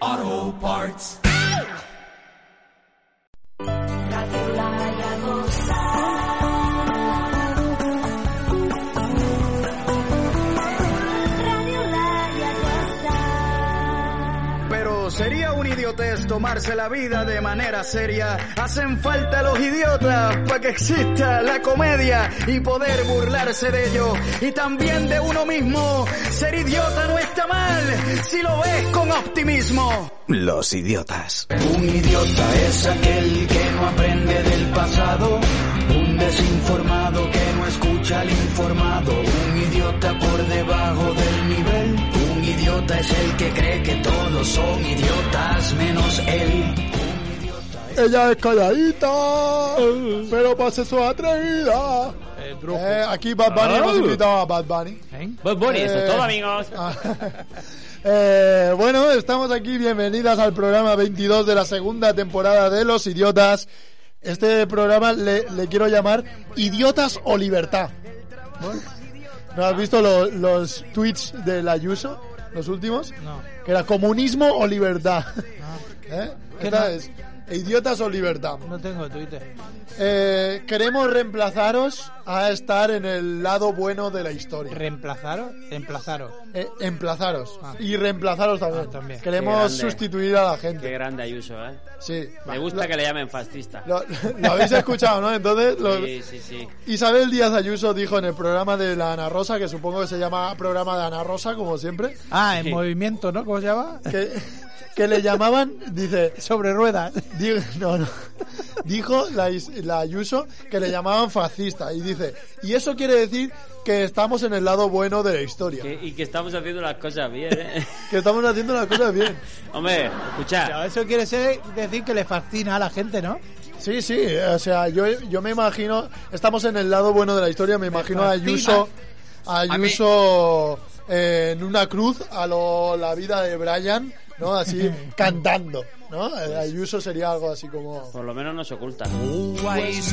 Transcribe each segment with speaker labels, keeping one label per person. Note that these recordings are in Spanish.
Speaker 1: Auto parts.
Speaker 2: Pero sería un idiotez tomarse la vida de manera seria. Hacen falta los idiotas para que exista la comedia y poder burlarse de ello. Y también de uno mismo. Ser idiota no está mal si lo ves con optimismo. Los idiotas.
Speaker 3: Un idiota es aquel que no aprende del pasado, un desinformado que no escucha al informado, un idiota por debajo del nivel, un idiota es el que cree que todos son idiotas menos él.
Speaker 4: Ella es calladita, pero para ser su atrevida. Eh, aquí Bad Bunny, hemos invitado a Bad Bunny.
Speaker 5: Bad Bunny, Pues eso es
Speaker 4: Eh.
Speaker 5: todo, amigos.
Speaker 4: Eh, bueno, estamos aquí, bienvenidas al programa 22 de la segunda temporada de Los Idiotas. Este programa le, le quiero llamar Idiotas o Libertad. ¿No, ¿No has visto lo- los tweets de la Ayuso? ¿Los últimos?
Speaker 5: No.
Speaker 4: Que era comunismo o libertad. ¿Eh? Esta es idiotas o libertad.
Speaker 5: No tengo Twitter.
Speaker 4: Eh, queremos reemplazaros a estar en el lado bueno de la historia.
Speaker 5: ¿Reemplazaros? Reemplazaros.
Speaker 4: Eh, emplazaros. Y reemplazaros también.
Speaker 5: Ah, también.
Speaker 6: Ah. Qué
Speaker 4: Queremos
Speaker 6: grande.
Speaker 4: sustituir a la
Speaker 6: Qué
Speaker 4: gente.
Speaker 6: grande Ayuso, ¿eh?
Speaker 4: Sí.
Speaker 6: Me gusta que le llamen fascista.
Speaker 4: Lo, lo habéis escuchado, ¿no? Entonces, lo-
Speaker 6: Sí, sí, sí.
Speaker 4: Isabel Díaz Ayuso dijo en el programa de la Ana Rosa, que supongo que se llama programa de Ana Rosa, como siempre,
Speaker 5: Ah, en movimiento, ¿no? ¿Cómo se llama?
Speaker 4: que, que le llamaban, dice,
Speaker 5: Sobre ruedas.
Speaker 4: Digo- no, no. Dijo la, Is- la Ayuso que le llamaban fascista y dice, y eso quiere decir que estamos en el lado bueno de la historia,
Speaker 6: Que- y que estamos haciendo las cosas bien, ¿eh?
Speaker 4: que estamos haciendo las cosas bien.
Speaker 6: Hombre, escucha.
Speaker 5: Eso quiere ser decir que le fascina a la gente, ¿no?
Speaker 4: Sí, sí, o sea, yo, yo me imagino, estamos en el lado bueno de la historia, me imagino a Ayuso, a Ayuso eh, en una cruz a lo, la vida de Brian, ¿no? Así cantando, ¿no? Eh, Ayuso sería algo así como...
Speaker 6: Por lo menos nos oculta.
Speaker 4: Always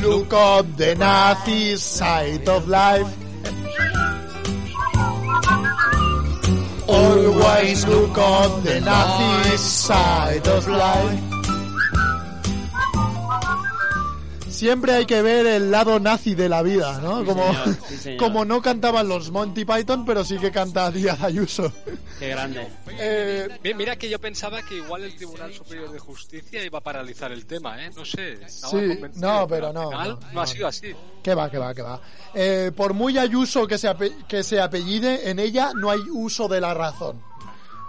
Speaker 4: Pues look up the Nazi side of life. Always look on the Nazi side of life. Siempre hay que ver el lado nazi de la vida, ¿no? Como,
Speaker 6: señor, sí, señor.
Speaker 4: como no cantaban los Monty Python, pero sí que canta Díaz Ayuso.
Speaker 6: Qué grande.
Speaker 4: Eh,
Speaker 7: Mi- Mira que yo pensaba que igual el Tribunal Superior de Justicia iba a paralizar el tema, ¿eh? No sé. estaba
Speaker 4: Sí,
Speaker 7: convencido,
Speaker 4: no, pero
Speaker 7: al
Speaker 4: no,
Speaker 7: final
Speaker 4: no,
Speaker 7: No,
Speaker 4: no.
Speaker 7: ha sido así.
Speaker 4: Que va, que va, que va. Eh, por muy ayuso que se, ape- que se apellide, en ella no hay uso de la razón.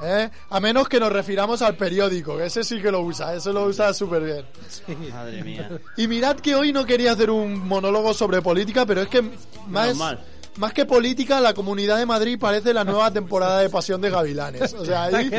Speaker 4: ¿Eh? A menos que nos refiramos al periódico, que ese sí que lo usa, ese lo usa súper bien.
Speaker 6: Madre mía.
Speaker 4: Y mirad que hoy no quería hacer un monólogo sobre política, pero es que más,
Speaker 6: mal.
Speaker 4: más que política, la Comunidad de Madrid parece la nueva temporada de Pasión de Gavilanes. O sea, ahí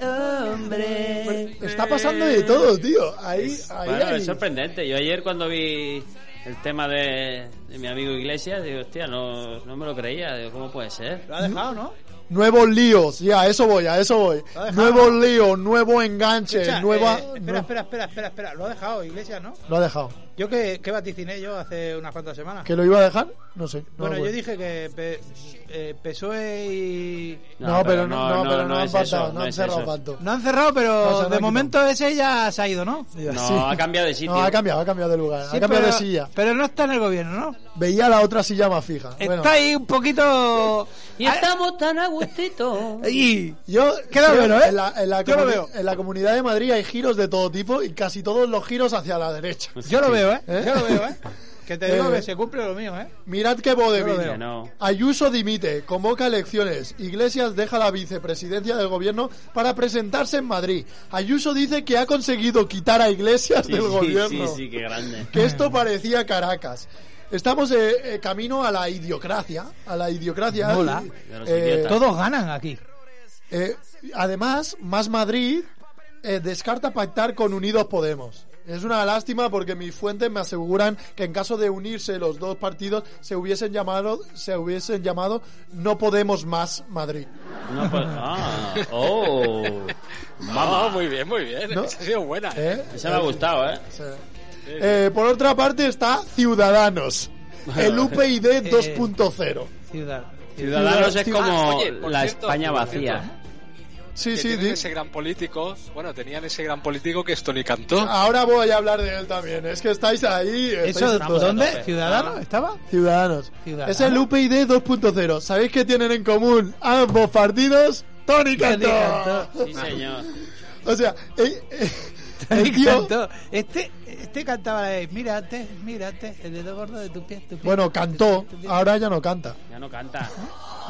Speaker 4: Ah.
Speaker 5: hombre?
Speaker 4: está pasando de todo, tío. Ahí, ahí,
Speaker 6: Bueno,
Speaker 4: hay-
Speaker 6: es sorprendente. Yo ayer cuando vi el tema de, de mi amigo Iglesias, digo, hostia, no, no me lo creía. Digo, ¿cómo puede ser?
Speaker 5: Lo ha dejado, ¿no?
Speaker 4: Nuevos líos, ya, a eso voy, a eso voy.
Speaker 5: dejado.
Speaker 4: Nuevos líos, nuevo enganche,
Speaker 5: Escucha,
Speaker 4: nueva.
Speaker 5: eh,
Speaker 4: no,
Speaker 5: espera, espera, espera, espera, espera. Lo ha dejado Iglesias, ¿no?
Speaker 4: Lo ha dejado.
Speaker 5: Yo que, que vaticiné yo hace unas cuantas semanas.
Speaker 4: ¿Que lo iba a dejar? No sé. no
Speaker 5: bueno,
Speaker 4: me
Speaker 5: yo
Speaker 4: acuerdo.
Speaker 5: dije que pe- eh, PSOE y...
Speaker 4: No, pero no, no, pero no, han
Speaker 6: es
Speaker 4: pactado,
Speaker 6: eso,
Speaker 4: no han
Speaker 6: es
Speaker 4: cerrado
Speaker 6: eso.
Speaker 4: pacto.
Speaker 5: No han cerrado,
Speaker 4: No, se
Speaker 5: pero
Speaker 4: lo han
Speaker 5: de
Speaker 4: quitado.
Speaker 5: momento ese ya se ha ido, ¿no?
Speaker 6: No,
Speaker 4: Sí.
Speaker 6: ha cambiado de sitio.
Speaker 4: No, ha cambiado, ha cambiado de lugar,
Speaker 5: Sí,
Speaker 4: ha cambiado
Speaker 5: pero-
Speaker 4: de silla.
Speaker 5: Pero no está en el gobierno, ¿no?
Speaker 4: Veía la otra silla más fija. Bueno,
Speaker 5: Está ahí un poquito...
Speaker 6: Y estamos tan a gustito.
Speaker 5: Ahí.
Speaker 4: Yo
Speaker 5: Que lo
Speaker 4: creo-
Speaker 5: veo, ¿eh?
Speaker 4: en, la, en la
Speaker 5: Yo lo
Speaker 4: comuni-
Speaker 5: veo.
Speaker 4: en la comunidad de Madrid hay giros de todo tipo y casi todos los giros hacia la derecha.
Speaker 5: Yo lo veo, ¿eh?
Speaker 4: ¿Eh?
Speaker 5: Yo lo veo, ¿eh? Que te digo
Speaker 4: Eh.
Speaker 5: que se cumple lo mío, ¿eh?
Speaker 4: Mirad que
Speaker 5: Yo lo
Speaker 4: vodevil.
Speaker 5: veo.
Speaker 6: Que no.
Speaker 4: Ayuso dimite, convoca elecciones. Iglesias deja la vicepresidencia del gobierno para presentarse en Madrid. Ayuso dice que ha conseguido quitar a Iglesias
Speaker 6: Sí,
Speaker 4: del
Speaker 6: sí,
Speaker 4: gobierno.
Speaker 6: sí, sí, qué grande.
Speaker 4: Que esto parecía Caracas. Estamos eh, eh, camino a la idiocracia. A la idiocracia.
Speaker 5: Mola.
Speaker 4: Eh,
Speaker 6: De los idiotas.
Speaker 5: Todos ganan aquí.
Speaker 4: eh, además, más Madrid eh, descarta pactar con Unidos Podemos. Es una lástima porque mis fuentes me aseguran que en caso de unirse los dos partidos se hubiesen llamado, se hubiesen llamado No Podemos Más Madrid.
Speaker 6: No, pues, ah, oh.
Speaker 7: Vamos, muy bien, muy bien.
Speaker 4: ¿No?
Speaker 7: Esa ha sido buena.
Speaker 4: ¿Eh?
Speaker 6: Esa me ha gustado, ¿eh?
Speaker 4: Sí. Eh, por otra parte está Ciudadanos, el UPyD 2.0.
Speaker 5: Ciudad.
Speaker 6: Ciudadanos es
Speaker 4: Ciudadanos.
Speaker 6: como
Speaker 7: Ah, oye, por
Speaker 6: la
Speaker 7: cierto,
Speaker 6: España
Speaker 7: por
Speaker 6: vacía.
Speaker 4: Sí,
Speaker 7: Que
Speaker 4: sí,
Speaker 7: tienen
Speaker 4: di-
Speaker 7: ese gran político. Bueno, tenían ese gran político que es Tony Cantó.
Speaker 4: Ahora voy a hablar de él también. Es que estáis ahí. estáis
Speaker 5: ¿Eso
Speaker 4: todos.
Speaker 5: dónde?
Speaker 4: Ah.
Speaker 5: ¿Ciudadano? ¿Estaba?
Speaker 4: Ciudadanos.
Speaker 5: Ciudadanos.
Speaker 4: Es el UPyD 2.0. ¿Sabéis qué tienen en común ambos partidos? Tony Cantó. ¿eh?
Speaker 6: Sí, señor.
Speaker 4: O sea, eh, eh,
Speaker 5: Me
Speaker 4: el tío-
Speaker 5: encantó. Este, este cantaba la de Mírate, mírate, el dedo gordo de tu pie. tu pie".
Speaker 4: Bueno, cantó.
Speaker 5: Tu pie.
Speaker 4: Ahora ya no canta.
Speaker 6: Ya no canta.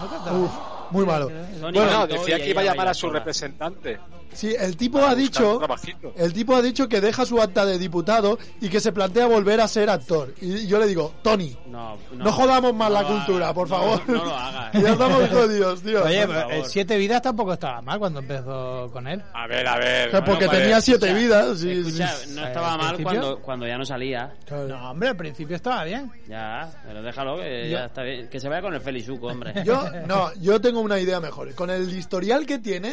Speaker 5: No cantaba.
Speaker 4: Uf, muy malo.
Speaker 6: Sony
Speaker 7: Bueno,
Speaker 6: cantó
Speaker 7: decía
Speaker 6: y
Speaker 7: que iba a
Speaker 6: ella
Speaker 7: llamar
Speaker 6: baila
Speaker 7: a su
Speaker 6: sola.
Speaker 7: representante.
Speaker 4: Sí, el tipo
Speaker 6: Ah,
Speaker 4: ha dicho.
Speaker 7: trabajito.
Speaker 4: El tipo ha dicho que deja su acta de diputado y que se plantea volver a ser actor. Y yo le digo, Tony,
Speaker 6: No,
Speaker 4: No jodamos más la
Speaker 6: lo
Speaker 4: cultura,
Speaker 6: hagas.
Speaker 4: por
Speaker 6: No,
Speaker 4: favor.
Speaker 6: No, lo hagas.
Speaker 4: ya estamos jodidos, tío.
Speaker 5: Oye,
Speaker 6: por
Speaker 5: pero el
Speaker 6: favor.
Speaker 5: Siete Vidas tampoco estaba mal cuando empezó con él.
Speaker 7: A ver, a ver.
Speaker 4: O sea, porque
Speaker 7: vale.
Speaker 4: tenía siete
Speaker 6: pues, escucha,
Speaker 4: vidas. Eh, y-
Speaker 6: Escucha, no estaba
Speaker 5: ¿Al
Speaker 6: mal
Speaker 5: principio?
Speaker 6: cuando, cuando ya no salía.
Speaker 5: No, hombre, al principio estaba bien.
Speaker 6: Ya, pero déjalo que
Speaker 4: Yo-
Speaker 6: ya está bien. Que se vaya con el Felizuco, hombre.
Speaker 4: Yo, no, yo tengo una idea mejor. Con el historial que tiene,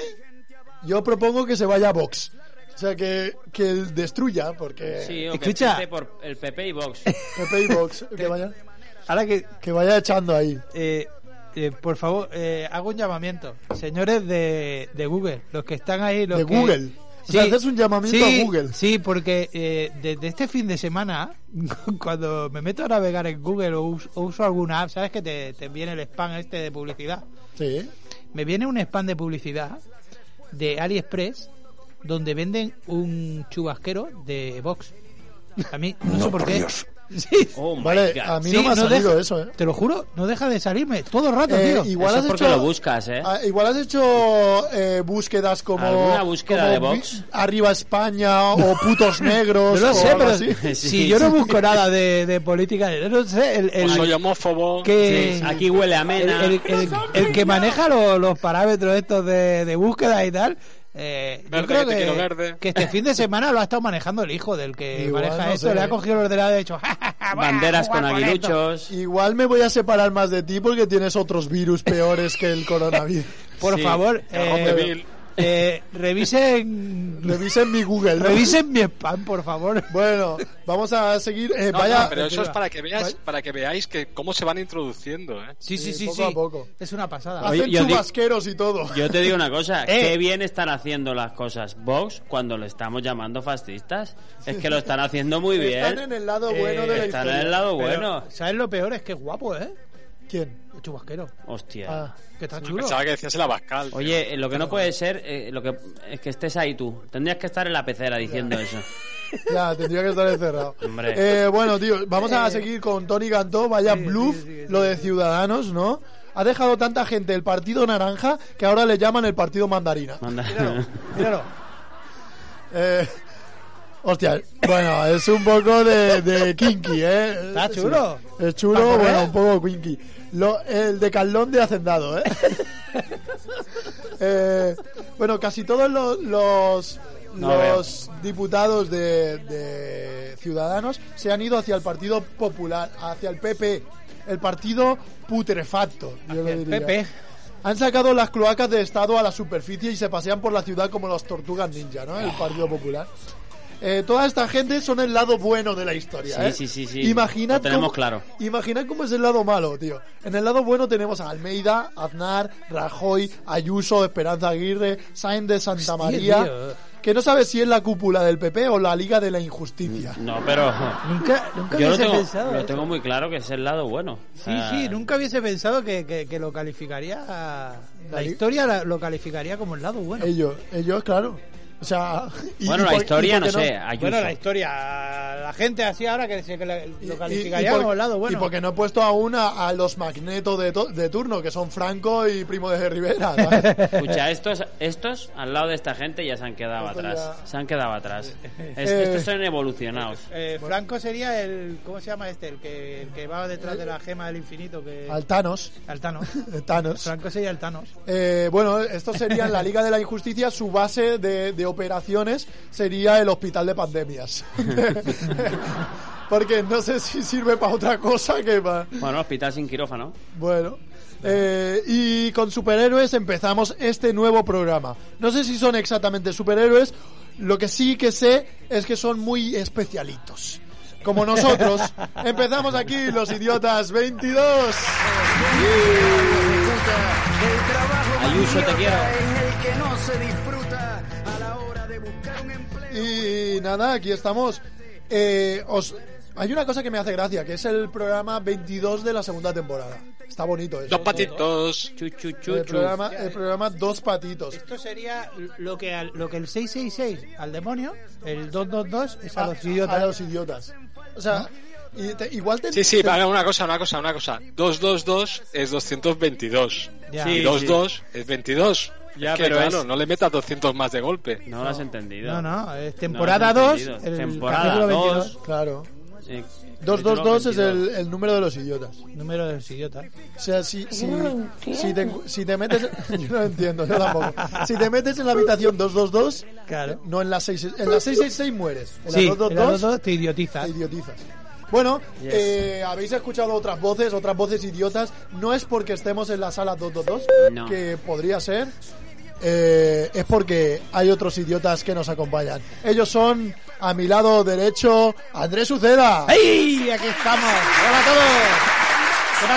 Speaker 4: yo propongo que se vaya a Vox. O sea, que, que él destruya, porque
Speaker 6: Sí, o
Speaker 5: Escucha.
Speaker 6: que empiece por el PP y Vox.
Speaker 4: PP y Vox, que vaya,
Speaker 5: Ahora que,
Speaker 4: que vaya echando ahí.
Speaker 5: eh, eh, por favor, eh, hago un llamamiento. Señores de, de Google, los que están ahí. Los
Speaker 4: De
Speaker 5: que-
Speaker 4: Google. O sea, haces un llamamiento
Speaker 5: sí,
Speaker 4: a Google.
Speaker 5: Sí, porque eh, desde este fin de semana, cuando me meto a navegar en Google o us- o uso, alguna app, ¿sabes que te, te viene el spam este de publicidad?
Speaker 4: Sí.
Speaker 5: Me viene un spam de publicidad de AliExpress donde venden un chubasquero de Vox. A mí, no, sé por qué. Sí,
Speaker 6: Oh, my
Speaker 4: Vale, ah,
Speaker 6: God.
Speaker 4: a mí
Speaker 5: Sí,
Speaker 4: no me ha
Speaker 5: no
Speaker 4: salido
Speaker 5: deja-
Speaker 4: eso, ¿eh?
Speaker 5: Te lo juro, no deja de salirme todo el rato,
Speaker 4: Eh,
Speaker 5: tío.
Speaker 4: igual
Speaker 6: Ah, Eso
Speaker 4: has
Speaker 6: es porque
Speaker 4: hecho,
Speaker 6: lo buscas, ¿eh?
Speaker 4: Ah, igual has hecho eh, búsquedas como.
Speaker 6: ¿Alguna búsqueda
Speaker 4: como
Speaker 6: de Vox?
Speaker 4: vi- Arriba España o putos negros.
Speaker 5: Yo lo
Speaker 4: o
Speaker 5: sé,
Speaker 4: algo
Speaker 5: pero
Speaker 4: así.
Speaker 6: Sí,
Speaker 5: si yo no busco nada de, de política, yo no sé, el, el-
Speaker 7: O Pues soy homófobo.
Speaker 4: eh,
Speaker 5: que,
Speaker 6: Sí, aquí huele a
Speaker 5: el,
Speaker 6: mena.
Speaker 5: el- el- el que maneja los, los parámetros estos de, de búsqueda y tal, eh, yo
Speaker 7: Verde,
Speaker 5: creo
Speaker 7: que te quiero
Speaker 5: que,
Speaker 7: verde.
Speaker 5: que este fin de semana lo ha estado manejando el hijo del que
Speaker 4: Igual,
Speaker 5: maneja
Speaker 4: no
Speaker 5: eso,
Speaker 4: sé.
Speaker 5: le ha cogido el ordenador y ha dicho, "Ja, ja, ja, guau,
Speaker 6: Banderas con
Speaker 5: guapo esto".
Speaker 6: aguiluchos.
Speaker 4: Igual me voy a separar más de ti porque tienes otros virus peores que el coronavirus.
Speaker 5: Por
Speaker 6: Sí.
Speaker 5: favor,
Speaker 7: Arroz de
Speaker 5: eh,
Speaker 7: Bill.
Speaker 5: eh, revisen,
Speaker 4: Revisen mi Google. ¿no?
Speaker 5: revisen mi spam, por favor.
Speaker 4: Bueno, vamos a seguir. eh,
Speaker 7: No,
Speaker 4: vaya.
Speaker 7: no, pero eso es para que veas,
Speaker 4: Vaya.
Speaker 7: para que veáis que cómo se van introduciendo, ¿eh?
Speaker 5: Sí, sí,
Speaker 4: Sí,
Speaker 5: sí,
Speaker 4: poco
Speaker 5: sí.
Speaker 4: a poco.
Speaker 5: Es una pasada.
Speaker 4: Hacen
Speaker 6: Oye, yo di-
Speaker 4: chubasqueros y todo.
Speaker 6: Yo te digo una cosa,
Speaker 5: Eh.
Speaker 6: qué bien están haciendo las cosas Vox cuando le estamos llamando fascistas. Es que lo están haciendo muy
Speaker 4: Están en
Speaker 6: bien.
Speaker 4: el lado bueno de la
Speaker 6: ¿eh? Están
Speaker 4: historia.
Speaker 6: en el lado
Speaker 5: Pero,
Speaker 6: bueno.
Speaker 5: ¿Sabes lo peor? Es que es guapo, ¿eh?
Speaker 4: ¿Quién?
Speaker 5: El chubasquero.
Speaker 6: Hostia.
Speaker 4: Ah.
Speaker 5: Que está chulo.
Speaker 7: Pensaba que decías el Abascal. tío.
Speaker 6: Oye, eh, lo que no puede ser eh, lo que es que estés ahí tú. Tendrías que estar en la pecera diciendo eso.
Speaker 4: Ya, tendría que estar encerrado.
Speaker 6: Hombre. Eh.
Speaker 4: Eh, bueno, tío, vamos a seguir con Tony Cantó. Vaya
Speaker 5: sí,
Speaker 4: bluff
Speaker 5: sí, sí,
Speaker 4: lo de Ciudadanos, ¿no? Ha dejado tanta gente el Partido Naranja que ahora le llaman el Partido Mandarina.
Speaker 6: Manda-
Speaker 5: Míralo.
Speaker 4: Eh, hostia, bueno, es un poco de, de kinky, ¿eh?
Speaker 5: Está chulo.
Speaker 4: Sí, Es chulo,
Speaker 5: ¿Para correr?
Speaker 4: bueno, un poco kinky. Lo- el de Carlón de Hacendado, ¿eh? Eh, bueno, casi todos los, los,
Speaker 6: No veo.
Speaker 4: los diputados de, de Ciudadanos se han ido hacia el Partido Popular, hacia el PP, el partido putrefacto. yo le
Speaker 5: El
Speaker 4: diría.
Speaker 5: Pepe.
Speaker 4: Han sacado las cloacas de Estado a la superficie y se pasean por la ciudad como las tortugas ninja, ¿no? El Partido Popular. Eh, toda esta gente son el lado bueno de la historia.
Speaker 6: Sí,
Speaker 4: ¿eh?
Speaker 6: sí, sí, sí.
Speaker 4: Imaginad
Speaker 6: Lo tenemos
Speaker 4: cómo-
Speaker 6: claro.
Speaker 4: Imaginad cómo es el lado malo, tío. En el lado bueno tenemos a Almeida, Aznar, Rajoy, Ayuso, Esperanza Aguirre, Sáenz de Santa María.
Speaker 5: tío.
Speaker 4: Que no sabe si es la cúpula del PP o la Liga de la Injusticia.
Speaker 6: No, pero
Speaker 5: Nunca, nunca
Speaker 6: yo lo
Speaker 5: hubiese
Speaker 6: tengo,
Speaker 5: pensado.
Speaker 6: lo
Speaker 5: eso.
Speaker 6: tengo muy claro que es el lado bueno.
Speaker 5: Sí,
Speaker 6: Ah.
Speaker 5: sí, nunca hubiese pensado que, que, que lo calificaría. La
Speaker 4: Dale.
Speaker 5: historia la- lo calificaría como el lado bueno.
Speaker 4: Ellos, ellos, claro. O sea, y-
Speaker 6: Bueno,
Speaker 4: y
Speaker 6: la
Speaker 4: por- y
Speaker 6: historia
Speaker 4: por
Speaker 6: no
Speaker 4: qué
Speaker 6: sé, Ayuso.
Speaker 5: Bueno, la historia. La gente así ahora que, se- que la- lo
Speaker 4: y- y
Speaker 5: calificaría
Speaker 4: por-
Speaker 5: como el lado bueno.
Speaker 4: Y porque no he puesto aún a, a los magnetos de, to- de turno, que son Franco y Primo de Rivera. ¿sabes?
Speaker 6: Escucha, estos, estos al lado de esta gente ya se han quedado
Speaker 4: Esto
Speaker 6: atrás.
Speaker 4: ya-
Speaker 6: Se han quedado atrás. Es-
Speaker 4: Eh.
Speaker 6: estos son evolucionados.
Speaker 5: Eh, Franco sería el. ¿Cómo se llama este? El que, el que va detrás de la gema del infinito. que
Speaker 4: Altanos.
Speaker 5: Altano.
Speaker 4: eh, Thanos.
Speaker 5: Franco sería Altanos.
Speaker 4: Eh, bueno, estos serían la Liga de la Injusticia, su base de, de operaciones sería el hospital de pandemias. Porque no sé si sirve para otra cosa que para...
Speaker 6: Bueno, hospital sin quirófano.
Speaker 4: Bueno. eh, y con superhéroes empezamos este nuevo programa. No sé si son exactamente superhéroes, lo que sí que sé es que son muy especialitos. Como nosotros, empezamos aquí los idiotas 22.
Speaker 2: El trabajo más
Speaker 6: Ayuso, te
Speaker 2: idiota
Speaker 6: quiero.
Speaker 2: es el que no se disfruta a la hora de buscar un empleo.
Speaker 4: Y nada, aquí estamos. Eh, os... Hay una cosa que me hace gracia, que es el programa 22 de la segunda temporada. Está bonito eso.
Speaker 7: Dos patitos.
Speaker 6: Chu, chu, chu,
Speaker 4: El
Speaker 6: chu.
Speaker 4: programa, el programa Dos Patitos.
Speaker 5: Esto sería lo que, al- lo que el 666 al demonio, el 222 es a
Speaker 7: Ah,
Speaker 5: los idiotas.
Speaker 4: Ah, A los idiotas. O sea, y te- igual te...
Speaker 7: Sí, sí,
Speaker 4: te-
Speaker 7: para una cosa, una cosa, una cosa. 222 es 222.
Speaker 5: Ya.
Speaker 7: y
Speaker 6: Sí,
Speaker 7: 22 es 22.
Speaker 6: Ya,
Speaker 7: es que,
Speaker 6: pero
Speaker 7: claro,
Speaker 6: es-
Speaker 7: no le metas 200 más de golpe.
Speaker 6: No lo has
Speaker 5: No,
Speaker 6: entendido.
Speaker 5: no, es
Speaker 6: No,
Speaker 5: temporada
Speaker 6: no,
Speaker 5: 2,
Speaker 6: entendido.
Speaker 5: el
Speaker 6: Temporada
Speaker 5: capítulo
Speaker 6: dos.
Speaker 5: 22,
Speaker 4: Claro.
Speaker 6: Eh,
Speaker 4: 222 es
Speaker 6: capítulo
Speaker 4: el, el número de los idiotas.
Speaker 5: número de los idiotas.
Speaker 4: O sea, si, si, si, te, si te metes... Yo no lo entiendo, yo tampoco. Si te metes en la habitación 222,
Speaker 5: Claro.
Speaker 4: no en la 6... En la 666 mueres. En la
Speaker 5: Sí, el
Speaker 4: 222
Speaker 5: 222 te idiotiza.
Speaker 4: te idiotizas. Bueno, eh, habéis escuchado otras voces, otras voces idiotas. No es porque estemos en la sala 222,
Speaker 6: No.
Speaker 4: que podría ser. eh, es porque hay otros idiotas que nos acompañan. Ellos son, a mi lado derecho, Andrés Uceda.
Speaker 5: ¡Ey! Aquí estamos.
Speaker 4: ¡Hola a todos!
Speaker 5: ¿Qué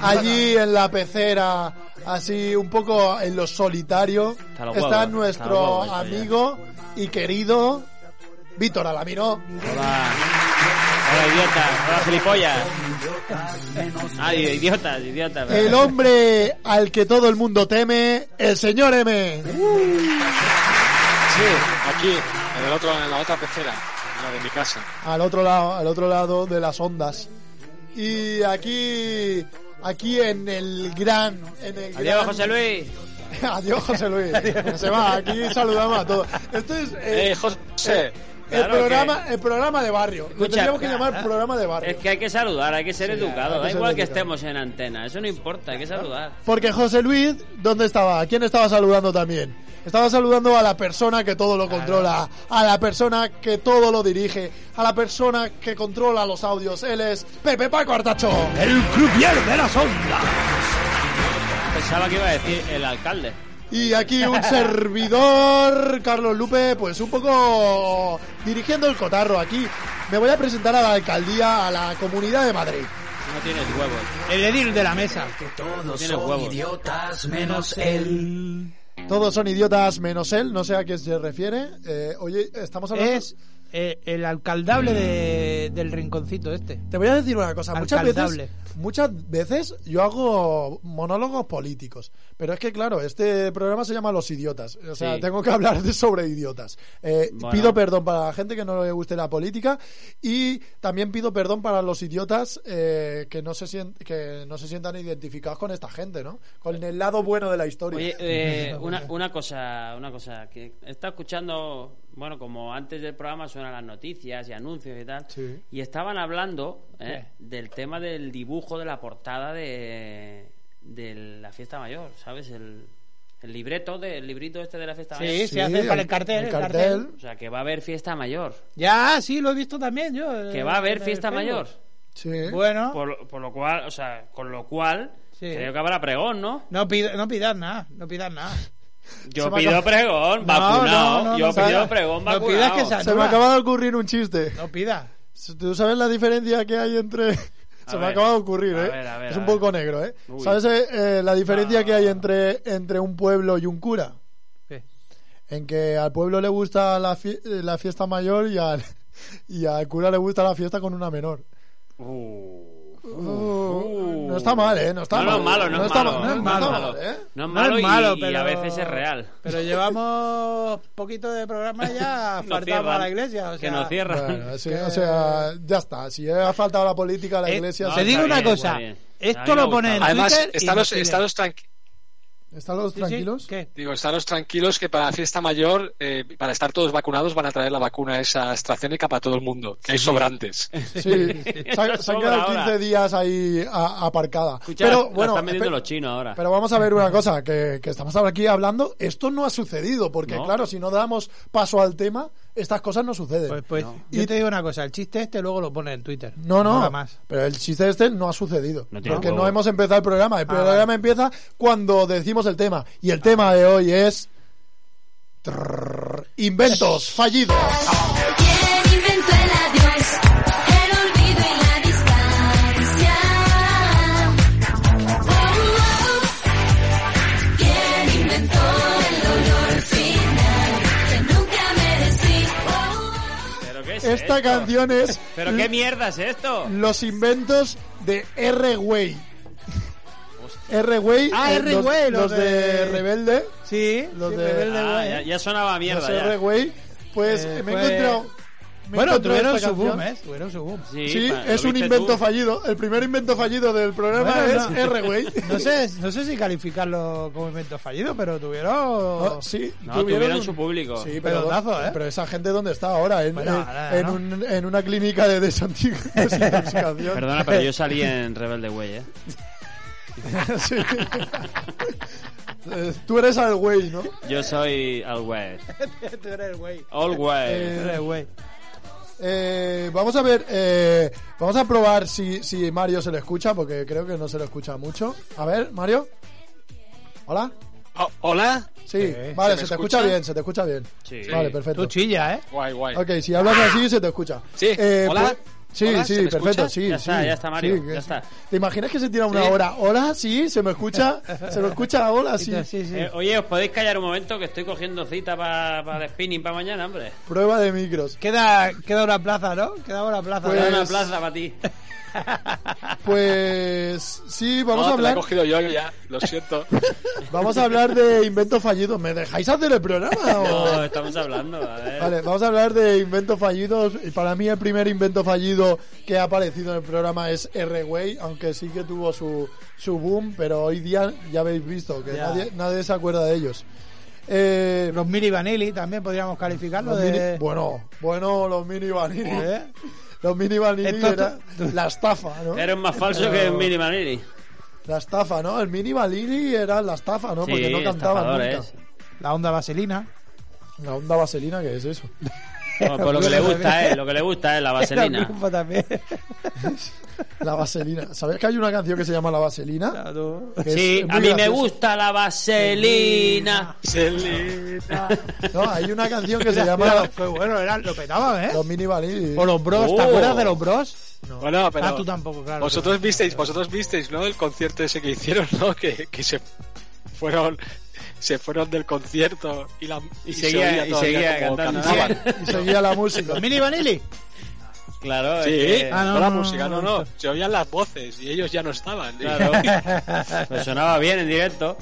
Speaker 5: pasa?
Speaker 4: Allí en la pecera, así un poco en lo solitario,
Speaker 6: Está lo
Speaker 4: está
Speaker 6: guapo, está lo
Speaker 4: nuestro
Speaker 6: guapo, está bien.
Speaker 4: amigo y querido Víctor Alamino.
Speaker 6: Hola. Hola, idiota. Hola, gilipollas. Ay, idiota, idiota.
Speaker 4: El hombre al que todo el mundo teme, el señor M.
Speaker 7: Sí, aquí, en, el otro, en la otra pecera, en la de mi casa.
Speaker 4: Al otro lado, al otro lado de las ondas. Y aquí, aquí en el gran, en el
Speaker 6: Adiós,
Speaker 4: gran-
Speaker 6: José Luis.
Speaker 4: Adiós, José Luis. Se va, aquí saludamos a todos. Esto es eh,
Speaker 7: ¡Eh, José!
Speaker 4: el,
Speaker 6: claro
Speaker 4: programa, el programa de barrio. Lo
Speaker 6: Escucha,
Speaker 4: tendríamos que llamar programa de barrio.
Speaker 6: Es que hay que saludar, hay que ser educado.
Speaker 4: hay que
Speaker 6: da
Speaker 4: ser
Speaker 6: igual que
Speaker 4: educado.
Speaker 6: estemos en antena, eso no importa, hay que saludar.
Speaker 4: Porque José Luis, ¿dónde estaba? ¿A quién estaba saludando también? Estaba saludando a la persona que todo lo controla, a la persona que todo lo dirige, a la persona que controla los audios. Él es Pepe Paco Artacho.
Speaker 6: Pensaba que iba a decir el alcalde.
Speaker 4: Y aquí un servidor, Carlos Lupe, pues un poco dirigiendo el cotarro aquí. Me voy a presentar a la alcaldía, a la comunidad de Madrid.
Speaker 6: No tienes huevos.
Speaker 5: El edil de la mesa.
Speaker 3: Todos
Speaker 6: Tiene
Speaker 3: son
Speaker 6: huevos.
Speaker 3: idiotas menos él.
Speaker 4: Todos son idiotas menos él, no sé a qué se refiere. Eh, oye, estamos hablando...
Speaker 5: Es eh, el alcaldable
Speaker 6: Mm.
Speaker 5: de- del rinconcito este.
Speaker 4: Te voy a decir una cosa, muchas veces,
Speaker 5: Alcaldable.
Speaker 4: muchas veces yo hago monólogos políticos, pero es que claro, este programa se llama Los Idiotas, o sea,
Speaker 6: Sí.
Speaker 4: tengo que hablar de sobre idiotas. Eh,
Speaker 6: Bueno.
Speaker 4: Pido perdón para la gente que no le guste la política y también pido perdón para los idiotas eh, que, no se sien- que no se sientan identificados con esta gente, ¿no? Con el lado bueno de la historia.
Speaker 6: Oye, eh, una, una cosa, una cosa que está escuchando, bueno, como antes del programa suenan las noticias y anuncios y tal,
Speaker 4: Sí.
Speaker 6: y estaban hablando eh, del tema del dibujo de la portada de, de la fiesta mayor, ¿sabes? El, el libreto, del librito este de la fiesta mayor.
Speaker 5: Sí, se hace para el cartel,
Speaker 4: el
Speaker 5: el
Speaker 4: cartel.
Speaker 5: cartel.
Speaker 6: O sea, que va a haber fiesta mayor,
Speaker 5: Ya, sí, lo he visto también yo.
Speaker 6: que
Speaker 5: eh,
Speaker 6: va a haber
Speaker 5: en el
Speaker 6: fiesta
Speaker 5: Facebook.
Speaker 6: mayor,
Speaker 4: Sí.
Speaker 5: Bueno,
Speaker 6: por, lo- por lo cual, o sea, con lo cual
Speaker 5: Sí.
Speaker 6: creo que habrá pregón, ¿no?
Speaker 5: no, pida- no pidas nada, no pidas nada.
Speaker 4: Se
Speaker 6: Yo
Speaker 4: me
Speaker 6: pido
Speaker 4: acaba-
Speaker 6: pregón,
Speaker 5: No, no,
Speaker 6: vacunado,
Speaker 5: no,
Speaker 6: yo
Speaker 5: no,
Speaker 6: pido
Speaker 5: no. No
Speaker 6: pregón, vacunado.
Speaker 5: pidas que se
Speaker 4: Se me acaba de ocurrir un chiste.
Speaker 5: No pidas.
Speaker 4: ¿Tú sabes la diferencia que hay entre.?
Speaker 6: A
Speaker 4: Se me
Speaker 6: ver.
Speaker 4: acaba de ocurrir,
Speaker 6: A
Speaker 4: ¿eh?
Speaker 6: ver, a ver,
Speaker 4: es
Speaker 6: a
Speaker 4: un
Speaker 6: ver.
Speaker 4: poco negro, ¿eh?
Speaker 6: Uy.
Speaker 4: ¿Sabes eh, eh, la diferencia que hay entre, entre un pueblo y un cura?
Speaker 5: ¿Qué?
Speaker 4: En que al pueblo le gusta la, fie- eh, la fiesta mayor y al, y al cura le gusta la fiesta con una menor. Uh, no está mal, ¿eh? No está
Speaker 6: no,
Speaker 4: mal.
Speaker 6: malo, no, es
Speaker 4: está
Speaker 6: malo,
Speaker 4: mal,
Speaker 6: no es
Speaker 4: está
Speaker 6: malo,
Speaker 4: mal, ¿eh?
Speaker 6: no
Speaker 5: No
Speaker 6: es malo
Speaker 5: es
Speaker 6: y-
Speaker 5: malo,
Speaker 6: y,
Speaker 5: pero-
Speaker 6: a veces es real.
Speaker 5: Pero llevamos poquito de programa ya
Speaker 6: Nos
Speaker 5: faltamos
Speaker 6: cierran.
Speaker 5: a la iglesia. O sea, eh,
Speaker 6: que nos cierran.
Speaker 4: Bueno, sí, o sea, ya está. Si ha faltado la política a la
Speaker 5: Eh,
Speaker 4: iglesia,
Speaker 6: no,
Speaker 4: se
Speaker 5: te digo
Speaker 6: está
Speaker 5: una
Speaker 6: bien,
Speaker 5: cosa.
Speaker 6: está bien. A mí
Speaker 5: Esto
Speaker 6: me ha
Speaker 5: lo pone en
Speaker 6: gustado.
Speaker 7: Además,
Speaker 5: Twitter y
Speaker 7: están
Speaker 5: nos
Speaker 7: los,
Speaker 5: piden.
Speaker 7: están los tranqui-
Speaker 4: ¿Están los
Speaker 5: Sí, sí,
Speaker 4: tranquilos?
Speaker 5: ¿Qué?
Speaker 7: Digo, estaros tranquilos que para la fiesta mayor, eh, para estar todos vacunados, van a traer la vacuna esa AstraZeneca para todo el mundo, que hay sobrantes.
Speaker 4: Sí, se, ha- se han
Speaker 6: Sobra
Speaker 4: quedado
Speaker 6: ahora.
Speaker 4: 15 días ahí a- aparcada.
Speaker 6: Escucha,
Speaker 4: pero
Speaker 6: la
Speaker 4: bueno,
Speaker 6: están vendiendo
Speaker 4: espe-
Speaker 6: los chinos ahora.
Speaker 4: pero vamos a ver una cosa, que, que estamos aquí hablando, esto no ha sucedido, porque
Speaker 6: No.
Speaker 4: claro, si no damos paso al tema, estas cosas no suceden.
Speaker 5: Pues, pues
Speaker 4: Y-
Speaker 5: yo te digo una cosa, el chiste este luego lo pones en Twitter.
Speaker 4: no, no,
Speaker 5: Nada más.
Speaker 4: pero el chiste este no ha sucedido,
Speaker 6: No tiene
Speaker 4: porque
Speaker 6: huevo.
Speaker 4: no hemos empezado el programa, el
Speaker 5: Ah,
Speaker 4: programa
Speaker 5: vale.
Speaker 4: empieza cuando decimos el tema, y el tema de hoy es... Trrr, inventos fallidos.
Speaker 6: Ah,
Speaker 8: ¿Quién inventó el adiós, el olvido y la distancia? Oh, oh. ¿Quién inventó el dolor final que nunca merecí? Oh, oh.
Speaker 6: ¿Pero qué es
Speaker 4: Esta
Speaker 6: esto?
Speaker 4: canción es
Speaker 6: ¿Pero qué mierda es esto?
Speaker 4: Los inventos de R-Way. R-Way.
Speaker 5: Ah,
Speaker 4: eh,
Speaker 5: R-Way,
Speaker 4: los, los
Speaker 5: los
Speaker 4: de...
Speaker 5: de-
Speaker 4: Rebelde.
Speaker 5: Sí,
Speaker 4: Los
Speaker 5: sí,
Speaker 4: de-
Speaker 5: rebelde,
Speaker 6: Ah,
Speaker 5: güey.
Speaker 6: ya, ya sonaba a mierda.
Speaker 4: los
Speaker 6: ya.
Speaker 4: R-Way. Pues
Speaker 5: Eh,
Speaker 4: me he
Speaker 5: fue-
Speaker 4: encontrado. me he
Speaker 5: Bueno,
Speaker 4: encontrado
Speaker 5: tuvieron
Speaker 4: esta
Speaker 5: su boom,
Speaker 4: canción.
Speaker 5: ¿eh? Tuvieron su boom.
Speaker 6: Sí,
Speaker 4: Sí,
Speaker 6: pa- lo
Speaker 4: es un
Speaker 6: viste
Speaker 4: invento
Speaker 6: tú.
Speaker 4: fallido. El primer invento fallido del programa
Speaker 5: Bueno,
Speaker 4: es
Speaker 5: no.
Speaker 4: R-Way.
Speaker 5: No sé, no sé si calificarlo como invento fallido, pero tuvieron...
Speaker 4: No, Oh, sí,
Speaker 6: No, tuvieron su público.
Speaker 4: Sí, pero,
Speaker 5: Pelotazo, ¿eh?
Speaker 4: pero esa gente, ¿dónde está ahora? En,
Speaker 5: Bueno,
Speaker 4: en-
Speaker 5: ahora,
Speaker 4: en
Speaker 5: ¿no?
Speaker 4: un- en una clínica de desantig- desintoxicación.
Speaker 6: Perdona, pero yo salí en Rebelde Way, ¿eh?
Speaker 4: Sí. Eh, Tú eres al güey, ¿no?
Speaker 6: Yo soy All Way.
Speaker 5: Tú eres güey.
Speaker 6: All Way.
Speaker 5: Tú eres güey.
Speaker 4: Eh, vamos a ver, eh, vamos a probar si, si Mario se lo escucha, porque creo que no se lo escucha mucho. A ver, Mario. ¿Hola?
Speaker 7: Oh, ¿Hola?
Speaker 4: Sí,
Speaker 5: Sí.
Speaker 4: vale, se,
Speaker 7: ¿Se me
Speaker 4: te escucha
Speaker 7: escucha?
Speaker 4: bien, se te escucha bien.
Speaker 6: Sí.
Speaker 4: Vale,
Speaker 5: Tú
Speaker 4: perfecto.
Speaker 5: chilla, ¿eh?
Speaker 7: Guay, guay.
Speaker 4: Ok, si hablas así, se te escucha.
Speaker 7: Sí, ¿hola?
Speaker 4: pues- sí,
Speaker 7: ¿Hola?
Speaker 4: sí,
Speaker 7: ¿Se me
Speaker 4: perfecto,
Speaker 7: escucha?
Speaker 4: sí.
Speaker 6: Ya está,
Speaker 4: sí,
Speaker 6: ya está, Mario,
Speaker 4: sí, que-
Speaker 6: ya está.
Speaker 4: ¿Te imaginas que se tira una
Speaker 7: Sí.
Speaker 4: hora? ¿Hola? Sí, se me escucha, se me escucha, hola, sí.
Speaker 5: Sí, sí.
Speaker 6: Eh, oye, ¿os podéis callar un momento que estoy cogiendo cita para el spinning para mañana, hombre?
Speaker 4: Prueba de micros.
Speaker 5: Queda, queda una plaza, ¿no? Queda una plaza.
Speaker 4: Pues-
Speaker 6: Dame una plaza para ti.
Speaker 4: Pues sí,
Speaker 7: No,
Speaker 4: vamos a
Speaker 7: te la he
Speaker 4: hablar.
Speaker 7: cogido yo ya, lo siento.
Speaker 4: Vamos a hablar de inventos fallidos. ¿Me dejáis hacer el programa? o-
Speaker 6: No, estamos hablando, a ver.
Speaker 4: Vale, vamos a hablar de inventos fallidos. Y Para mí el primer invento fallido que ha aparecido en el programa es R-Way, aunque sí que tuvo su, su boom, pero hoy día ya habéis visto que
Speaker 5: Ya.
Speaker 4: nadie, nadie se acuerda de ellos. Eh,
Speaker 5: Los Miri Vanilli también podríamos calificarlo
Speaker 4: los
Speaker 5: de...
Speaker 4: mini- bueno, bueno, los mini vanilli.
Speaker 5: ¿Eh?
Speaker 4: Los mini vanilli
Speaker 5: Esto-
Speaker 4: era la estafa, ¿no?
Speaker 6: Eres más falso que Mini Manili.
Speaker 4: La estafa, ¿no? El mini vanilli era la estafa, ¿no? Porque no cantaban nunca.
Speaker 6: estafadores.
Speaker 5: La onda vaselina.
Speaker 4: La onda vaselina, que es eso?
Speaker 6: Por, por lo que le gusta es, lo que le gusta es la
Speaker 5: La
Speaker 6: vaselina.
Speaker 5: culpa también.
Speaker 4: La vaselina. ¿Sabes que hay una canción que se llama La vaselina?
Speaker 5: No, tú.
Speaker 4: Que es-
Speaker 6: Sí,
Speaker 4: es muy
Speaker 6: a mí me
Speaker 4: graciosa.
Speaker 6: gusta la vaselina.
Speaker 7: Selena.
Speaker 4: No, hay una canción que se
Speaker 5: Mira,
Speaker 4: llama
Speaker 5: Fue bueno, era, lo petaban, ¿eh?
Speaker 4: Los mini vanilli.
Speaker 5: O los bros, ¿te
Speaker 6: Oh.
Speaker 5: acuerdas de los bros? No.
Speaker 7: Bueno, pero
Speaker 5: Ah, tú tampoco, claro.
Speaker 7: vosotros visteis, vosotros visteis, ¿no? El concierto ese que hicieron, ¿no? Que, que se fueron se fueron del concierto y la
Speaker 6: Y seguía-
Speaker 7: oía
Speaker 6: y
Speaker 7: todavía
Speaker 6: seguía
Speaker 7: como
Speaker 6: cantando, ¿no?
Speaker 7: cantaban.
Speaker 4: Y seguía la música.
Speaker 5: ¿Los Mini Vanilli?
Speaker 6: Claro,
Speaker 7: Sí,
Speaker 6: es que-
Speaker 5: Ah, no,
Speaker 7: no, la
Speaker 5: no,
Speaker 7: música,
Speaker 5: no,
Speaker 7: no,
Speaker 5: no.
Speaker 7: no, se oían las voces y ellos ya no estaban.
Speaker 6: claro. Pues sonaba bien en directo.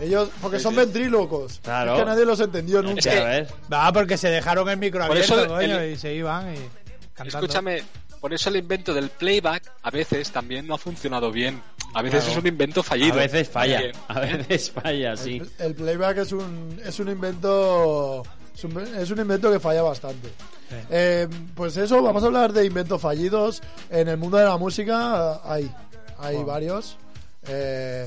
Speaker 4: Ellos, porque
Speaker 7: Sí,
Speaker 4: son
Speaker 7: sí.
Speaker 4: ventrílocos.
Speaker 6: Claro.
Speaker 4: Es que nadie los entendió
Speaker 6: Es
Speaker 4: nunca.
Speaker 6: que, a ver.
Speaker 5: No, porque se dejaron el micro
Speaker 7: Por
Speaker 5: abierto,
Speaker 7: eso el-
Speaker 5: coño,
Speaker 7: el-
Speaker 5: y se iban y cantando.
Speaker 7: Escúchame, por eso el invento del playback a veces también no ha funcionado bien. A veces
Speaker 6: Claro.
Speaker 7: es un invento
Speaker 6: A
Speaker 7: fallido.
Speaker 6: veces falla,
Speaker 7: También.
Speaker 6: a veces falla, sí.
Speaker 4: El playback es un, es un invento. Es un, es un invento que falla bastante. Eh, pues eso, vamos a hablar de inventos fallidos. En el mundo de la música hay, hay varios. Eh,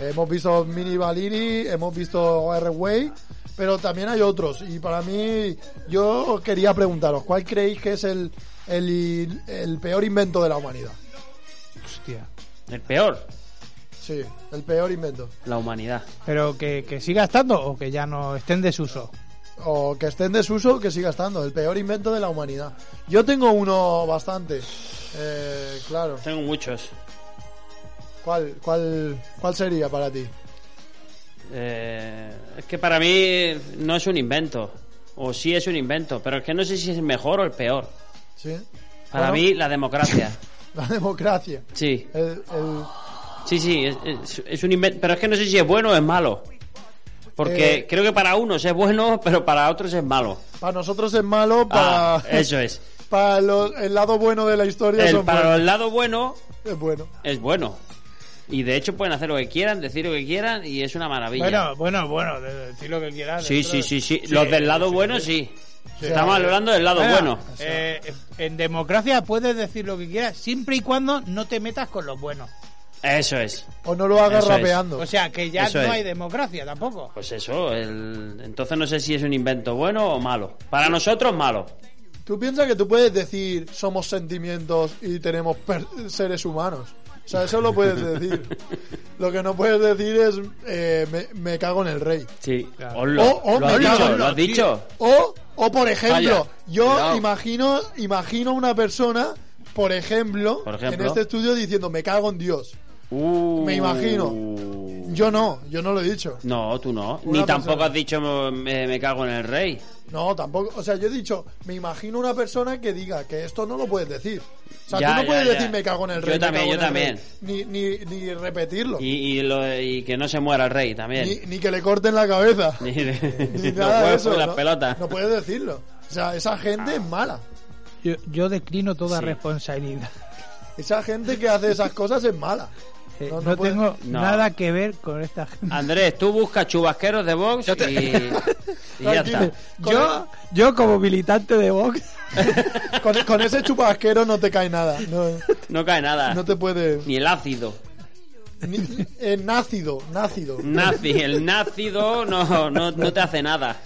Speaker 4: hemos visto Mini Balini, hemos visto R-Way, pero también hay otros. Y para mí, yo quería preguntaros, ¿cuál creéis que es el, el, el peor invento de la humanidad?
Speaker 5: Hostia.
Speaker 6: El peor,
Speaker 4: Sí, el peor invento.
Speaker 6: la humanidad.
Speaker 5: Pero que, que siga estando o que ya no esté en desuso.
Speaker 4: O que esté en desuso o que siga estando. El peor invento de la humanidad. Yo tengo uno bastante. Eh, claro.
Speaker 6: Tengo muchos.
Speaker 4: ¿Cuál, cuál, ¿Cuál sería para ti?
Speaker 6: Eh, es que para mí no es un invento. O sí es un invento, pero es que no sé si es el mejor o el peor.
Speaker 4: ¿Sí?
Speaker 6: Para
Speaker 4: Bueno,
Speaker 6: mí, la democracia.
Speaker 4: La democracia.
Speaker 6: Sí,
Speaker 4: El- el-
Speaker 6: sí, sí, es, es- es un invento. Pero es que no sé si es bueno o es malo. Porque
Speaker 4: Eh.
Speaker 6: creo que para unos es bueno, pero para otros es malo.
Speaker 4: para nosotros es malo, para,
Speaker 6: Ah, eso es.
Speaker 4: para lo- el lado bueno de la historia
Speaker 6: El-
Speaker 4: son
Speaker 6: para
Speaker 4: buenos.
Speaker 6: el lado bueno
Speaker 4: es bueno.
Speaker 6: es bueno. Y de hecho pueden hacer lo que quieran, decir lo que quieran y es una maravilla.
Speaker 5: Bueno, bueno, bueno, de- de decir lo que quieras.
Speaker 6: sí,
Speaker 5: dentro
Speaker 6: sí,
Speaker 5: de-
Speaker 6: sí, sí. Los del lado bueno, sí. Estamos hablando del lado
Speaker 5: Venga,
Speaker 6: Ah, bueno.
Speaker 5: eh, en democracia puedes decir lo que quieras siempre y cuando no te metas con los buenos.
Speaker 6: Eso es.
Speaker 4: O no lo hagas
Speaker 6: Eso es.
Speaker 4: rapeando.
Speaker 5: O sea, que ya
Speaker 6: Eso
Speaker 5: no
Speaker 6: es.
Speaker 5: hay democracia tampoco.
Speaker 6: Pues eso, el... entonces no sé si es un invento bueno o malo. Para nosotros, malo.
Speaker 4: Tú piensas que tú puedes decir somos sentimientos y tenemos per- seres humanos. O sea, eso lo puedes decir. lo que no puedes decir es eh, me, me cago en el rey.
Speaker 6: Sí.
Speaker 5: Claro.
Speaker 6: Oslo.
Speaker 4: Oh, oh,
Speaker 6: lo has
Speaker 4: me cago
Speaker 6: dicho,
Speaker 4: en
Speaker 6: lo
Speaker 4: la-
Speaker 6: has dicho.
Speaker 4: O, o por ejemplo,
Speaker 7: Vaya,
Speaker 4: yo
Speaker 7: cuidado.
Speaker 4: imagino imagino una persona, por ejemplo,
Speaker 6: Por ejemplo.
Speaker 4: en este estudio diciendo me cago en Dios.
Speaker 6: Uh.
Speaker 4: Me imagino. Yo no, yo no lo he dicho.
Speaker 6: No, tú no.
Speaker 4: Una
Speaker 6: Ni tampoco
Speaker 4: persona.
Speaker 6: has dicho me, me cago en el rey.
Speaker 4: No, tampoco. O sea, yo he dicho, me imagino una persona que diga que esto no lo puedes decir. O sea,
Speaker 6: Ya,
Speaker 4: tú no
Speaker 6: ya,
Speaker 4: puedes
Speaker 6: ya.
Speaker 4: decir me cago en el
Speaker 6: Yo
Speaker 4: rey. me
Speaker 6: también,
Speaker 4: cago en
Speaker 6: yo
Speaker 4: el rey.
Speaker 6: también.
Speaker 4: Ni, ni, ni repetirlo.
Speaker 6: Y, y lo- y que no se muera el rey también.
Speaker 4: Ni, ni que le corten la cabeza. Ni
Speaker 6: Ni, de- los
Speaker 4: nada de
Speaker 6: huevos
Speaker 4: eso.
Speaker 6: y las
Speaker 4: no,
Speaker 6: pelotas.
Speaker 4: no puedes decirlo. O sea, esa gente es mala.
Speaker 5: Yo, yo declino toda
Speaker 6: Sí.
Speaker 5: responsabilidad.
Speaker 4: Esa gente que hace esas cosas es mala.
Speaker 5: Eh,
Speaker 4: No,
Speaker 5: no
Speaker 4: no puede-
Speaker 5: tengo
Speaker 6: No.
Speaker 5: nada que ver con esta gente.
Speaker 6: Andrés, tú buscas chubasqueros de Vox y, y ya está.
Speaker 5: Ah,
Speaker 4: Tranquilo. Con
Speaker 5: Yo, yo como militante de Vox,
Speaker 4: Con, con ese chupasquero no te cae nada. No,
Speaker 6: No cae nada.
Speaker 4: no te puede.
Speaker 6: Ni el ácido.
Speaker 4: ni- eh, nácido, nácido.
Speaker 6: Nazi, el nácido no, no, no te hace nada.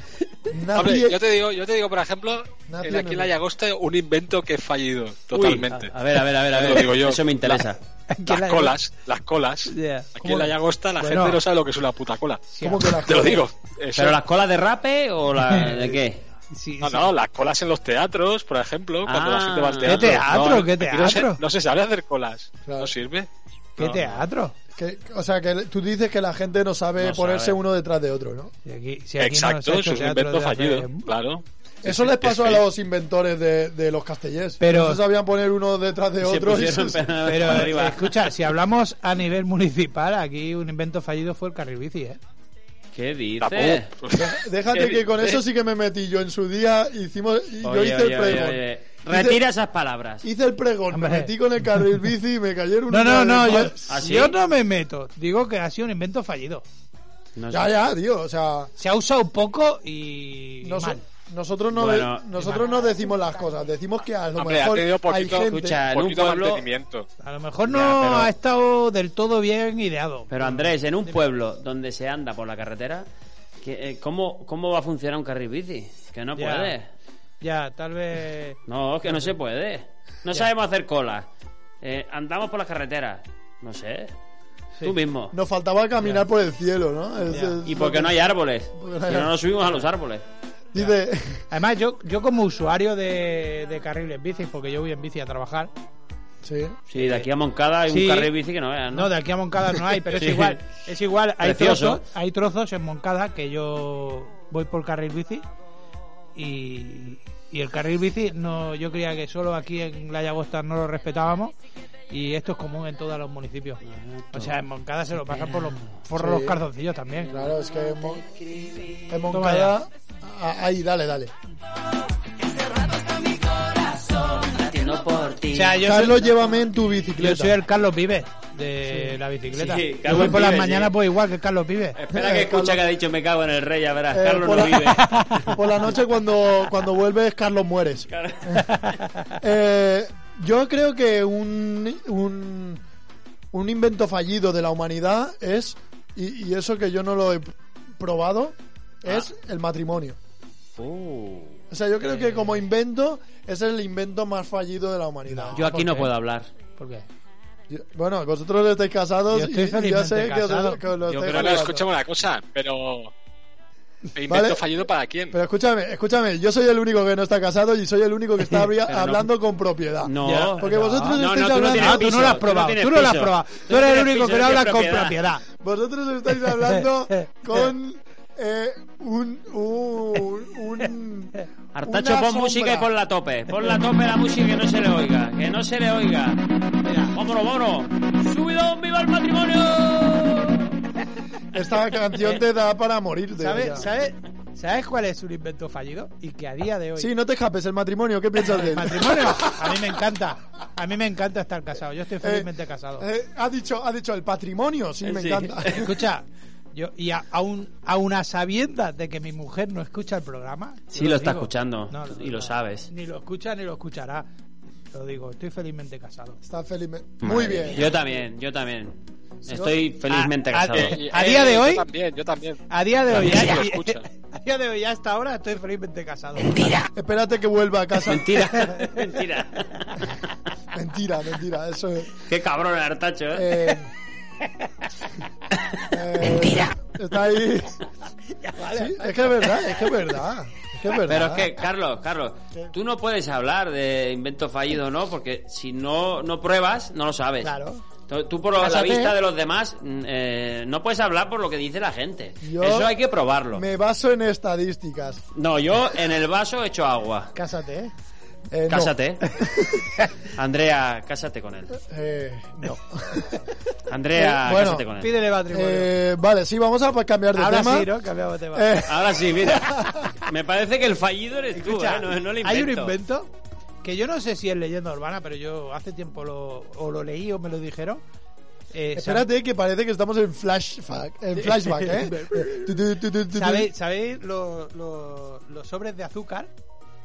Speaker 7: Hombre,
Speaker 4: Nazi-
Speaker 7: yo te digo, yo te digo, por ejemplo,
Speaker 4: Nadie
Speaker 7: el aquí en
Speaker 4: no-
Speaker 7: la Llagosta, un invento que he fallido totalmente.
Speaker 6: Uy, a, a ver, a ver, a ver, a
Speaker 7: Te
Speaker 6: ver.
Speaker 7: lo digo yo.
Speaker 6: Eso me interesa.
Speaker 7: Las colas, las colas.
Speaker 5: Ya.
Speaker 7: Aquí
Speaker 5: ¿Cómo?
Speaker 7: en la Llagosta la
Speaker 5: Bueno.
Speaker 7: gente no sabe lo que es una puta cola.
Speaker 4: ¿Cómo que las
Speaker 7: Te lo
Speaker 4: colas?
Speaker 7: digo. Eso-
Speaker 6: ¿Pero las colas de rape o la de qué?
Speaker 5: Sí,
Speaker 7: No,
Speaker 5: sí.
Speaker 7: no, las colas en los teatros, por ejemplo, cuando
Speaker 6: Ah.
Speaker 7: la gente va al
Speaker 6: ¿Qué
Speaker 7: teatro.
Speaker 5: teatro?
Speaker 7: No,
Speaker 5: ¿Qué
Speaker 7: aquí no se- No
Speaker 5: teatro?
Speaker 7: se, sabe hacer colas.
Speaker 4: Claro.
Speaker 7: No sirve.
Speaker 5: ¿Qué teatro?
Speaker 4: Que- o sea, que tú dices que la gente no sabe
Speaker 6: No
Speaker 4: ponerse
Speaker 6: sabe.
Speaker 4: uno detrás de otro, ¿no?
Speaker 5: Si aquí- si aquí no se
Speaker 7: Exacto,
Speaker 5: ha
Speaker 7: eso
Speaker 5: hecho
Speaker 7: es un
Speaker 5: teatro
Speaker 7: invento
Speaker 5: de hace-
Speaker 7: fallido. Claro.
Speaker 4: Eso les pasó a
Speaker 7: es-
Speaker 4: los inventores de, de los castellers.
Speaker 5: Pero-
Speaker 4: No sabían poner uno detrás de
Speaker 6: Se
Speaker 4: otro. y
Speaker 6: pusieron
Speaker 4: se-
Speaker 6: para-
Speaker 5: Pero
Speaker 6: para arriba.
Speaker 5: escucha, si hablamos a nivel municipal, aquí un invento fallido fue el carril bici, ¿eh?
Speaker 6: ¿Qué
Speaker 7: Tapó.
Speaker 6: dices?
Speaker 4: Déjate que con eso sí que me metí. Yo en su día hicimos, y yo
Speaker 6: Oye,
Speaker 4: hice
Speaker 6: oye,
Speaker 4: el
Speaker 6: oye,
Speaker 4: pregón.
Speaker 6: oye.
Speaker 4: Hice-
Speaker 6: Retira esas palabras.
Speaker 4: Hice, el pregón, me
Speaker 5: Hombre.
Speaker 4: metí con el carril bici y me cayeron
Speaker 5: No,
Speaker 4: unos
Speaker 5: no, no, yo,
Speaker 4: además.
Speaker 6: ¿Ah, sí?
Speaker 5: yo no me meto. Digo que ha sido un invento fallido.
Speaker 6: No sé.
Speaker 4: Ya, ya, tío, o sea...
Speaker 5: Se ha usado poco y
Speaker 4: nos-
Speaker 5: mal.
Speaker 4: nosotros no,
Speaker 6: Bueno,
Speaker 4: de- nosotros no decimos las cosas, decimos que a lo
Speaker 7: Hombre, ha
Speaker 4: mejor
Speaker 7: tenido
Speaker 4: hay
Speaker 7: poquito-
Speaker 4: gente...
Speaker 6: Escucha, en un
Speaker 7: Poquito
Speaker 6: pueblo...
Speaker 7: mantenimiento.
Speaker 5: A lo mejor
Speaker 6: Ya,
Speaker 5: no
Speaker 6: pero-
Speaker 5: ha estado del todo bien ideado.
Speaker 6: Pero Andrés, en un pueblo donde se anda por la carretera, que, eh, ¿cómo, ¿cómo va a funcionar un carril bici? Que no
Speaker 5: Ya.
Speaker 6: puede.
Speaker 5: Ya, tal vez.
Speaker 6: No, es que no se puede. No sabemos hacer cola. Eh, andamos por las carreteras. No sé.
Speaker 5: Sí.
Speaker 6: Tú mismo.
Speaker 4: Nos faltaba caminar por el cielo, ¿no? Es-
Speaker 5: Ya.
Speaker 4: es-
Speaker 6: Y porque no hay árboles.
Speaker 4: Porque no hay
Speaker 6: Pero no
Speaker 4: árboles.
Speaker 6: nos subimos a los árboles.
Speaker 4: Dice...
Speaker 5: Además, yo, yo como usuario de, de carriles bici, porque yo voy en bici a trabajar.
Speaker 4: Sí.
Speaker 6: Sí, de aquí a Moncada hay
Speaker 5: Sí.
Speaker 6: un carril bici que no veas, ¿no?
Speaker 5: No, de aquí a Moncada no hay, pero
Speaker 6: Sí.
Speaker 5: es igual. Es igual, hay
Speaker 6: Precioso.
Speaker 5: trozos, hay trozos en Moncada que yo voy por carril bici y, y el carril bici no yo creía que solo aquí en La Llagosta no lo respetábamos y esto es común en todos los municipios. O sea, en Moncada se lo pasan por los forros
Speaker 4: Sí.
Speaker 5: los calzoncillos también.
Speaker 4: Claro, es que en, Mon- en Moncada... ah, Ahí, dale, dale.
Speaker 6: Atiendo por ti.
Speaker 5: O sea, yo soy,
Speaker 4: Carlos, llévame en tu
Speaker 5: yo
Speaker 4: bicicleta.
Speaker 5: soy el Carlos Vives de la bicicleta.
Speaker 6: Sí,
Speaker 5: yo
Speaker 6: Carlos
Speaker 5: voy por las
Speaker 6: Vives,
Speaker 5: mañanas
Speaker 6: sí. Eh.
Speaker 5: pues igual que Carlos Vives.
Speaker 6: Espera que escucha que ha dicho me cago en el rey, ya verás.
Speaker 4: Eh,
Speaker 6: Carlos
Speaker 4: por,
Speaker 6: no
Speaker 4: la,
Speaker 6: vive.
Speaker 4: por la noche cuando, cuando vuelves, Carlos mueres. Eh, yo creo que un, un, un invento fallido de la humanidad es, y, y eso que yo no lo he probado, es el matrimonio.
Speaker 6: Ah. Uh.
Speaker 4: O sea, yo creo que como invento es el invento más fallido de la humanidad.
Speaker 6: Yo aquí no puedo hablar.
Speaker 5: ¿Por qué?
Speaker 4: Yo- bueno, vosotros estáis casados
Speaker 5: Yo
Speaker 4: y-
Speaker 5: estoy
Speaker 4: y ya
Speaker 5: felizmente
Speaker 4: sé que os-
Speaker 5: casado.
Speaker 4: que os lo
Speaker 6: Yo
Speaker 4: estáis
Speaker 6: creo
Speaker 7: Bueno,
Speaker 6: Claro.
Speaker 7: escúchame una cosa, pero. ¿El invento
Speaker 4: Vale.
Speaker 7: fallido para quién?
Speaker 4: Pero escúchame, escúchame, yo soy el único que no está casado y soy el único que está habri-
Speaker 6: Pero no-
Speaker 4: hablando con propiedad.
Speaker 6: No.
Speaker 5: Ya,
Speaker 4: porque vosotros estáis
Speaker 6: tú
Speaker 4: hablando-
Speaker 6: tienes
Speaker 4: Ah,
Speaker 5: tú no
Speaker 6: piso,
Speaker 5: lo has probado,
Speaker 6: tienes
Speaker 5: tú no lo has
Speaker 6: piso.
Speaker 5: probado.
Speaker 6: Tú
Speaker 5: Tú eres el
Speaker 6: tienes
Speaker 5: único
Speaker 6: piso,
Speaker 5: que no
Speaker 6: tienes
Speaker 5: habla con propiedad.
Speaker 4: Vosotros estáis hablando con eh, un, un, un-
Speaker 6: Artacho,
Speaker 4: una
Speaker 6: pon
Speaker 4: sombra.
Speaker 6: música y pon la tope. Pon la tope la música que no se le oiga. Que no se le oiga. Mira, vámonos, vámonos. ¡Subidón, viva el matrimonio!
Speaker 4: Esta canción te da para morirte. o
Speaker 5: ¿Sabes,
Speaker 4: sea.
Speaker 5: sabes, ¿Sabes cuál es un invento fallido? Y que a día de hoy.
Speaker 4: Sí, no te escapes, el matrimonio, ¿qué piensas de
Speaker 5: el
Speaker 4: él?
Speaker 5: matrimonio, a mí me encanta. A mí me encanta estar casado. Yo estoy felizmente
Speaker 4: Eh,
Speaker 5: casado.
Speaker 4: eh, ha, dicho, ha dicho el patrimonio, sí, me
Speaker 6: Eh, Sí.
Speaker 4: encanta.
Speaker 5: Escucha, yo y a- aún aún a sabiendas de que mi mujer no escucha el programa.
Speaker 6: Sí,
Speaker 5: yo
Speaker 6: lo está
Speaker 5: digo.
Speaker 6: escuchando, y lo sabes.
Speaker 5: Ni lo escucha ni lo escuchará. Lo digo, estoy felizmente casado.
Speaker 4: Está feliz. Muy
Speaker 6: Madre
Speaker 4: bien.
Speaker 6: mía. Yo también, yo también. Estoy felizmente
Speaker 5: ah,
Speaker 6: casado.
Speaker 5: eh, A día de hoy-
Speaker 7: Yo también, yo también.
Speaker 5: A día de hoy,
Speaker 7: También
Speaker 5: ya-
Speaker 7: lo escucha.
Speaker 5: a día de hoy y hasta ahora estoy felizmente casado.
Speaker 4: Espérate que vuelva a casa.
Speaker 6: Mentira, mentira.
Speaker 4: mentira, mentira, Eso es.
Speaker 6: Qué cabrón Artacho, ¿eh?
Speaker 4: Eh, mentira. eh, Está ahí. Sí, es que es verdad, es que es verdad. Es que es verdad.
Speaker 6: Pero es que, Carlos, Carlos, tú no puedes hablar de invento fallido, ¿no? Porque si no, no pruebas, no lo sabes.
Speaker 5: Claro.
Speaker 6: Tú- Tú por la
Speaker 4: Cásate.
Speaker 6: vista de los demás mm, eh, no puedes hablar por lo que dice la gente.
Speaker 4: Yo
Speaker 6: Eso hay que probarlo.
Speaker 4: Me baso en estadísticas.
Speaker 6: No, yo en el vaso echo agua.
Speaker 4: Cásate, ¿eh? no.
Speaker 6: Cásate. Andrea, cásate con él.
Speaker 4: Eh, no.
Speaker 6: Andrea,
Speaker 4: Eh, bueno,
Speaker 6: cásate con él.
Speaker 5: Pídele matrimonio.
Speaker 4: Eh, vale, sí, vamos a pa- cambiar de
Speaker 5: ahora
Speaker 4: tema.
Speaker 5: sí, ¿no? Cambiamos de tema.
Speaker 4: Eh,
Speaker 6: Ahora sí, mira. Me parece que el fallido eres tú,
Speaker 5: Escucha,
Speaker 6: ¿eh? No, no le
Speaker 5: hay un invento que yo no sé si es leyenda urbana, pero yo hace tiempo lo, o lo leí o me lo dijeron. Eh,
Speaker 4: espérate, que parece que estamos en flashback. En flashback, ¿eh? Tu, tu, tu, tu, tu, tu.
Speaker 5: ¿Sabéis, sabéis lo- lo- los sobres de azúcar?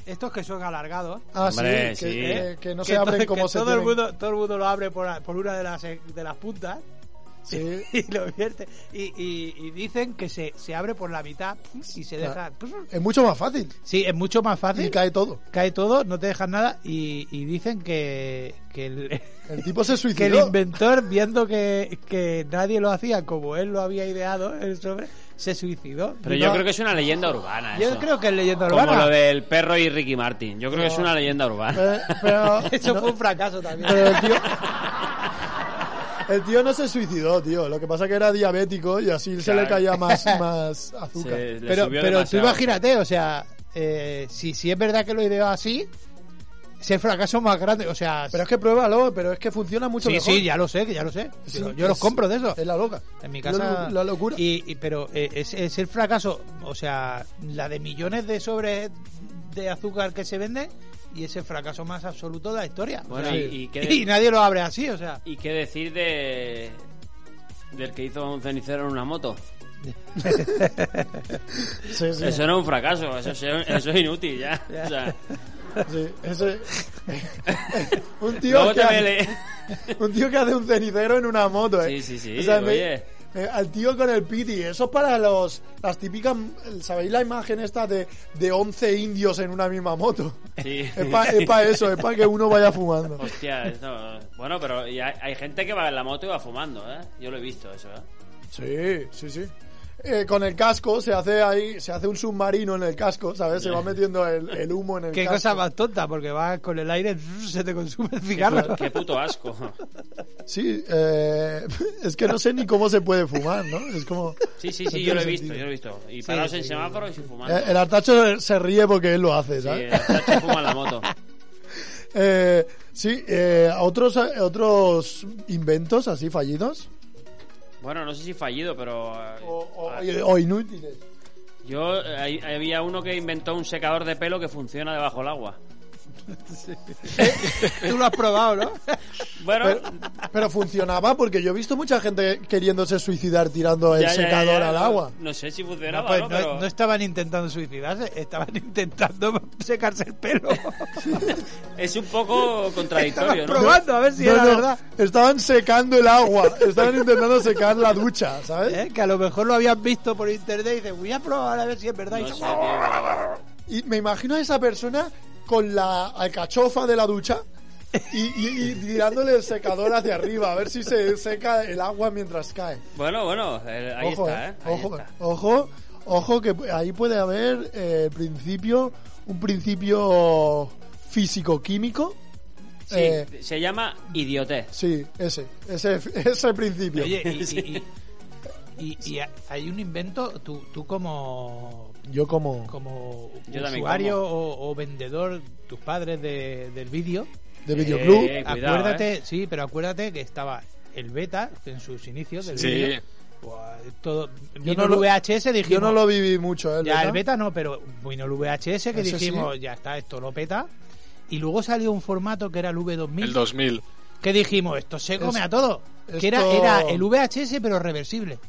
Speaker 5: Estos que son alargados.
Speaker 4: Ah, sí,
Speaker 6: Hombre,
Speaker 4: que,
Speaker 6: sí.
Speaker 4: que- que no
Speaker 5: que
Speaker 4: se
Speaker 5: to-
Speaker 4: abren
Speaker 5: que
Speaker 4: como se
Speaker 5: todo el
Speaker 4: tienen.
Speaker 5: mundo Todo el mundo lo abre por, a- por una de las, de las puntas
Speaker 4: Sí.
Speaker 5: y lo vierte. Y, y- y dicen que se, se abre por la mitad y se deja.
Speaker 4: Es mucho más fácil.
Speaker 5: Sí, es mucho más fácil.
Speaker 4: Y cae todo.
Speaker 5: Cae todo, no te dejan nada. Y, y dicen que, que el,
Speaker 4: El tipo se
Speaker 5: que el
Speaker 4: suicidó.
Speaker 5: inventor, viendo que, que nadie lo hacía como él lo había ideado, el sobre, se suicidó.
Speaker 6: Pero
Speaker 5: Y
Speaker 6: yo
Speaker 5: no-
Speaker 6: creo que es una leyenda urbana.
Speaker 5: yo
Speaker 6: eso.
Speaker 5: creo que es leyenda
Speaker 6: Como
Speaker 5: urbana.
Speaker 6: lo del perro y Ricky Martin. Yo creo que es una leyenda urbana.
Speaker 4: Eh, pero,
Speaker 5: Eso
Speaker 4: no-
Speaker 5: fue un fracaso también.
Speaker 4: pero el tío... El tío no se suicidó, tío. Lo que pasa que era diabético y así se
Speaker 6: Claro.
Speaker 4: le caía más, más azúcar.
Speaker 6: Se le
Speaker 5: pero
Speaker 6: subió
Speaker 5: pero tú
Speaker 6: demasiado.
Speaker 5: imagínate, o sea, eh, si, si es verdad que lo ideó así, es el fracaso más grande. O sea,
Speaker 4: Pero es que pruébalo, pero es que funciona mucho
Speaker 5: sí,
Speaker 4: mejor.
Speaker 5: sí, ya lo sé, que ya lo sé.
Speaker 4: Sí,
Speaker 5: yo yo los
Speaker 4: es-
Speaker 5: compro de eso.
Speaker 4: Es la loca.
Speaker 5: En mi
Speaker 4: Yo
Speaker 5: casa.
Speaker 4: lo- La locura.
Speaker 5: Y, y- pero eh, es, es el fracaso, o sea, la de millones de sobres de azúcar que se venden y es el fracaso más absoluto de la historia. O
Speaker 6: Bueno,
Speaker 5: sea,
Speaker 6: y- y qué-
Speaker 5: nadie lo abre así, o sea.
Speaker 6: ¿Y qué decir de del que hizo un cenicero en una moto?
Speaker 4: Sí, sí,
Speaker 6: Eso no es un fracaso, eso, es- eso es inútil ya. O sea,
Speaker 4: sí. Ese- un, tío
Speaker 6: luego
Speaker 4: que
Speaker 6: te
Speaker 4: hace,
Speaker 6: vele.
Speaker 4: un tío que hace un cenicero en una moto, eh.
Speaker 6: Sí, sí, sí,
Speaker 4: O sea, me-
Speaker 6: oye.
Speaker 4: me- al tío con el piti. Eso es para los, las típicas... ¿Sabéis la imagen esta de, de 11 indios en una misma moto?
Speaker 6: Sí.
Speaker 4: Es para eso, es para que uno vaya fumando.
Speaker 6: Hostia, esto- bueno, pero y hay, hay gente que va en la moto y va fumando, ¿eh? Yo lo he visto eso, ¿eh?
Speaker 4: Sí, sí, sí. Eh, con el casco se hace ahí, se hace un submarino en el casco, ¿sabes? Se va metiendo el, el humo en el
Speaker 5: Qué
Speaker 4: casco.
Speaker 5: cosa más tonta, porque vas con el aire, se te consume el cigarro.
Speaker 6: Qué puto asco.
Speaker 4: Sí, eh, es que no sé ni cómo se puede fumar, ¿no? Es como...
Speaker 6: Sí, sí,
Speaker 4: no
Speaker 6: sí,
Speaker 4: tiene
Speaker 6: yo lo he visto,
Speaker 4: sentido.
Speaker 6: yo lo he visto. Y parados
Speaker 5: sí,
Speaker 6: en
Speaker 5: sí.
Speaker 6: semáforos y fumando.
Speaker 4: Eh, el Artacho se ríe porque él lo hace,
Speaker 6: Sí, eh.
Speaker 4: ¿sabes?
Speaker 6: el tacho fuma en la moto.
Speaker 4: Eh, sí, eh, otros, otros inventos así fallidos
Speaker 6: Bueno, no sé si fallido, pero... eh,
Speaker 4: o, o- o inútiles.
Speaker 6: Yo eh, hay- había uno que inventó un secador de pelo que funciona debajo del agua.
Speaker 5: Tú lo has probado, ¿no?
Speaker 6: Bueno,
Speaker 4: Pero, pero funcionaba porque yo he visto mucha gente queriéndose suicidar tirando el
Speaker 6: ya, ya,
Speaker 4: secador
Speaker 6: ya,
Speaker 4: al
Speaker 6: no-
Speaker 4: agua.
Speaker 6: No sé si
Speaker 5: No,
Speaker 6: funcionaba,
Speaker 5: pues,
Speaker 6: ¿no?
Speaker 5: no-
Speaker 6: Pero-
Speaker 5: no estaban intentando suicidarse, estaban intentando secarse el pelo.
Speaker 6: Es un poco contradictorio,
Speaker 5: estaban
Speaker 6: ¿no?
Speaker 5: probando a ver si
Speaker 4: No,
Speaker 5: era
Speaker 4: no,
Speaker 5: verdad.
Speaker 4: Estaban secando el agua. Estaban intentando secar la ducha, ¿sabes?
Speaker 5: ¿Eh? Que a lo mejor lo habían visto por internet y dicen, voy a probar a ver si es verdad.
Speaker 6: No
Speaker 5: Y-
Speaker 6: sé, tío, pero-
Speaker 4: Y me imagino a esa persona con la alcachofa de la ducha y, y- y tirándole el secador hacia arriba a ver si se seca el agua mientras cae.
Speaker 6: Bueno, bueno, eh, ahí
Speaker 4: ojo,
Speaker 6: está,
Speaker 4: eh,
Speaker 6: ¿eh? Ahí
Speaker 4: ojo,
Speaker 6: está.
Speaker 4: ojo, ojo, que ahí puede haber eh, principio, un principio físico-químico.
Speaker 6: Sí,
Speaker 4: Eh,
Speaker 6: se llama idiotez.
Speaker 4: sí, ese, ese, ese principio.
Speaker 5: Oye, y, y- y- y- y hay un invento, tú, tú como,
Speaker 4: Yo como...
Speaker 5: como
Speaker 6: Yo también
Speaker 5: usuario o, o vendedor, tus padres de- del vídeo,
Speaker 4: de videoclub.
Speaker 6: Eh, cuidado,
Speaker 5: acuérdate,
Speaker 6: ¿eh?
Speaker 5: sí, pero acuérdate que estaba el beta en sus inicios del
Speaker 7: Sí.
Speaker 5: vídeo. Buah, Todo, vino
Speaker 4: no
Speaker 5: el
Speaker 4: lo-
Speaker 5: VHS, dijimos,
Speaker 4: Yo no lo viví mucho, ¿eh?
Speaker 5: ya
Speaker 4: Beta?
Speaker 5: el beta no, pero vino el VHS que
Speaker 4: Ese sí.
Speaker 5: dijimos, ya está, esto lo peta. Y luego salió un formato que era el V2000.
Speaker 7: El 2000.
Speaker 5: que dijimos, esto se come
Speaker 4: Es-
Speaker 5: a todo. Que era,
Speaker 4: esto-
Speaker 5: era el VHS pero reversible.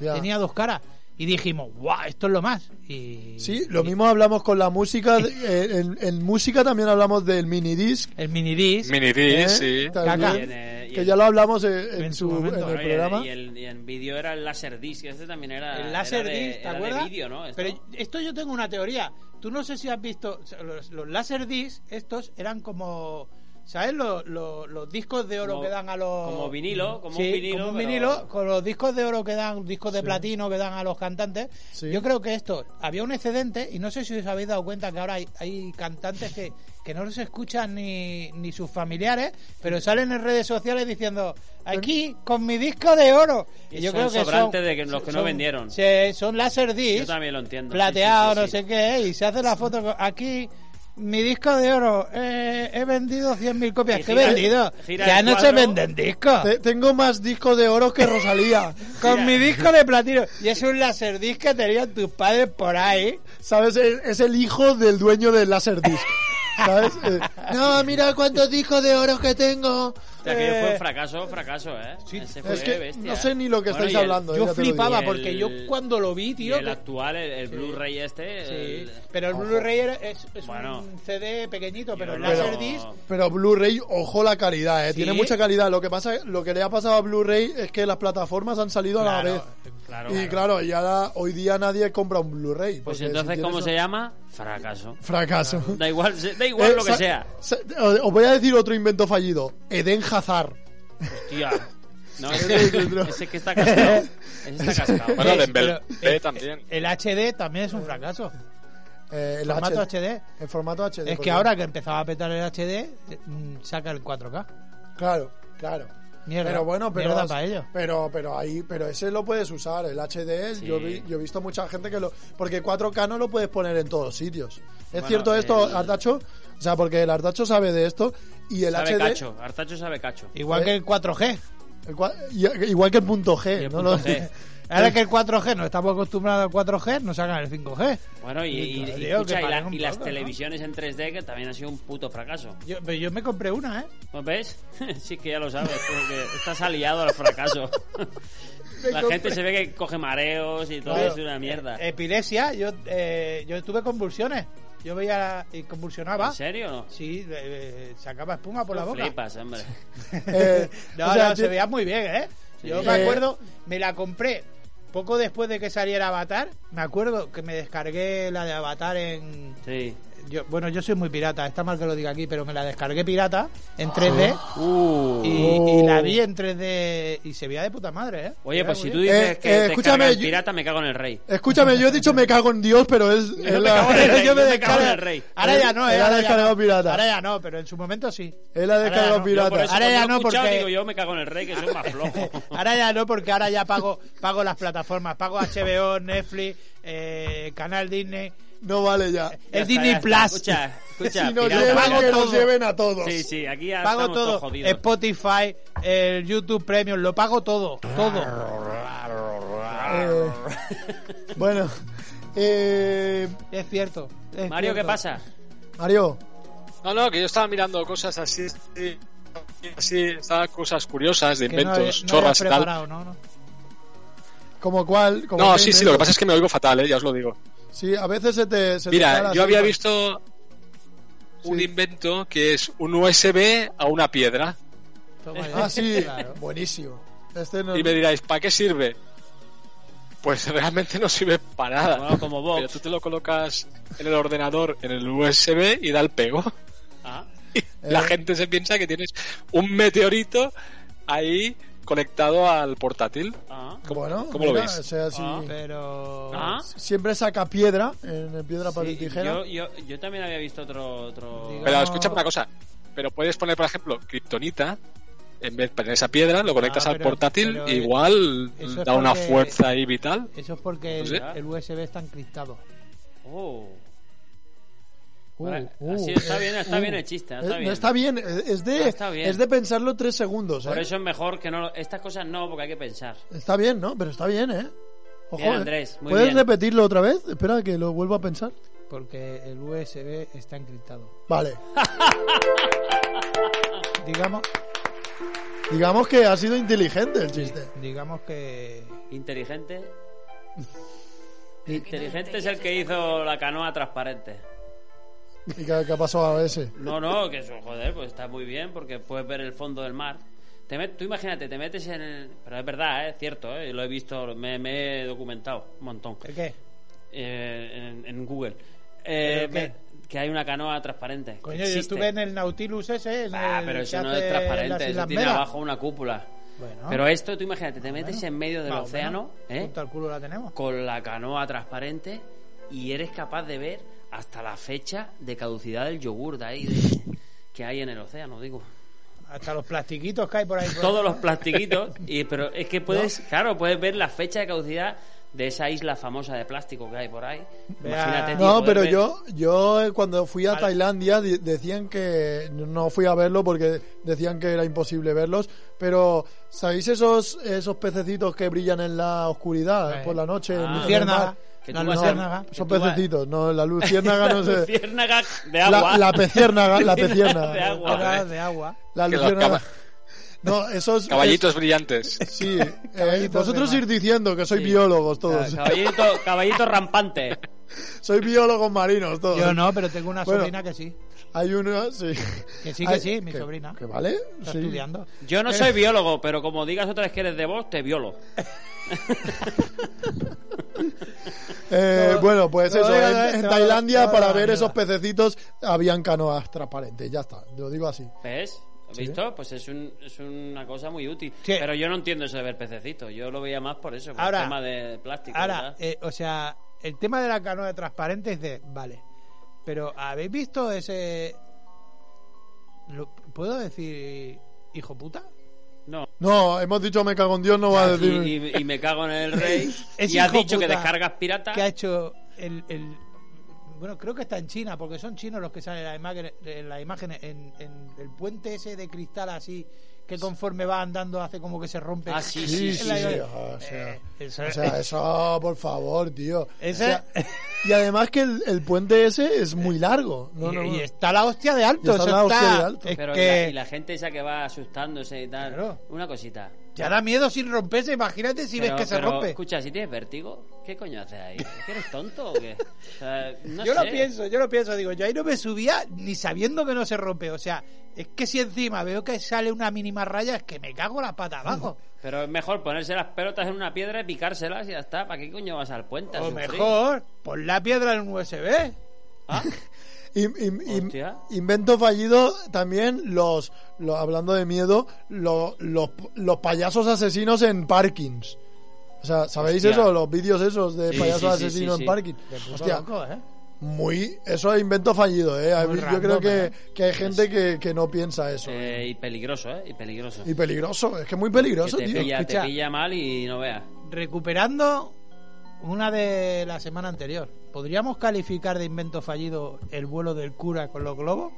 Speaker 4: Ya.
Speaker 5: Tenía dos caras. Y dijimos, guau, esto es lo más. Y,
Speaker 4: Sí, lo
Speaker 5: y
Speaker 4: mismo hablamos con la música. de- eh, en, en música también hablamos del minidisc.
Speaker 5: El minidisc.
Speaker 7: Minidisc,
Speaker 4: ¿eh?
Speaker 7: sí.
Speaker 4: También,
Speaker 5: Caca.
Speaker 6: Y en, eh, y
Speaker 4: que
Speaker 6: en-
Speaker 4: ya lo hablamos eh, en,
Speaker 5: En su
Speaker 4: su, en
Speaker 5: momento,
Speaker 4: el
Speaker 5: ¿no?
Speaker 6: Bueno, y en-
Speaker 4: programa.
Speaker 6: Y, en- y en vídeo era el Laserdisc. Este también era.
Speaker 5: el láser
Speaker 6: era de-
Speaker 5: disc, ¿te
Speaker 6: era de
Speaker 5: acuerdas?
Speaker 6: vídeo, ¿no? Esto.
Speaker 5: Pero esto yo tengo una teoría. Tú no sé si has visto o sea, los, los láser disc, estos eran como ¿sabes los, los, los discos de oro
Speaker 6: Como-
Speaker 5: que dan a los
Speaker 6: como vinilo, como
Speaker 5: Sí,
Speaker 6: un vinilo,
Speaker 5: como un
Speaker 6: pero-
Speaker 5: vinilo, con los discos de oro que dan, discos de platino que dan a los cantantes.
Speaker 4: Sí.
Speaker 5: Yo creo que esto había un excedente y no sé si os habéis dado cuenta que ahora hay, hay cantantes que, que no los escuchan ni, ni sus familiares, pero salen en redes sociales diciendo aquí con mi disco de oro.
Speaker 6: Y son sobrantes de que- los que no vendieron.
Speaker 5: se- son láser
Speaker 6: Yo
Speaker 5: disc,
Speaker 6: también lo entiendo.
Speaker 5: plateado,
Speaker 6: Sí, sí, sí, sí.
Speaker 5: no sé qué, y se hace la foto con- aquí. Mi disco de oro, eh, he vendido 100.000 copias.
Speaker 6: Y
Speaker 5: ¿Qué he
Speaker 6: gira-
Speaker 5: vendido?
Speaker 6: gira
Speaker 5: Ya
Speaker 6: el
Speaker 5: no se
Speaker 6: cuadro.
Speaker 5: venden discos.
Speaker 4: Te- tengo más discos de oro que Rosalía.
Speaker 5: Con mi disco de platino. Y es un laserdisc que tenían tus padres por ahí.
Speaker 4: ¿Sabes? Es, es el hijo del dueño del Laserdisc. ¿Sabes? Eh, no, mira cuántos discos de oro que tengo.
Speaker 6: O sea, que
Speaker 4: Eh,
Speaker 6: fue un fracaso, fracaso, ¿eh? Ese fue
Speaker 4: es que
Speaker 6: bestia,
Speaker 4: no
Speaker 6: ¿eh?
Speaker 4: sé ni lo que
Speaker 6: Bueno,
Speaker 4: estáis
Speaker 6: y el-
Speaker 4: hablando. eh.
Speaker 5: Yo
Speaker 4: ya te lo
Speaker 5: flipaba
Speaker 4: digo.
Speaker 5: porque yo cuando lo vi,
Speaker 6: Y
Speaker 5: tío...
Speaker 6: el
Speaker 5: que-
Speaker 6: actual, el, el Blu-ray este.
Speaker 5: Sí,
Speaker 6: el-
Speaker 5: pero el Blu-ray era- es, es
Speaker 6: Bueno.
Speaker 5: un CD pequeñito, pero el
Speaker 6: no-
Speaker 5: laserdisc...
Speaker 4: Pero Blu-ray, ojo la calidad, ¿eh?
Speaker 5: Sí.
Speaker 4: tiene mucha calidad. Lo que pasa, lo que le ha pasado a Blu-ray es que las plataformas han salido a la vez.
Speaker 6: Claro,
Speaker 4: y claro, ya la- hoy día nadie compra un Blu-ray.
Speaker 6: Pues
Speaker 4: porque si
Speaker 6: entonces,
Speaker 4: tienes
Speaker 6: ¿cómo
Speaker 4: un-
Speaker 6: se llama? Fracaso.
Speaker 4: Fracaso.
Speaker 6: Da igual, se- da igual
Speaker 4: Eh,
Speaker 6: lo que
Speaker 4: sa-
Speaker 6: sea.
Speaker 4: sa- Os os voy a decir otro invento fallido. Eden Hazard.
Speaker 6: Hostia. No, ese, ese que está cascado. Ese está cascado.
Speaker 7: Bueno,
Speaker 5: Sí,
Speaker 7: Dembélé
Speaker 5: pero-
Speaker 7: eh, también.
Speaker 5: El HD también es un fracaso.
Speaker 4: Eh, el
Speaker 5: El formato
Speaker 4: HD.
Speaker 5: HD.
Speaker 4: En formato HD.
Speaker 5: Es que
Speaker 4: porque-
Speaker 5: ahora que empezaba a petar el HD, mm, saca el 4K.
Speaker 4: Claro, claro.
Speaker 5: Mierda.
Speaker 4: pero bueno, pero
Speaker 5: Mierda para ellos.
Speaker 4: Pero pero ahí, pero ese lo puedes usar, el HD, yo vi- yo he visto mucha gente que lo porque 4K no lo puedes poner en todos sitios. ¿Es
Speaker 6: Bueno, eh,
Speaker 4: cierto esto,
Speaker 6: el-
Speaker 4: Artacho? O sea, porque el Artacho sabe de esto y el
Speaker 6: Sabe
Speaker 4: HD
Speaker 6: cacho. Artacho sabe cacho.
Speaker 5: Igual
Speaker 4: Eh.
Speaker 5: que el 4G.
Speaker 4: el cua- y- igual que el punto G,
Speaker 6: Y el
Speaker 4: ¿no?
Speaker 6: punto
Speaker 4: Lo-
Speaker 6: G.
Speaker 5: Ahora que el 4G nos estamos acostumbrados al 4G, nos sacan el 5G.
Speaker 6: Bueno, y, y- y
Speaker 5: Digo,
Speaker 6: escucha,
Speaker 5: que
Speaker 6: y, la-
Speaker 5: paren un
Speaker 6: y las
Speaker 5: poco, ¿no?
Speaker 6: televisiones en 3D que también ha sido un puto fracaso.
Speaker 5: Yo, pero yo me compré una, ¿eh?
Speaker 6: ¿No ves? sí que ya lo sabes, porque estás aliado al fracaso. la gente se ve que coge mareos y todo
Speaker 5: Claro. Eh,
Speaker 6: es una mierda.
Speaker 5: Epilepsia, yo, eh, yo tuve convulsiones. Yo veía y convulsionaba.
Speaker 6: ¿En serio o no?
Speaker 5: Sí, eh, eh, sacaba espuma por la
Speaker 6: Tú
Speaker 5: boca.
Speaker 6: Flipas, hombre.
Speaker 4: Eh,
Speaker 5: no,
Speaker 4: o sea,
Speaker 5: no,
Speaker 4: ti-
Speaker 5: se veía muy bien, ¿eh? Yo
Speaker 6: Sí.
Speaker 5: me
Speaker 4: Eh,
Speaker 5: acuerdo, me la compré poco después de que saliera Avatar. Me acuerdo que me descargué la de Avatar en.
Speaker 6: Sí.
Speaker 5: Yo, bueno, yo soy muy pirata, está mal que lo diga aquí, pero me la descargué pirata en
Speaker 4: Ah.
Speaker 5: 3D
Speaker 6: Uh.
Speaker 5: y, y la
Speaker 4: Oh.
Speaker 5: vi en 3D y se veía de puta madre, ¿eh?
Speaker 6: Oye, pues si tú
Speaker 4: bien.
Speaker 6: dices
Speaker 4: Eh,
Speaker 6: que
Speaker 4: eh, escúchame,
Speaker 6: te escúchame, el
Speaker 4: yo-
Speaker 6: pirata, me cago en el rey.
Speaker 4: Escúchame, yo he dicho me cago en Dios, pero es, es
Speaker 6: me
Speaker 4: la-
Speaker 6: cago en el rey,
Speaker 4: yo me
Speaker 6: yo me
Speaker 4: descargo-
Speaker 6: cago en el rey.
Speaker 5: Ahora ya no, ¿eh?
Speaker 4: Él ha
Speaker 5: Ahora ya
Speaker 4: descargado
Speaker 5: no.
Speaker 4: pirata.
Speaker 5: Ahora ya no, pero en su momento sí.
Speaker 4: Él ha descargado
Speaker 5: Ahora ya no.
Speaker 4: pirata.
Speaker 6: Yo por eso
Speaker 5: Ahora
Speaker 6: cuando
Speaker 5: ya
Speaker 6: lo he
Speaker 5: no,
Speaker 6: escuchado,
Speaker 5: porque-
Speaker 6: digo yo me cago en el rey, que soy más flojo.
Speaker 5: Ahora ya no, porque ahora ya pago, pago las plataformas, pago HBO, Netflix, eh, Canal Disney,
Speaker 4: No vale ya.
Speaker 6: Ya
Speaker 5: el
Speaker 6: está,
Speaker 5: Disney
Speaker 6: ya está.
Speaker 5: Plus.
Speaker 6: Escucha, escucha.
Speaker 4: Si nos
Speaker 6: pirata,
Speaker 4: llevan,
Speaker 6: pago
Speaker 4: que nos
Speaker 6: todo.
Speaker 4: lleven a todos.
Speaker 6: Sí, sí, aquí ya
Speaker 5: pago
Speaker 6: estamos
Speaker 5: todo,
Speaker 6: todos jodidos.
Speaker 5: Spotify, el YouTube Premium, lo pago todo, todo.
Speaker 4: Eh, bueno, eh,
Speaker 5: Es cierto. es
Speaker 6: Mario, ¿qué
Speaker 5: cierto.
Speaker 6: pasa?
Speaker 4: Mario,
Speaker 7: No, no, que yo estaba mirando cosas así, así, así estaba cosas curiosas de
Speaker 5: Que no,
Speaker 7: inventos,
Speaker 5: no
Speaker 7: chorras y
Speaker 5: habías
Speaker 7: tal.
Speaker 5: preparado, ¿no? No.
Speaker 4: como cuál? como
Speaker 7: No,
Speaker 4: qué
Speaker 7: sí, sí,
Speaker 4: invento?
Speaker 7: lo que pasa es que me oigo fatal, eh, ya os lo digo.
Speaker 4: Sí, a veces se te. se te para
Speaker 7: Mira,
Speaker 4: así,
Speaker 7: yo había
Speaker 4: ¿no?
Speaker 7: visto un
Speaker 4: Sí.
Speaker 7: invento que es un USB a una piedra.
Speaker 5: Toma ya.
Speaker 4: Ah, sí,
Speaker 5: Claro.
Speaker 4: buenísimo. Este no.
Speaker 7: Y me diráis, ¿para qué sirve? Pues realmente no sirve para nada.
Speaker 6: Bueno, como Vox.
Speaker 7: Pero tú te lo colocas en el ordenador, en el USB y da el pego.
Speaker 6: Ah,
Speaker 7: La gente se piensa que tienes un meteorito ahí conectado al portátil.
Speaker 6: ah,
Speaker 4: bueno,
Speaker 7: cómo lo
Speaker 4: mira,
Speaker 7: veis?
Speaker 4: o sea, sí,
Speaker 6: Ah.
Speaker 5: Pero.
Speaker 6: ah.
Speaker 4: Siempre saca piedra, en en piedra, papel,
Speaker 6: Sí,
Speaker 4: tijera.
Speaker 6: Yo, yo, yo también había visto otro... otro...
Speaker 5: Digo-
Speaker 7: Pero
Speaker 5: No.
Speaker 7: escucha una cosa. Pero puedes poner, por ejemplo, kriptonita en vez de esa piedra, lo conectas al
Speaker 5: Ah, pero-
Speaker 7: portátil,
Speaker 5: pero
Speaker 7: igual
Speaker 5: eso es
Speaker 7: da una
Speaker 5: porque-
Speaker 7: fuerza ahí vital.
Speaker 5: Eso es porque
Speaker 7: No
Speaker 5: el,
Speaker 7: sé.
Speaker 5: el USB está encriptado.
Speaker 6: Oh.
Speaker 5: ¿Eh?
Speaker 4: Uh,
Speaker 6: Vale,
Speaker 4: uh,
Speaker 6: así está
Speaker 4: eh,
Speaker 6: bien, está
Speaker 4: uh.
Speaker 6: bien el chiste, está
Speaker 4: Eh,
Speaker 6: bien.
Speaker 4: no está bien, eh, es de,
Speaker 6: No está bien.
Speaker 4: es de pensarlo tres segundos.
Speaker 6: Por
Speaker 4: ¿eh?
Speaker 6: eso es mejor que no... Estas cosas no, porque hay que pensar.
Speaker 4: Está bien, ¿no? Pero está bien, ¿eh? Ojo,
Speaker 6: Bien,
Speaker 4: ¿eh?
Speaker 6: Andrés, muy
Speaker 4: ¿Puedes
Speaker 6: bien.
Speaker 4: repetirlo otra vez? Espera, que lo vuelvo a pensar.
Speaker 5: Pues porque el USB está encriptado.
Speaker 4: Vale.
Speaker 5: Digamos,
Speaker 4: Digamos que ha sido inteligente el chiste.
Speaker 5: digamos que
Speaker 6: Inteligente. Inteligente es el que hizo la canoa transparente.
Speaker 4: ¿Y qué, qué ha pasado a ese?
Speaker 6: No, no, que eso, joder, pues está muy bien porque puedes ver el fondo del mar. Te met- tú imagínate, te metes en el... Pero es verdad, ¿eh? es cierto, ¿eh? lo he visto, me, me he documentado un montón
Speaker 5: ¿el qué?
Speaker 6: eh, en, en Google. Eh,
Speaker 5: ¿Pero
Speaker 6: me-
Speaker 5: qué?
Speaker 6: que hay una canoa transparente. que
Speaker 5: Coño, yo
Speaker 6: existe.
Speaker 5: estuve en el Nautilus ese, en
Speaker 6: Ah,
Speaker 5: el
Speaker 6: pero
Speaker 5: que
Speaker 6: eso no
Speaker 5: hace
Speaker 6: es
Speaker 5: las
Speaker 6: transparente, eso
Speaker 5: Islas
Speaker 6: tiene
Speaker 5: Mera.
Speaker 6: abajo una cúpula.
Speaker 5: Bueno.
Speaker 6: Pero esto, tú imagínate, te metes en medio del
Speaker 5: Más o
Speaker 6: océano,
Speaker 5: menos,
Speaker 6: ¿eh?
Speaker 5: Junto al culo la tenemos.
Speaker 6: con la canoa transparente y eres capaz de ver hasta la fecha de caducidad del yogur de ahí de- que hay en el océano, digo.
Speaker 5: Hasta los plastiquitos que hay por ahí. por-
Speaker 6: Todos los plastiquitos, y, pero es que puedes, claro, puedes ver la fecha de caducidad de esa isla famosa de plástico que hay por ahí.
Speaker 5: Vea.
Speaker 6: Imagínate, tío,
Speaker 4: No,
Speaker 6: poder
Speaker 4: pero
Speaker 6: ver-
Speaker 4: yo, yo eh, cuando fui a Tailandia di- decían que no fui a verlo porque decían que era imposible verlos, pero ¿sabéis esos esos pececitos que brillan en la oscuridad
Speaker 5: Sí.
Speaker 4: por la noche? en
Speaker 6: Ah,
Speaker 4: el mar?
Speaker 5: Luciérnaga.
Speaker 6: que
Speaker 5: La
Speaker 6: tú vas a-
Speaker 5: luciérnaga.
Speaker 6: que
Speaker 4: Son
Speaker 6: tú vas-
Speaker 4: pececitos, no, la luciérnaga no
Speaker 6: La
Speaker 4: sé.
Speaker 6: luciérnaga de agua.
Speaker 4: La, la peciérnaga, la peciérnaga.
Speaker 6: De agua.
Speaker 5: Ahora
Speaker 6: eh.
Speaker 5: de agua.
Speaker 4: La
Speaker 7: Que los
Speaker 4: luciérnaga.
Speaker 7: caba-
Speaker 4: No, esos
Speaker 7: Caballitos brillantes.
Speaker 4: es- sí, eh,
Speaker 5: Caballitos
Speaker 4: vosotros
Speaker 5: de mar.
Speaker 4: ir diciendo que sois
Speaker 6: Sí.
Speaker 4: biólogos todos.
Speaker 6: Ah, Caballito, caballito rampante.
Speaker 4: Sois biólogos marinos todos.
Speaker 5: Yo no, pero tengo una
Speaker 4: Bueno.
Speaker 5: sobrina que sí.
Speaker 4: Hay uno, sí.
Speaker 5: Que sí, que
Speaker 4: Hay-
Speaker 5: sí, mi sobrina.
Speaker 4: Que vale,
Speaker 5: Está
Speaker 4: sí.
Speaker 5: estudiando.
Speaker 6: Yo no soy biólogo, pero como digas otra vez que eres de vos, te violo.
Speaker 4: Eh,
Speaker 5: No,
Speaker 4: bueno, pues
Speaker 5: no,
Speaker 4: eso,
Speaker 5: venga,
Speaker 4: en-
Speaker 5: venga,
Speaker 4: en,
Speaker 5: te va- te
Speaker 4: Tailandia
Speaker 5: va
Speaker 4: para
Speaker 5: la
Speaker 4: ver
Speaker 5: mierda.
Speaker 4: esos pececitos habían canoas transparentes, ya está, lo digo así.
Speaker 6: ¿Ves? ¿Has visto? Pues es, un, es una cosa muy útil.
Speaker 5: Sí.
Speaker 6: Pero yo no entiendo eso de ver pececitos. Yo lo veía más por eso, por
Speaker 5: Ahora-
Speaker 6: el tema de plástico.
Speaker 5: Ahora,
Speaker 6: ¿verdad?
Speaker 5: eh, o sea, el tema de la canoa transparente es de. Vale. Pero ¿habéis visto ese. lo- ¿Puedo decir. hijo puta?
Speaker 6: no.
Speaker 4: No, hemos dicho me cago en Dios, no va a
Speaker 6: Y,
Speaker 4: decir.
Speaker 6: y- y me cago en el rey.
Speaker 5: Es
Speaker 6: y has
Speaker 5: hijo
Speaker 6: dicho que
Speaker 5: puta
Speaker 6: descargas pirata.
Speaker 5: que ha hecho el, el- bueno creo que está en China porque son chinos los que salen en las imágenes en, las imágenes, en- en el puente ese de cristal así que conforme va andando hace como que se rompe
Speaker 6: Ah, sí,
Speaker 4: Sí,
Speaker 6: sí,
Speaker 4: sí,
Speaker 6: sí.
Speaker 4: sí,
Speaker 5: Eh,
Speaker 4: o sea,
Speaker 5: eso-
Speaker 4: o sea, eso, por favor, tío.
Speaker 5: Ese-
Speaker 4: O sea, y además que el, el puente ese es muy largo. No,
Speaker 5: y,
Speaker 4: no, no.
Speaker 5: y está la hostia de alto
Speaker 4: Y está
Speaker 5: eso
Speaker 4: la hostia
Speaker 5: está-
Speaker 4: de alto.
Speaker 5: es
Speaker 6: Pero y
Speaker 5: que
Speaker 6: la, y la gente esa que va asustándose y tal.
Speaker 5: Claro.
Speaker 6: Una cosita.
Speaker 5: ya da miedo sin romperse imagínate si
Speaker 6: Pero-
Speaker 5: ves que se
Speaker 6: pero,
Speaker 5: rompe
Speaker 6: Escucha, si tienes vértigo, ¿qué coño haces ahí? ¿Es que ¿Eres tonto o qué? O sea, no
Speaker 5: yo
Speaker 6: sé.
Speaker 5: lo pienso, yo lo pienso, digo, yo ahí no me subía ni sabiendo que no se rompe, o sea, es que si encima veo que sale una mínima raya, es que me cago la pata abajo.
Speaker 6: Pero es mejor ponerse las pelotas en una piedra y picárselas y ya está. ¿Para qué coño vas al puente? a
Speaker 5: O
Speaker 6: sufrir?
Speaker 5: mejor, pon la piedra en un USB.
Speaker 6: Ah,
Speaker 4: Im- im- im-
Speaker 6: Hostia.
Speaker 4: invento fallido también los, los- hablando de miedo lo- los, los payasos asesinos en parkings o sea sabéis
Speaker 6: Hostia.
Speaker 4: eso los vídeos esos de
Speaker 6: Sí,
Speaker 4: payasos
Speaker 6: sí, sí,
Speaker 4: asesinos
Speaker 6: sí,
Speaker 4: en
Speaker 6: sí.
Speaker 4: parking
Speaker 5: De puto
Speaker 4: Hostia,
Speaker 5: loco, ¿eh?
Speaker 4: muy eso es invento fallido eh
Speaker 5: Muy
Speaker 4: yo
Speaker 5: random,
Speaker 4: creo que,
Speaker 5: ¿eh?
Speaker 4: que hay gente que, que no piensa eso
Speaker 6: eh, y peligroso, ¿eh? Y peligroso.
Speaker 4: y peligroso es que es muy peligroso
Speaker 6: que te
Speaker 4: tío
Speaker 6: pilla,
Speaker 5: escucha.
Speaker 6: te pilla mal y no veas.
Speaker 5: Recuperando una de la semana anterior, ¿podríamos calificar de invento fallido el vuelo del cura con los globos?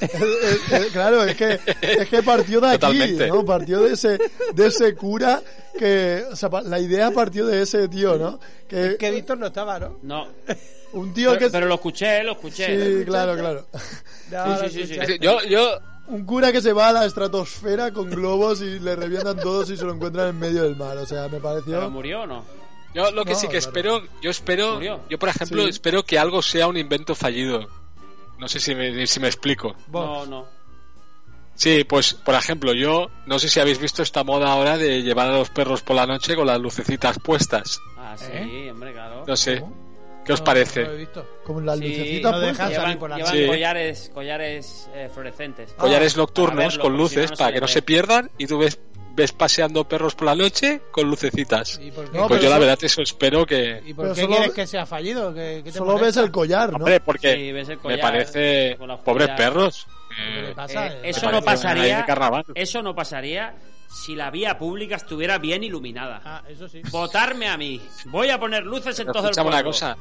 Speaker 4: Eh, eh, claro, es que, es que partió de aquí,
Speaker 7: Totalmente.
Speaker 4: ¿no? Partió de ese, de ese cura que, o sea, pa- la idea partió de ese tío, ¿no? Que,
Speaker 5: Que Víctor no estaba, ¿no?
Speaker 6: No.
Speaker 4: un tío
Speaker 6: Pero,
Speaker 4: que
Speaker 6: pero lo escuché, lo escuché.
Speaker 4: sí, claro, claro.
Speaker 5: No,
Speaker 6: sí, sí, sí.
Speaker 5: escucha.
Speaker 7: Sí, Yo, yo,
Speaker 4: Un cura que se va a la estratosfera con globos y le revientan todos y se lo encuentran en medio del mar, o sea, me
Speaker 6: ¿Pero
Speaker 4: pareció
Speaker 6: murió o no?
Speaker 7: yo lo que
Speaker 4: No,
Speaker 7: sí que
Speaker 4: claro.
Speaker 7: espero, yo espero,
Speaker 6: Murió.
Speaker 7: yo por ejemplo,
Speaker 4: Sí.
Speaker 7: espero que algo sea un invento fallido. No sé si me, si me explico.
Speaker 6: No, no.
Speaker 7: Sí, pues por ejemplo, yo no sé si habéis visto esta moda ahora de llevar a los perros por la noche con las lucecitas puestas.
Speaker 6: Ah, sí,
Speaker 5: ¿Eh?
Speaker 6: hombre, claro.
Speaker 7: No sé. ¿Qué os
Speaker 5: No,
Speaker 7: parece?
Speaker 5: no lo he visto.
Speaker 4: como las
Speaker 6: Sí,
Speaker 4: lucecitas
Speaker 5: no
Speaker 4: puestas.
Speaker 5: dejas
Speaker 6: Llevan,
Speaker 5: salir por la
Speaker 6: llevan
Speaker 7: noche. Sí.
Speaker 6: collares, collares eh, fluorescentes.
Speaker 4: Ah,
Speaker 7: Collares
Speaker 6: para
Speaker 7: nocturnos
Speaker 6: verlo,
Speaker 7: con
Speaker 6: porque si
Speaker 7: luces
Speaker 6: no, no
Speaker 7: para
Speaker 6: se
Speaker 7: que
Speaker 6: le
Speaker 7: no
Speaker 6: ve.
Speaker 7: se pierdan y tú ves, ves paseando perros por la noche con lucecitas.
Speaker 5: ¿Y por qué,
Speaker 4: No,
Speaker 7: pues
Speaker 4: pero
Speaker 7: yo la
Speaker 4: eso-
Speaker 7: verdad eso espero que...
Speaker 5: ¿y por
Speaker 4: pero
Speaker 5: qué
Speaker 4: solo-
Speaker 5: quieres que sea fallido? ¿Qué, qué te
Speaker 4: Solo ves
Speaker 5: molesta?
Speaker 4: el collar, ¿no?
Speaker 7: Hombre, porque
Speaker 6: Sí, ves el
Speaker 7: me
Speaker 6: collar
Speaker 7: parece...
Speaker 6: con la
Speaker 7: Pobres
Speaker 6: joya.
Speaker 7: perros.
Speaker 5: ¿Qué le
Speaker 7: Eh,
Speaker 5: pasa?
Speaker 6: Eh,
Speaker 5: Me
Speaker 6: eso
Speaker 7: parece
Speaker 6: no
Speaker 7: una ley
Speaker 6: pasaría.
Speaker 7: de carnaval.
Speaker 6: Eso no pasaría si la vía pública estuviera bien iluminada.
Speaker 5: Ah, eso sí.
Speaker 6: Votarme a mí. Voy a poner luces en
Speaker 7: Pero
Speaker 6: todo el
Speaker 7: escuchame
Speaker 6: pueblo.
Speaker 7: una cosa.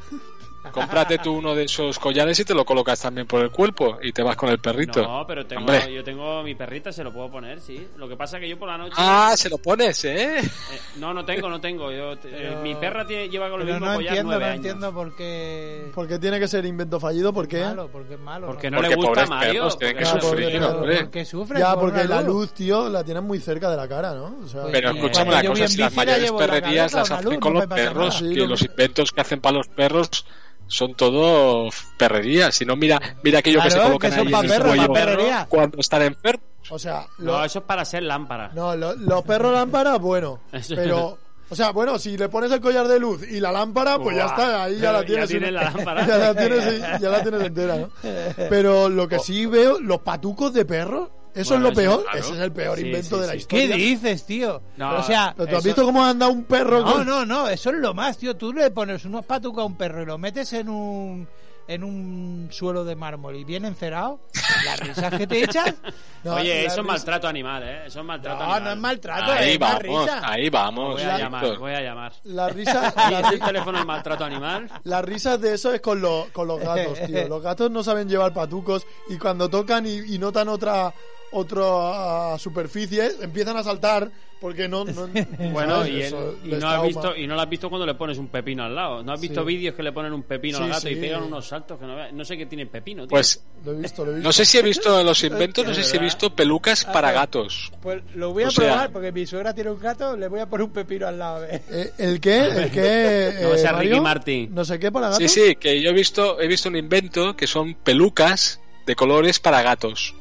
Speaker 7: Cómprate tú uno de esos collares y te lo colocas también por el cuerpo y te vas con el perrito.
Speaker 6: No, pero tengo,
Speaker 7: Hombre.
Speaker 6: yo tengo mi perrita, se lo puedo poner, sí. Lo que pasa que yo por la noche.
Speaker 7: Ah, se lo pones, ¿eh?
Speaker 6: eh, no, no tengo, no tengo. Yo, te-
Speaker 5: Pero-
Speaker 6: eh, mi perra tiene, lleva con lo
Speaker 5: Pero
Speaker 6: mismo
Speaker 5: no
Speaker 6: collar
Speaker 5: entiendo,
Speaker 6: nueve
Speaker 5: no
Speaker 6: años.
Speaker 5: entiendo por qué.
Speaker 4: ¿Por qué tiene que ser invento fallido? ¿Por qué?
Speaker 5: Malo, porque es malo.
Speaker 6: Porque
Speaker 5: ¿no?
Speaker 6: no le
Speaker 7: Porque
Speaker 6: gusta
Speaker 7: pobres
Speaker 6: Mario.
Speaker 7: perros tienen
Speaker 6: porque
Speaker 7: que
Speaker 6: no le
Speaker 7: sufrir,
Speaker 6: gusta.
Speaker 7: ¿no?
Speaker 5: Pero
Speaker 7: hombre.
Speaker 5: porque sufre.
Speaker 4: Ya,
Speaker 5: por
Speaker 4: porque
Speaker 5: una
Speaker 4: la luz, tío, la tienen muy cerca de la cara, ¿no? O sea,
Speaker 5: Pues-
Speaker 7: Pero
Speaker 5: Y
Speaker 7: escúchame
Speaker 5: cuando
Speaker 7: una
Speaker 5: yo voy
Speaker 7: cosa,
Speaker 5: en
Speaker 7: si las
Speaker 5: bici la
Speaker 7: mayores
Speaker 5: llevo en la
Speaker 7: perrerías
Speaker 5: cabeza,
Speaker 7: las
Speaker 5: una
Speaker 7: hacen
Speaker 5: luz,
Speaker 7: con
Speaker 5: no
Speaker 7: los
Speaker 5: me pasa
Speaker 7: perros,
Speaker 4: nada.
Speaker 7: que los inventos que hacen para los perros son todo perrerías. Si no, mira, mira aquello
Speaker 4: Claro,
Speaker 7: que se colocan
Speaker 4: que son
Speaker 7: ahí
Speaker 4: pa'
Speaker 7: en el
Speaker 4: perros,
Speaker 7: cuello
Speaker 4: pa'
Speaker 5: perrería.
Speaker 7: cuando están enfermos.
Speaker 4: o sea,
Speaker 6: No,
Speaker 4: lo-
Speaker 6: eso es para ser lámpara.
Speaker 4: No, lo- los perros lámpara, bueno. Pero, o sea, bueno, si le pones el collar de luz y la lámpara, pues ya
Speaker 6: Buah,
Speaker 4: está, ahí ya
Speaker 6: pero
Speaker 4: la
Speaker 6: ya
Speaker 4: tienes.
Speaker 6: tienes la lámpara.
Speaker 4: ya, la tienes, ya la tienes entera, ¿no? Pero lo que sí veo, los patucos de perros, eso
Speaker 6: Oh. Bueno,
Speaker 4: es lo
Speaker 6: eso,
Speaker 4: peor.
Speaker 7: claro.
Speaker 4: Ese es el peor
Speaker 6: Sí,
Speaker 4: invento
Speaker 6: sí,
Speaker 4: de la
Speaker 6: sí.
Speaker 5: ¿Qué
Speaker 4: historia.
Speaker 5: dices, tío?
Speaker 6: No,
Speaker 5: o sea,
Speaker 4: ¿Pero ¿Tú
Speaker 6: Eso-
Speaker 4: has visto cómo anda un perro?
Speaker 5: No,
Speaker 4: con-
Speaker 5: no, no, eso es lo más, tío. Tú le pones unos patucos a un perro y lo metes en un en un suelo de mármol y bien encerado, las risas que te echas.
Speaker 4: No,
Speaker 6: Oye,
Speaker 4: la
Speaker 6: eso es
Speaker 4: risa-
Speaker 6: maltrato animal, ¿eh? Eso es maltrato
Speaker 5: No,
Speaker 6: animal.
Speaker 5: no es maltrato,
Speaker 7: Ahí
Speaker 5: es más
Speaker 7: vamos,
Speaker 5: risa.
Speaker 7: ahí vamos.
Speaker 6: Voy a llamar,
Speaker 7: Víctor.
Speaker 6: voy a llamar.
Speaker 4: La risa,
Speaker 6: ¿Y
Speaker 4: la
Speaker 6: es el
Speaker 4: ri-
Speaker 6: teléfono el maltrato animal?
Speaker 4: las risas de eso es con, los- con los gatos, tío. Los gatos no saben llevar patucos y cuando tocan y, y notan otra otra ah, superficie empiezan a saltar porque no, no-
Speaker 6: Bueno,
Speaker 4: ¿sabes?
Speaker 6: y, el-
Speaker 4: Eso
Speaker 6: y
Speaker 4: les
Speaker 6: no has
Speaker 4: trauma.
Speaker 6: visto, y no lo has visto cuando le pones un pepino al lado. No has visto vídeos que le ponen un pepino al
Speaker 4: Sí,
Speaker 6: gato y
Speaker 4: sí.
Speaker 6: pegan unos saltos que no veas. No sé qué tiene el pepino, tío.
Speaker 7: Pues
Speaker 4: Lo he visto, lo he visto.
Speaker 7: no sé si he visto los inventos, no sé si he
Speaker 6: ¿Verdad?
Speaker 7: visto pelucas para gatos.
Speaker 5: Pues lo voy a
Speaker 7: O sea-
Speaker 5: probar porque mi suegra tiene un gato, le voy a poner un pepino al lado. ¿eh?
Speaker 4: Eh, ¿El qué? ¿El qué?
Speaker 6: No
Speaker 4: eh,
Speaker 6: sea
Speaker 4: Mario?
Speaker 6: Ricky Martin.
Speaker 4: No sé qué para gatos.
Speaker 7: Sí, sí, que yo he visto, he visto un invento que son pelucas de colores para gatos.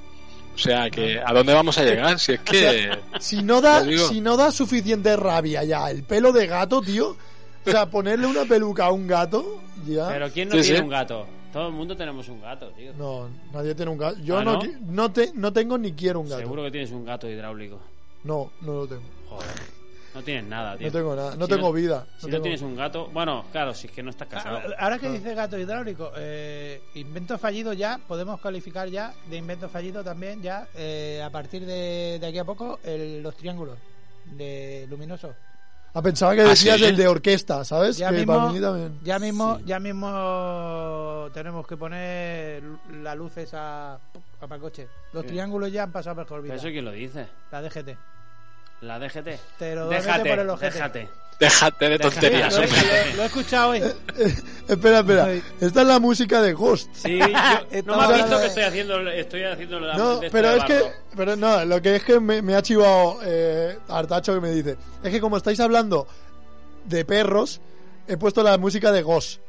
Speaker 7: O sea,
Speaker 5: Ah.
Speaker 7: que ¿a dónde vamos a llegar? Si es que...
Speaker 4: Si no da,
Speaker 7: Lo digo.
Speaker 4: si no da suficiente rabia ya el pelo de gato, tío. O sea, ponerle una peluca a un gato, ya.
Speaker 6: Pero ¿quién no
Speaker 7: Sí,
Speaker 6: tiene
Speaker 7: sí.
Speaker 6: un gato? Todo el mundo tenemos un gato, tío.
Speaker 4: No, nadie tiene un gato. Yo
Speaker 6: ¿Ah,
Speaker 4: no,
Speaker 6: no?
Speaker 4: qui- no te- no tengo ni quiero un gato.
Speaker 6: Seguro que tienes un gato hidráulico.
Speaker 4: No, no lo tengo.
Speaker 6: Joder. No tienes nada, tío.
Speaker 4: No tengo nada. No
Speaker 6: Si
Speaker 4: tengo vida.
Speaker 6: Si
Speaker 4: no
Speaker 6: no
Speaker 4: tengo-
Speaker 6: tienes un gato. Bueno, claro, si es que no estás casado.
Speaker 5: Ah, Ahora que dice gato hidráulico, eh, invento fallido ya, podemos calificar ya de invento fallido también ya eh, a partir de, de aquí a poco el- los triángulos de luminosos.
Speaker 4: Ah, pensaba que
Speaker 7: ¿Ah,
Speaker 4: decías
Speaker 7: sí?
Speaker 4: el de orquesta, ¿sabes?
Speaker 5: Ya
Speaker 4: que para
Speaker 5: mismo,
Speaker 4: mí también.
Speaker 5: ya mismo, ya mismo tenemos que poner la luz esa a para coche. Los triángulos ya han pasado mejor vida.
Speaker 6: ¿Eso quién lo dice?
Speaker 5: La DGT.
Speaker 6: La DGT.
Speaker 5: Te lo doy,
Speaker 6: déjate,
Speaker 5: vete por el ojete.
Speaker 6: déjate.
Speaker 7: Déjate de tonterías,
Speaker 5: Lo, he-
Speaker 7: hombre.
Speaker 5: lo- lo he escuchado hoy.
Speaker 4: Espera, espera.
Speaker 5: Ay.
Speaker 4: Esta es la música de Ghost.
Speaker 6: Sí, yo- no me
Speaker 4: Estamos
Speaker 6: has visto
Speaker 4: hablando
Speaker 6: que
Speaker 4: de-
Speaker 6: estoy haciendo, estoy haciendo la
Speaker 4: No,
Speaker 6: de este
Speaker 4: pero es
Speaker 6: barro.
Speaker 4: que. Pero no, lo que es que me, me ha chivado eh, Artacho que me dice. Es que como estáis hablando de perros, he puesto la música de Ghost.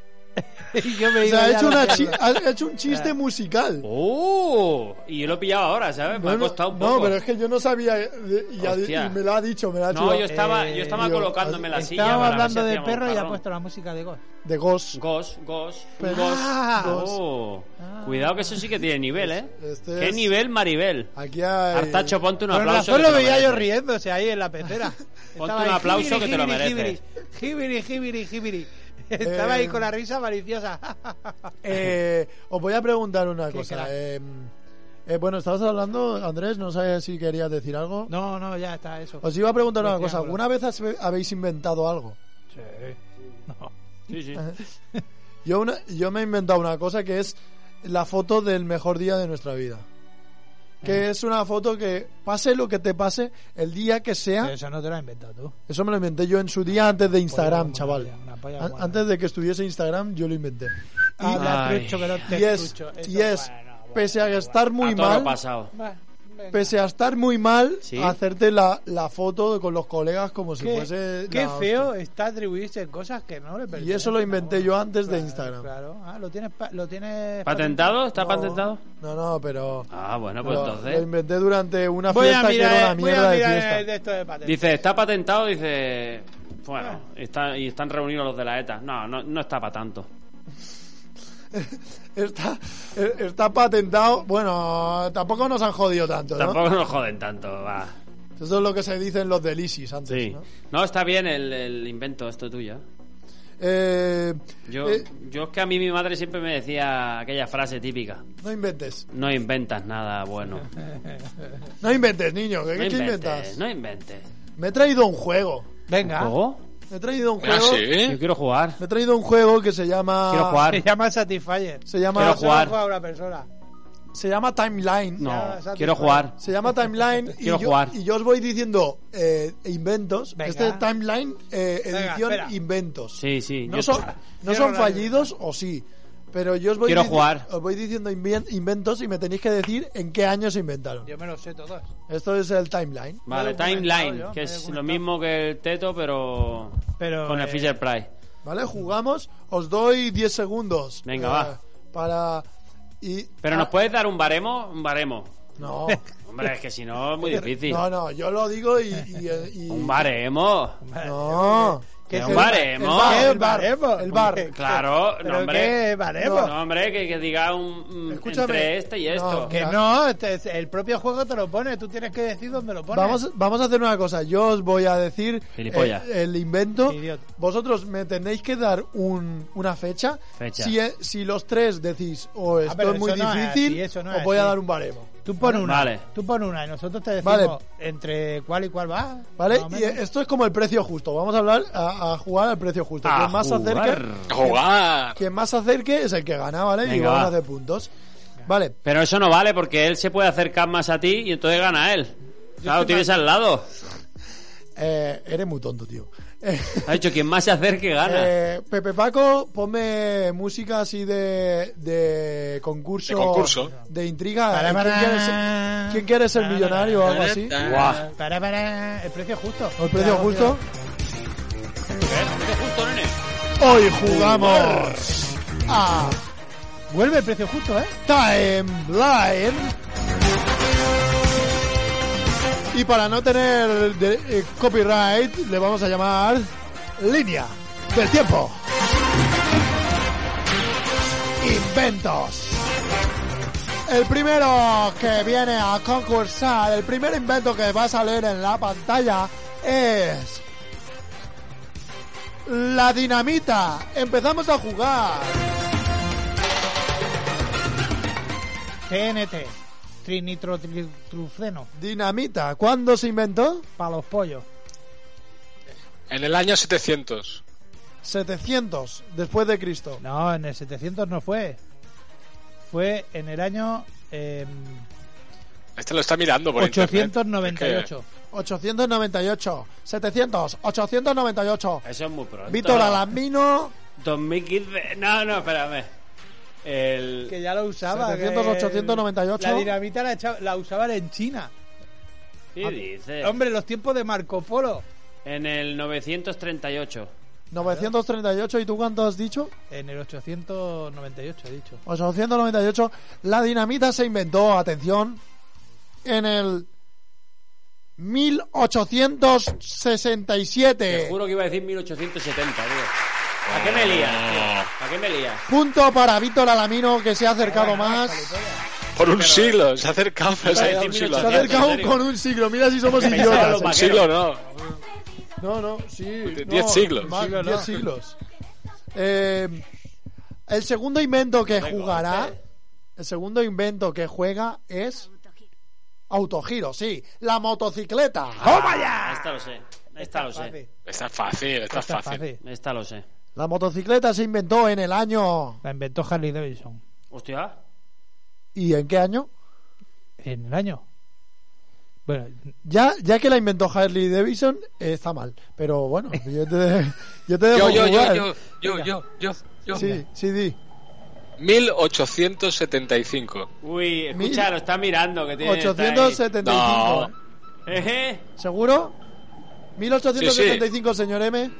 Speaker 5: Y yo me
Speaker 4: O
Speaker 5: he ido
Speaker 4: sea, ha
Speaker 5: ya
Speaker 4: hecho,
Speaker 5: a la
Speaker 4: una chi-
Speaker 5: mierda.
Speaker 4: ha hecho un chiste musical.
Speaker 6: ¡Oh! Y yo lo he pillado ahora, ¿sabes? Me
Speaker 4: No,
Speaker 6: ha costado un
Speaker 4: no,
Speaker 6: poco.
Speaker 4: pero es que yo no sabía. eh, de- Y, ha-
Speaker 6: Hostia.
Speaker 4: y me lo ha dicho, me lo ha
Speaker 6: No,
Speaker 4: chivado. eh,
Speaker 6: yo estaba, yo estaba
Speaker 4: Digo,
Speaker 6: colocándome la silla.
Speaker 5: Estaba
Speaker 6: para ver
Speaker 5: hablando
Speaker 6: si
Speaker 5: de
Speaker 6: hacíamos
Speaker 5: perro y pues ha
Speaker 6: jarrón.
Speaker 5: puesto la música de Ghost.
Speaker 4: De Ghost.
Speaker 6: Gos, gos,
Speaker 4: Pero-
Speaker 6: gos.
Speaker 4: Ah, gos.
Speaker 6: Oh. Cuidado que eso sí que tiene nivel, ¿eh?
Speaker 4: Este
Speaker 6: ¿Qué
Speaker 4: es-
Speaker 6: nivel, Maribel?
Speaker 4: Aquí hay.
Speaker 6: Artacho, ponte un
Speaker 5: Con
Speaker 6: aplauso.
Speaker 5: razón
Speaker 6: que
Speaker 5: lo
Speaker 6: te
Speaker 5: veía yo
Speaker 6: mereces.
Speaker 5: riéndose ahí en la pecera. Estaba
Speaker 6: un
Speaker 5: ahí,
Speaker 6: aplauso que te lo
Speaker 5: jibiri,
Speaker 6: mereces.
Speaker 5: Jibiri, jibiri, jibiri, jibiri. Estaba ahí con la risa maliciosa.
Speaker 4: Eh, os voy a preguntar una
Speaker 5: Qué
Speaker 4: cosa.
Speaker 5: crack.
Speaker 4: eh, eh, bueno, estabas hablando, Andrés, no sé si querías decir algo.
Speaker 5: No, no, ya está eso.
Speaker 4: Os iba a preguntar
Speaker 5: No
Speaker 4: una
Speaker 5: estoy
Speaker 4: cosa.
Speaker 5: hablando.
Speaker 4: ¿Alguna vez has- habéis inventado algo?
Speaker 6: Sí, sí.
Speaker 4: Yo, una- yo me he inventado una cosa que es la foto del mejor día de nuestra vida.
Speaker 5: Ah.
Speaker 4: Que es una foto que, pase lo que te pase, el día que
Speaker 5: Pero
Speaker 4: sea.
Speaker 5: eso no te lo has inventado tú.
Speaker 4: Eso me lo inventé yo en su día antes de Instagram,
Speaker 5: una
Speaker 4: chaval.
Speaker 5: polla, una polla
Speaker 4: An-
Speaker 5: guarra.
Speaker 4: Antes de que estuviese Instagram, yo lo inventé. Y-
Speaker 5: Habla,
Speaker 6: Ay.
Speaker 5: trucho, que no te
Speaker 4: Y es,
Speaker 5: escucho. Eso,
Speaker 4: y es,
Speaker 5: bueno, bueno,
Speaker 4: pese a estar muy
Speaker 6: a todo
Speaker 4: mal,
Speaker 6: lo pasado.
Speaker 5: bueno. Venga.
Speaker 4: pese a estar muy mal,
Speaker 6: Sí.
Speaker 4: hacerte la, la foto con los colegas como si fuese.
Speaker 5: Qué, qué
Speaker 4: la
Speaker 5: feo está atribuirse cosas que no le
Speaker 4: eh, Y
Speaker 5: pertenecen
Speaker 4: eso lo
Speaker 5: a
Speaker 4: inventé
Speaker 5: uno.
Speaker 4: yo antes de
Speaker 5: Claro,
Speaker 4: Instagram.
Speaker 5: Claro, ah, lo tienes, pa- lo tienes
Speaker 6: ¿Patentado? ¿Está
Speaker 4: No,
Speaker 6: patentado?
Speaker 4: No, no, pero.
Speaker 6: Ah, bueno, pues
Speaker 4: lo- Lo
Speaker 6: entonces.
Speaker 4: inventé durante una
Speaker 5: Voy
Speaker 4: fiesta
Speaker 5: a mirar, eh,
Speaker 4: que era una
Speaker 5: voy a
Speaker 4: mierda de
Speaker 5: mirar
Speaker 4: fiesta.
Speaker 5: el de esto de patente.
Speaker 6: Dice, está patentado, dice. Bueno, está, y están reunidos los de la ETA. No, no, no está para tanto.
Speaker 4: Está, eh, está patentado. Bueno, tampoco nos han jodido tanto, ¿no?
Speaker 6: Tampoco nos joden tanto, va.
Speaker 4: Eso es lo que se dice en los del ISIS antes,
Speaker 6: Sí.
Speaker 4: ¿no?
Speaker 6: No, está bien el, el invento, esto tuyo.
Speaker 4: Eh,
Speaker 6: Yo,
Speaker 4: eh,
Speaker 6: yo es que a mí mi madre siempre me decía aquella frase típica.
Speaker 4: no inventes.
Speaker 6: No inventas nada bueno. No
Speaker 4: No inventes, niño. ¿Qué, qué
Speaker 6: inventes,
Speaker 4: inventas?
Speaker 6: no inventes.
Speaker 4: Me he traído un juego.
Speaker 5: Venga.
Speaker 6: ¿Juego?
Speaker 4: Me he traído un
Speaker 7: Ah,
Speaker 4: juego.
Speaker 7: sí.
Speaker 6: Yo quiero jugar.
Speaker 4: Me he traído un juego que se llama.
Speaker 6: Quiero jugar.
Speaker 5: Se llama Satisfyer.
Speaker 4: Se llama-
Speaker 6: Quiero
Speaker 5: Se lo
Speaker 6: jugar.
Speaker 5: juega una persona.
Speaker 4: Se llama Timeline.
Speaker 6: No,
Speaker 5: Satisfyer.
Speaker 6: quiero jugar.
Speaker 4: Se llama Timeline. y,
Speaker 6: Quiero
Speaker 4: yo,
Speaker 6: jugar.
Speaker 4: y yo os voy diciendo eh, inventos.
Speaker 5: Venga.
Speaker 4: Este Timeline, eh,
Speaker 5: Venga,
Speaker 4: edición
Speaker 5: espera.
Speaker 4: inventos.
Speaker 6: Sí, sí.
Speaker 4: No
Speaker 6: yo-
Speaker 4: son, no
Speaker 5: Cierro
Speaker 4: son
Speaker 5: la-
Speaker 4: fallidos o sí. Pero yo os voy,
Speaker 6: Quiero
Speaker 4: dici-
Speaker 6: jugar.
Speaker 4: os voy diciendo invien- inventos y me tenéis que decir en qué año se inventaron.
Speaker 5: Yo me lo sé todos.
Speaker 4: Esto es el timeline.
Speaker 5: Me
Speaker 6: Vale,
Speaker 5: lo he
Speaker 6: Timeline,
Speaker 5: comentado yo,
Speaker 6: que
Speaker 5: me
Speaker 6: es
Speaker 5: lo he
Speaker 6: lo
Speaker 5: comentado.
Speaker 6: mismo que el Teto, pero,
Speaker 5: Pero,
Speaker 6: con el
Speaker 5: eh,
Speaker 6: Fisher Price.
Speaker 4: ¿Vale? Jugamos. Os doy 10 segundos.
Speaker 6: Venga,
Speaker 4: eh,
Speaker 6: va.
Speaker 4: Para. Y,
Speaker 6: Pero
Speaker 4: ah,
Speaker 6: nos puedes dar un baremo, un baremo.
Speaker 4: No.
Speaker 6: Hombre, es que si no es muy difícil.
Speaker 4: No, no, yo lo digo y. eh, y- y-
Speaker 6: Un baremo.
Speaker 4: No.
Speaker 6: Que
Speaker 4: es
Speaker 6: un
Speaker 4: el-
Speaker 6: baremo.
Speaker 4: El bar, el bar. El bar.
Speaker 6: Claro, no,
Speaker 5: ¿Pero
Speaker 6: hombre.
Speaker 5: qué baremo?
Speaker 6: No, hombre, que, que diga un, mm,
Speaker 4: Escúchame.
Speaker 6: entre este y
Speaker 4: No,
Speaker 6: esto.
Speaker 5: Que no, este es- el propio juego te lo pone. Tú tienes que decir dónde lo pones.
Speaker 4: Vamos, vamos a hacer una cosa. Yo os voy a decir el,
Speaker 6: Gilipollas.
Speaker 4: el invento.
Speaker 5: Idiota.
Speaker 4: Vosotros me tenéis que dar un, una fecha.
Speaker 6: Fecha.
Speaker 4: Si, eh, si los tres decís, o esto
Speaker 5: Ah, pero
Speaker 4: es muy
Speaker 5: eso no es
Speaker 4: difícil,
Speaker 5: así, eso no es
Speaker 4: os voy a
Speaker 5: así.
Speaker 4: dar un baremo.
Speaker 5: Tú pon una.
Speaker 6: Vale.
Speaker 5: Tú pon una y nosotros te decimos
Speaker 4: Vale.
Speaker 5: entre cuál y cuál va.
Speaker 4: ¿Vale?
Speaker 5: más o
Speaker 4: Y
Speaker 5: menos.
Speaker 4: eh, esto es como el precio justo. Vamos a hablar a, a jugar al precio justo.
Speaker 6: A
Speaker 4: Quien más se
Speaker 6: jugar.
Speaker 4: acerque,
Speaker 7: Jugar.
Speaker 4: quien más se acerque es el que gana, ¿vale? y
Speaker 6: Venga,
Speaker 4: vamos a
Speaker 6: va.
Speaker 4: hacer puntos. Vale.
Speaker 6: Pero eso no vale porque él se puede acercar más a ti y entonces gana él. Claro, tienes al lado.
Speaker 4: Eh, eres muy tonto, tío. Eh,
Speaker 6: Ha dicho, quien más se acerque gana.
Speaker 4: eh, Pepe Paco, ponme música así de, de concurso.
Speaker 7: De concurso.
Speaker 4: de intriga. ¿Eh?
Speaker 5: Para, para.
Speaker 4: ¿Quién, quiere ser, quién quiere ser
Speaker 5: Para,
Speaker 4: millonario o algo así?
Speaker 7: Tan, tan.
Speaker 6: Guau.
Speaker 5: Para, para, el precio justo.
Speaker 4: ¿O el precio
Speaker 5: Claro,
Speaker 4: justo?
Speaker 6: ¿Qué justo, nene?
Speaker 4: Hoy jugamos a
Speaker 5: tío. Vuelve el precio justo, ¿eh?
Speaker 4: Timeline. Y para no tener de- eh, copyright, le vamos a llamar Línea del Tiempo. Inventos. El primero que viene a concursar, el primer invento que va a salir en la pantalla es la dinamita. Empezamos a jugar.
Speaker 5: TNT. Trinitrotrufeno.
Speaker 4: Dinamita, ¿cuándo se inventó?
Speaker 5: Para los pollos.
Speaker 7: En el año 700.
Speaker 4: 700 después de Cristo.
Speaker 5: No, en el 700 no fue. Fue en el año eh,
Speaker 7: Este lo está mirando por internet. Es
Speaker 5: 898.
Speaker 4: 898, 700, 898.
Speaker 6: Eso es muy pronto.
Speaker 4: Víctor Alamino,
Speaker 6: 2015. No, no, espérame. El...
Speaker 5: Que ya lo usaba.
Speaker 4: 700,
Speaker 5: que el-
Speaker 4: 898.
Speaker 5: La dinamita la, echa- la usaban en China.
Speaker 6: ¿Qué dices?
Speaker 4: Ah,
Speaker 5: Hombre, los tiempos de Marco Polo.
Speaker 6: En el 938.
Speaker 4: 938. ¿Y tú cuánto has dicho?
Speaker 5: En el 898, he dicho.
Speaker 4: 898. La dinamita se inventó, atención, en el 1867.
Speaker 6: Te juro que iba a decir 1870, tío. ¿A qué me lías, tío? ¿A qué me lías?
Speaker 4: Punto para Víctor Alamino, que se ha acercado más.
Speaker 7: que Por un siglo, se ha acercado, pero se ha ido un
Speaker 6: Se ha
Speaker 7: siglo.
Speaker 4: Se ha
Speaker 6: acercado.
Speaker 4: acercado
Speaker 6: ¿En serio?
Speaker 4: con un siglo. Mira si somos
Speaker 6: Pensaba
Speaker 4: idiotas.
Speaker 6: lo
Speaker 7: Un
Speaker 6: vaquero.
Speaker 7: siglo no.
Speaker 4: No, no, sí. no,
Speaker 7: Pues diez siglos.
Speaker 4: más,
Speaker 5: Siglo no.
Speaker 4: diez siglos. Eh, el segundo invento que jugará. El segundo invento que juega es. Autogiro, sí. La motocicleta.
Speaker 6: Ah, Esta lo sé. Esta lo sé.
Speaker 7: Está fácil, está
Speaker 5: Está
Speaker 7: fácil.
Speaker 5: fácil.
Speaker 6: Esta lo sé.
Speaker 4: La motocicleta se inventó en el año.
Speaker 5: La inventó Harley Davidson.
Speaker 6: Hostia.
Speaker 4: ¿Y en qué año?
Speaker 5: En el año. Bueno,
Speaker 4: Ya, ya que la inventó Harley Davidson, eh, está mal. Pero bueno, yo te, yo te dejo.
Speaker 7: Yo, yo, yo,
Speaker 4: jugar.
Speaker 7: yo, yo, yo, yo, yo.
Speaker 4: Sí, sí, di.
Speaker 7: 1875.
Speaker 6: Uy,
Speaker 4: Mil-
Speaker 6: escucha, lo está mirando. Que tiene, está ahí. Eh,
Speaker 4: 875.
Speaker 7: No.
Speaker 6: Ejé.
Speaker 4: ¿Seguro? 1875, señor M.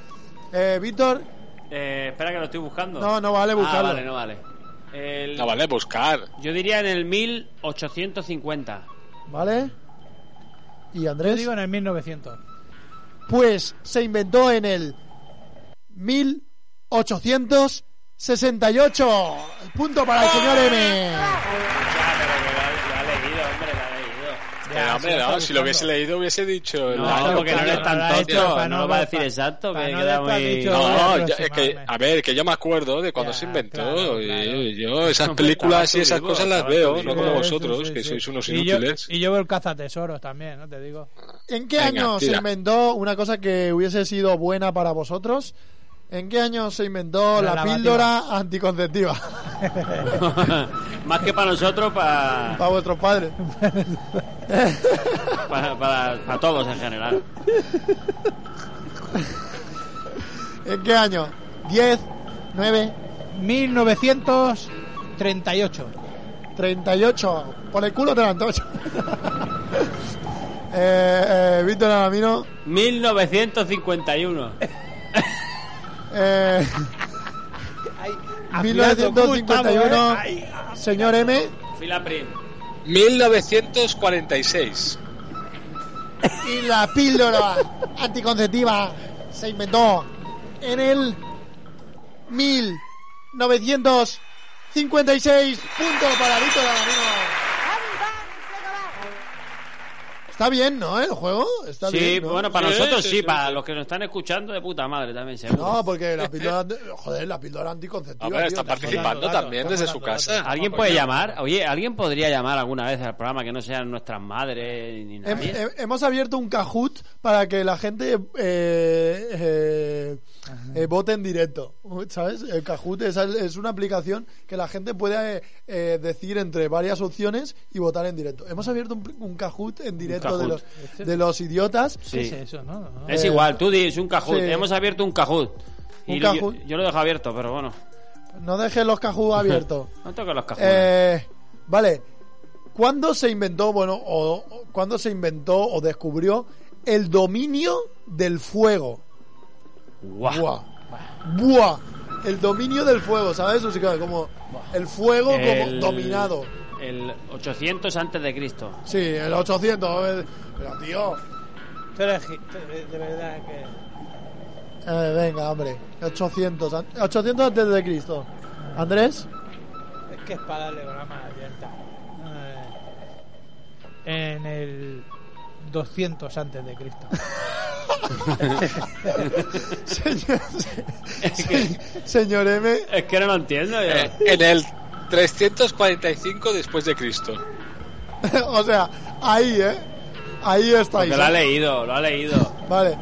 Speaker 4: Eh, Víctor,
Speaker 6: Eh, espera que lo estoy buscando.
Speaker 4: No, no vale buscarlo.
Speaker 6: Ah, vale, no vale. El-
Speaker 7: No vale buscar.
Speaker 6: Yo diría en el 1850.
Speaker 4: ¿vale? ¿Y
Speaker 5: yo
Speaker 4: Andrés?
Speaker 5: digo en el 1900.
Speaker 4: Pues se inventó en el 1868. Punto para el señor M.
Speaker 6: Ya, pero que lo ha, lo ha leído, hombre,
Speaker 5: se
Speaker 6: lo ha leído.
Speaker 7: Pero, Eh, hombre,
Speaker 5: lo
Speaker 7: no,
Speaker 5: está
Speaker 7: si lo hubiese
Speaker 5: buscando.
Speaker 7: leído hubiese dicho el
Speaker 6: No,
Speaker 7: año,
Speaker 6: porque no
Speaker 7: claro.
Speaker 6: eres tan
Speaker 5: lo ha hecho
Speaker 6: tonto,
Speaker 5: para
Speaker 6: no va a decir
Speaker 5: para-
Speaker 6: exacto,
Speaker 5: para
Speaker 6: que
Speaker 5: no
Speaker 6: queda
Speaker 5: después has
Speaker 6: muy-
Speaker 5: dicho,
Speaker 6: No,
Speaker 5: "Voy a
Speaker 7: No, ya- es que,
Speaker 5: aproximarme".
Speaker 7: a ver, que yo me acuerdo de cuando
Speaker 5: Ya,
Speaker 7: se inventó.
Speaker 5: claro,
Speaker 7: y-
Speaker 5: claro.
Speaker 7: y yo esas
Speaker 6: Son
Speaker 7: películas y
Speaker 6: ventajas,
Speaker 7: esas
Speaker 6: tú
Speaker 7: cosas
Speaker 6: digo,
Speaker 7: las
Speaker 6: tú
Speaker 7: veo,
Speaker 6: digo.
Speaker 7: no
Speaker 5: Sí,
Speaker 7: como
Speaker 5: sí,
Speaker 7: vosotros,
Speaker 5: sí,
Speaker 7: que
Speaker 5: sí.
Speaker 7: sois unos
Speaker 5: Y yo-
Speaker 7: inútiles.
Speaker 5: Y yo, veo el cazatesoros también, ¿no? Te digo.
Speaker 4: ¿En qué
Speaker 7: Venga,
Speaker 4: año se
Speaker 7: tira.
Speaker 4: inventó una cosa que hubiese sido buena para vosotros? ¿En qué año se inventó
Speaker 5: La
Speaker 4: la,
Speaker 5: lavativa.
Speaker 4: píldora anticonceptiva?
Speaker 6: Más que para nosotros, para,
Speaker 4: para vuestros padres.
Speaker 6: para, para- para todos en general.
Speaker 4: ¿En qué año? ¿10, 9,
Speaker 5: 1938.
Speaker 4: 38? Por el culo te la antocho. eh, eh, Víctor Alamino.
Speaker 6: 1951.
Speaker 4: Eh,
Speaker 5: Afilando, estamos,
Speaker 4: 1951.
Speaker 5: ¿eh? Ahí.
Speaker 4: Señor M.
Speaker 6: Fila prim.
Speaker 7: 1946.
Speaker 4: Y la píldora anticonceptiva se inventó en el 1956. Punto para Víctor Alamino. Está bien, ¿no? El juego. Está
Speaker 6: Sí,
Speaker 4: bien, ¿no?
Speaker 6: bueno, para
Speaker 7: Sí,
Speaker 6: nosotros
Speaker 7: sí,
Speaker 6: sí,
Speaker 7: sí,
Speaker 6: para
Speaker 7: sí.
Speaker 6: los que nos están escuchando de puta madre también, seguro.
Speaker 4: No, porque la píldora. Joder, la píldora anticonceptiva.
Speaker 7: A ver,
Speaker 4: tío,
Speaker 7: está
Speaker 4: te jodas.
Speaker 7: participando
Speaker 5: datos,
Speaker 7: también
Speaker 5: estamos
Speaker 7: desde su
Speaker 5: dando datos.
Speaker 7: casa.
Speaker 6: ¿Alguien puede llamar? Oye, ¿alguien podría llamar alguna vez al programa que no sean nuestras madres ni
Speaker 4: Hem-
Speaker 6: nadie?
Speaker 4: he- hemos abierto un Kahoot para que la gente eh, eh, eh, vote en directo. ¿Sabes? El Kahoot es, es una aplicación que la gente puede eh, eh, decir entre varias opciones y votar en directo. Hemos abierto un, un Kahoot en directo de,
Speaker 6: Kahoot.
Speaker 4: los, de los idiotas.
Speaker 6: Sí.
Speaker 5: ¿Qué es eso, no? No, no.
Speaker 6: Es igual, tú dices un cajut.
Speaker 4: sí.
Speaker 6: Hemos abierto un cajut.
Speaker 4: Un
Speaker 6: yo-
Speaker 4: Kahoot.
Speaker 6: Yo, lo dejo abierto, pero bueno.
Speaker 4: No dejes los Kahoot abiertos.
Speaker 6: No toques los cajuts.
Speaker 4: Eh, vale. ¿Cuándo se inventó, bueno, o, o- cuándo se inventó o descubrió el dominio del fuego?
Speaker 6: Guau.
Speaker 4: Buah. Buah. El dominio del fuego, ¿sabes? O sea, como el fuego como
Speaker 6: El-
Speaker 4: dominado.
Speaker 6: El 800 antes de Cristo.
Speaker 4: Sí, el 800. eh, Pero, tío.
Speaker 5: Tú eres gi- tú- de- de verdad que.
Speaker 4: eh, venga, hombre. 800. an- 800 antes de Cristo. ¿Andrés?
Speaker 5: Es que es para darle con la mano abierta. Eh, En el 200 antes de Cristo.
Speaker 4: Señor,
Speaker 6: Es que,
Speaker 4: señor M.
Speaker 6: es que no lo entiendo. yo.
Speaker 7: Eh, en el 345 después de Cristo.
Speaker 4: o sea, ahí, ¿eh? Ahí estáis.
Speaker 6: Porque lo ha
Speaker 4: ¿eh?
Speaker 6: leído, lo ha leído.
Speaker 4: Vale.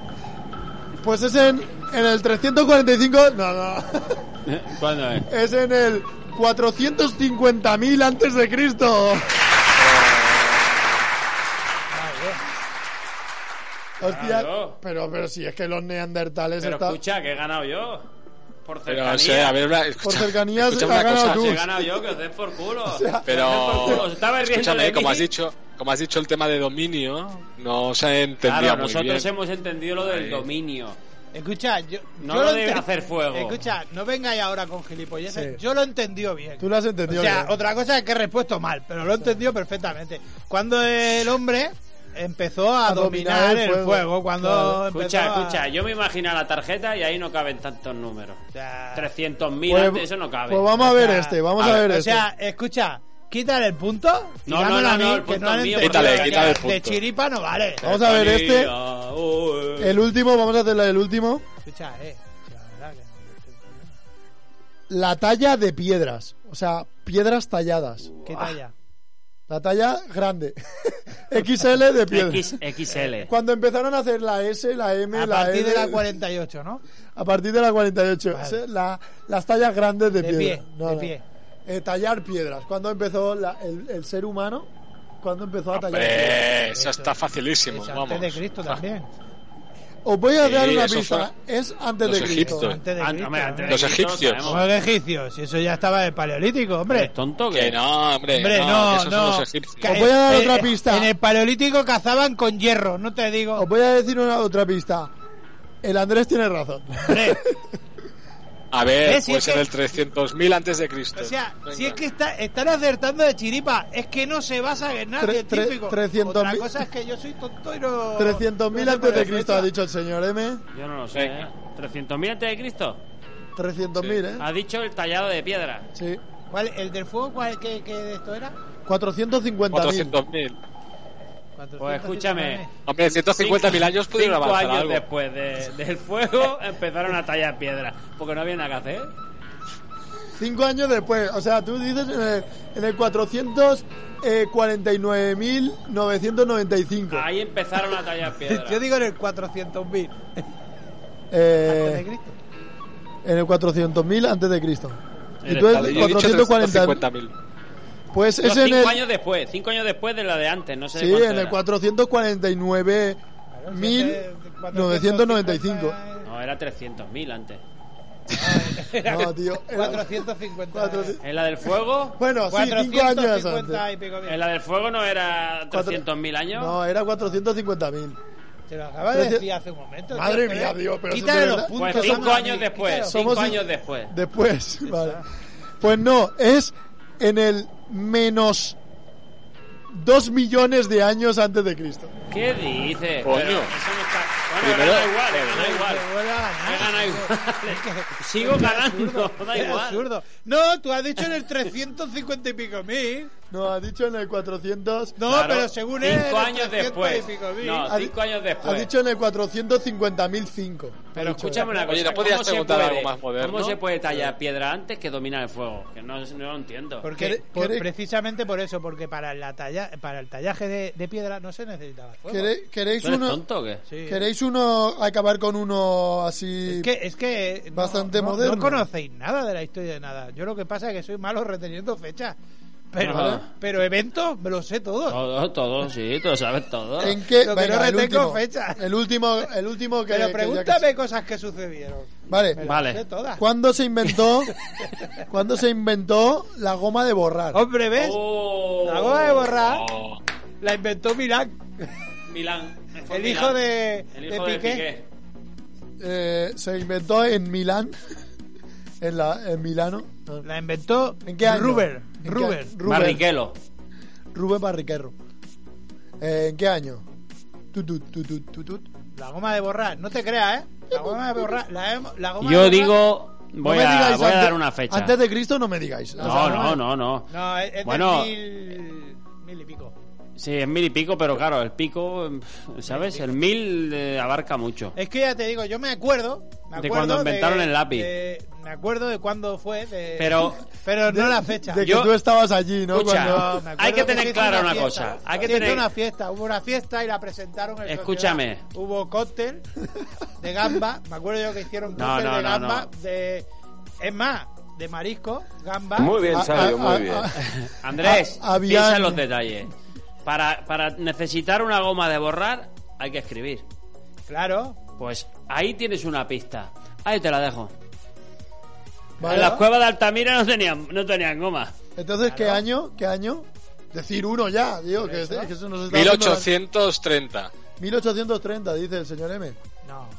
Speaker 4: Pues es en, en el 345. No, no.
Speaker 6: ¿Cuándo es?
Speaker 4: Es en el 450.000 antes de Cristo. Hostia,
Speaker 6: Claro.
Speaker 4: pero, pero si es que los neandertales
Speaker 6: Pero
Speaker 4: están.
Speaker 6: escucha, que he ganado yo. Por
Speaker 7: Pero,
Speaker 6: cercanía.
Speaker 7: o sea, a ver, una- escucha-
Speaker 4: Por cercanías
Speaker 7: escucha
Speaker 4: ha
Speaker 7: una
Speaker 4: ganado
Speaker 7: cosa.
Speaker 4: tú.
Speaker 6: Si he ganado yo, que os den por culo.
Speaker 7: Pero,
Speaker 6: Os estaba riendo de
Speaker 7: escúchame,
Speaker 6: mí.
Speaker 7: como has dicho, como has dicho el tema de dominio, no se entendía
Speaker 6: Claro,
Speaker 7: muy bien.
Speaker 6: nosotros hemos entendido lo del dominio.
Speaker 5: Escucha, yo.
Speaker 6: No
Speaker 5: yo
Speaker 6: lo
Speaker 5: enten-
Speaker 6: de hacer fuego.
Speaker 5: Escucha, no vengáis ahora con gilipolleces.
Speaker 4: Sí.
Speaker 5: Yo lo entendió bien.
Speaker 4: Tú lo has
Speaker 5: O
Speaker 4: entendido.
Speaker 5: sea,
Speaker 4: bien.
Speaker 5: otra cosa es que he respuesto mal, pero lo he entendido perfectamente. Cuando el hombre empezó a,
Speaker 4: A
Speaker 5: dominar, el fuego, cuando
Speaker 4: Claro.
Speaker 5: empezó
Speaker 6: Escucha,
Speaker 5: a-
Speaker 6: escucha, yo me imagino la tarjeta y ahí no caben tantos números.
Speaker 5: O sea,
Speaker 6: 300.000,
Speaker 4: Pues-
Speaker 6: antes, eso no cabe.
Speaker 4: Pues vamos a
Speaker 5: o
Speaker 4: ver
Speaker 5: sea,
Speaker 4: este, vamos
Speaker 7: a
Speaker 4: a
Speaker 7: ver,
Speaker 4: ver
Speaker 5: O
Speaker 4: este.
Speaker 5: sea, escucha, quítale el punto.
Speaker 6: No,
Speaker 5: dámelo
Speaker 6: no, no,
Speaker 5: a mí,
Speaker 6: no, el
Speaker 5: que
Speaker 6: punto
Speaker 5: no han
Speaker 6: es mío,
Speaker 5: entendido
Speaker 7: quítale,
Speaker 5: que
Speaker 7: quítale el
Speaker 5: De
Speaker 7: punto.
Speaker 5: chiripa no vale.
Speaker 4: vamos a ver este.
Speaker 6: Mira, uy.
Speaker 4: El último, vamos a hacer el último.
Speaker 5: Escucha, eh. La verdad que no.
Speaker 4: La talla de piedras. O sea, piedras talladas.
Speaker 5: ¿Qué talla?
Speaker 4: La talla grande. XL de piedra.
Speaker 6: X- XL.
Speaker 4: Cuando empezaron a hacer la S, la M,
Speaker 5: A
Speaker 4: la
Speaker 5: partir
Speaker 4: L,
Speaker 5: de la 48, ¿no?
Speaker 4: A partir de la 48.
Speaker 5: Vale.
Speaker 4: Se- la- las tallas grandes de,
Speaker 5: De
Speaker 4: piedra.
Speaker 5: pie, de pie.
Speaker 4: Eh, tallar piedras. ¿Cuándo empezó la- el, el ser humano? ¿Cuándo empezó a tallar piedras?
Speaker 7: Hombre, eso está facilísimo,
Speaker 5: Es
Speaker 7: vamos.
Speaker 5: antes de Cristo también.
Speaker 4: Os voy a
Speaker 7: Sí,
Speaker 4: dar una
Speaker 7: eso
Speaker 4: pista. Es antes
Speaker 7: Los
Speaker 4: de Cristo.
Speaker 7: egipcios.
Speaker 5: Antes de
Speaker 6: Ah,
Speaker 5: Cristo.
Speaker 6: hombre, antes de
Speaker 7: Los
Speaker 6: Cristo,
Speaker 7: egipcios.
Speaker 6: sabemos.
Speaker 5: Como el egipcio, si eso ya estaba en el paleolítico, hombre.
Speaker 6: ¿Eres tonto que
Speaker 7: Que no, hombre,
Speaker 5: Hombre,
Speaker 7: no,
Speaker 5: no,
Speaker 7: que esos
Speaker 5: no.
Speaker 7: son los egipcios.
Speaker 5: Ca-
Speaker 4: Os voy a dar
Speaker 5: eh,
Speaker 4: otra
Speaker 5: eh,
Speaker 4: pista.
Speaker 5: En el paleolítico cazaban con hierro, no te digo.
Speaker 4: Os voy a decir una otra pista. El Andrés tiene razón.
Speaker 5: Hombre,
Speaker 7: A ver,
Speaker 5: ¿Ves? Si
Speaker 7: pues
Speaker 5: es
Speaker 7: en
Speaker 5: que-
Speaker 7: el 300.000 antes de Cristo.
Speaker 5: o sea,
Speaker 7: Venga.
Speaker 5: si es que está- están acertando de chiripa, es que no se basa en nada
Speaker 4: Tre- tre-
Speaker 5: científico.
Speaker 4: 300.000.
Speaker 5: Otra cosa es que yo soy tonto y no...
Speaker 4: 300.000
Speaker 5: no sé
Speaker 4: antes de
Speaker 5: poner
Speaker 4: Cristo,
Speaker 5: fecha.
Speaker 4: ha dicho el señor M.
Speaker 6: Yo no lo sé.
Speaker 7: Venga.
Speaker 6: ¿eh? ¿300.000 antes de Cristo?
Speaker 4: 300.000, ¿eh?
Speaker 6: Ha dicho el tallado de piedra.
Speaker 4: Sí.
Speaker 6: Pues
Speaker 5: ¿Cuál, ¿El del fuego cuál, qué, qué de esto era?
Speaker 4: 450.000.
Speaker 7: 400.000.
Speaker 5: ¿Cuántos
Speaker 6: Pues
Speaker 5: cientos
Speaker 6: escúchame.
Speaker 5: millones?
Speaker 7: Hombre, 150.000 años pudieron
Speaker 6: Cinco
Speaker 7: avanzar
Speaker 6: años
Speaker 7: algo.
Speaker 6: después de- del fuego empezaron a tallar piedra. Porque no había nada que hacer.
Speaker 4: Cinco años después, o sea, tú dices en el, en el eh, 449.995.
Speaker 6: Ahí empezaron a tallar piedra.
Speaker 5: Yo digo en el 400.000. antes de
Speaker 4: Eh,
Speaker 5: Cristo.
Speaker 4: en el 400.000 antes de Cristo. Y
Speaker 6: El
Speaker 4: tú en
Speaker 7: Vale, yo he dicho
Speaker 4: 440.
Speaker 7: 350.000.
Speaker 4: Pues
Speaker 6: No,
Speaker 4: es en
Speaker 6: cinco
Speaker 4: el
Speaker 6: años después, cinco años después de la de antes, no sé de
Speaker 4: Sí,
Speaker 6: cuánto
Speaker 4: en el
Speaker 6: era.
Speaker 4: 449.995.
Speaker 5: Claro, si es de 450,
Speaker 6: No, era 300.000 antes.
Speaker 4: No, tío. era-
Speaker 5: 450.
Speaker 4: Cuatrocientos-
Speaker 6: En la del fuego,
Speaker 4: Bueno, sí, cinco
Speaker 5: 450
Speaker 4: años
Speaker 5: y
Speaker 4: antes.
Speaker 5: pico mil.
Speaker 6: en la del fuego no era
Speaker 4: Cuatro-
Speaker 6: 300.000 años.
Speaker 4: No, era 450.000.
Speaker 5: Te lo acabas de
Speaker 4: Trece-
Speaker 5: decir hace un momento. ¿eh?
Speaker 4: Madre
Speaker 5: tío,
Speaker 4: mía,
Speaker 5: pero-
Speaker 4: Dios, pero eso
Speaker 5: Quítale
Speaker 4: de
Speaker 5: los
Speaker 4: verdad-
Speaker 5: puntos.
Speaker 6: Pues cinco
Speaker 5: Samuel,
Speaker 6: años
Speaker 5: quítale
Speaker 6: después,
Speaker 5: los-
Speaker 6: cinco
Speaker 4: Somos-
Speaker 6: años después.
Speaker 4: Después, vale. Pues no, es en el menos 2 millones de años antes de Cristo.
Speaker 6: ¿Qué dices?
Speaker 7: Coño.
Speaker 6: Pero eso no está- Bueno,
Speaker 7: Primero-
Speaker 6: gana igual, gana igual.
Speaker 5: Te vuelve a ganar. ¿eh?
Speaker 6: He ganado igual.
Speaker 5: Es que-
Speaker 6: Sigo
Speaker 5: es
Speaker 6: ganando,
Speaker 5: absurdo,
Speaker 6: Pues da
Speaker 5: es
Speaker 6: igual.
Speaker 5: absurdo. No, tú has dicho en el 350 y pico mil.
Speaker 4: No, ha dicho en el 400.
Speaker 5: No,
Speaker 6: Claro,
Speaker 5: pero según él.
Speaker 6: cinco
Speaker 5: en
Speaker 6: años
Speaker 5: 300
Speaker 6: después.
Speaker 5: y pico mil.
Speaker 6: No,
Speaker 4: Ha di-
Speaker 6: cinco años
Speaker 4: Ha
Speaker 6: después.
Speaker 4: dicho en el 450.005.
Speaker 6: Pero escúchame una cosa.
Speaker 7: Oye, ¿no
Speaker 6: ¿cómo
Speaker 7: podías
Speaker 6: se
Speaker 7: preguntar
Speaker 6: puede-
Speaker 7: algo más moderno?
Speaker 6: ¿Cómo se puede tallar piedra antes que dominar el fuego? Que no, no lo entiendo.
Speaker 5: Porque,
Speaker 4: ¿Quere-
Speaker 5: por-
Speaker 4: quere-
Speaker 5: precisamente por eso, porque para, la talla, para el tallaje de, de piedra no se necesitaba fuego.
Speaker 4: ¿Quere- ¿Queréis
Speaker 6: ¿Tú eres
Speaker 4: uno,
Speaker 6: tonto o qué?
Speaker 5: Sí.
Speaker 4: ¿Queréis uno acabar con uno así?
Speaker 5: Es que, es que no-
Speaker 4: Bastante
Speaker 5: no,
Speaker 4: moderno.
Speaker 5: No conocéis nada de la historia de nada. Yo lo que pasa es que soy malo reteniendo fechas. Pero,
Speaker 6: Ajá.
Speaker 5: pero eventos me los sé todos.
Speaker 6: Todo, todo, sí, tú lo sabes todo.
Speaker 4: ¿En qué?
Speaker 5: Lo que no
Speaker 4: el
Speaker 5: retengo
Speaker 4: último.
Speaker 5: fecha.
Speaker 4: El último, el último que.
Speaker 5: pero
Speaker 4: que ya
Speaker 5: pregúntame
Speaker 4: que-
Speaker 5: cosas que sucedieron.
Speaker 4: Vale.
Speaker 5: Me las
Speaker 6: Vale.
Speaker 5: sé todas.
Speaker 4: ¿Cuándo se inventó? ¿Cuándo se inventó la goma de borrar?
Speaker 5: Hombre, ¿ves?
Speaker 6: Oh.
Speaker 5: La goma de borrar
Speaker 7: Oh,
Speaker 5: la inventó Milán,
Speaker 6: Milán. Fue
Speaker 5: el
Speaker 6: Pues Milán.
Speaker 5: hijo de,
Speaker 6: El
Speaker 5: de
Speaker 6: hijo de
Speaker 5: Piqué.
Speaker 6: Piqué.
Speaker 4: Eh, se inventó en Milán, en la en Milano. No.
Speaker 5: La inventó
Speaker 4: ¿En qué año?
Speaker 5: Ruber.
Speaker 4: ¿En qué
Speaker 5: Ruber.
Speaker 4: año?
Speaker 6: Barrichello.
Speaker 4: Rubén Barriquero. Eh, ¿En qué año? Tutut, tutut, tutut.
Speaker 5: La goma de borrar. No te creas, ¿eh? La goma de borrar. La, em- la goma de
Speaker 6: Yo
Speaker 5: borrar-
Speaker 6: digo, voy,
Speaker 4: No me
Speaker 6: a,
Speaker 4: digáis
Speaker 6: voy a
Speaker 4: antes-
Speaker 6: dar una fecha.
Speaker 4: Antes de Cristo no me digáis. O sea,
Speaker 6: No, no, no, no.
Speaker 5: No, es, es
Speaker 6: Bueno.
Speaker 5: del mil, mil y pico.
Speaker 6: Sí, es mil y pico, pero claro, el pico, ¿sabes? El mil eh, abarca mucho.
Speaker 5: Es que ya te digo, yo me acuerdo. me
Speaker 6: De
Speaker 5: acuerdo
Speaker 6: cuando inventaron el lápiz.
Speaker 5: de- me acuerdo de cuándo fue. de-
Speaker 6: Pero-
Speaker 5: pero no la fecha.
Speaker 4: De que
Speaker 6: Yo-
Speaker 4: tú estabas allí, ¿no?
Speaker 6: Escucha.
Speaker 4: Cuando-
Speaker 5: No, me acuerdo
Speaker 6: Hay que tener
Speaker 5: se hizo
Speaker 6: clara una
Speaker 5: fiesta.
Speaker 6: cosa, hay que
Speaker 5: Se hizo
Speaker 6: tener-
Speaker 5: una fiesta. Hubo una fiesta y la presentaron. en
Speaker 6: Escúchame.
Speaker 5: sociedad. Hubo cóctel de gamba. Me acuerdo yo que hicieron
Speaker 6: No,
Speaker 5: cóctel
Speaker 6: no,
Speaker 5: de
Speaker 6: no,
Speaker 5: gamba.
Speaker 6: no.
Speaker 5: De, es más, de marisco, gamba.
Speaker 9: Muy bien,
Speaker 4: Ah,
Speaker 9: sabio,
Speaker 4: ah,
Speaker 9: muy
Speaker 4: ah,
Speaker 9: bien.
Speaker 4: ah.
Speaker 6: Andrés,
Speaker 4: Ah, habían-
Speaker 6: piensa en los detalles. Para, para necesitar una goma de borrar, hay que escribir.
Speaker 5: Claro.
Speaker 6: Pues ahí tienes una pista. Ahí te la dejo.
Speaker 4: Vale.
Speaker 6: En las cuevas de Altamira no tenían, no tenían goma.
Speaker 4: Entonces, ¿qué año? ¿Qué año? Decir uno ya, digo, que, que eso nos está dando la-
Speaker 7: 1830.
Speaker 4: 1830, dice el señor M.
Speaker 5: No.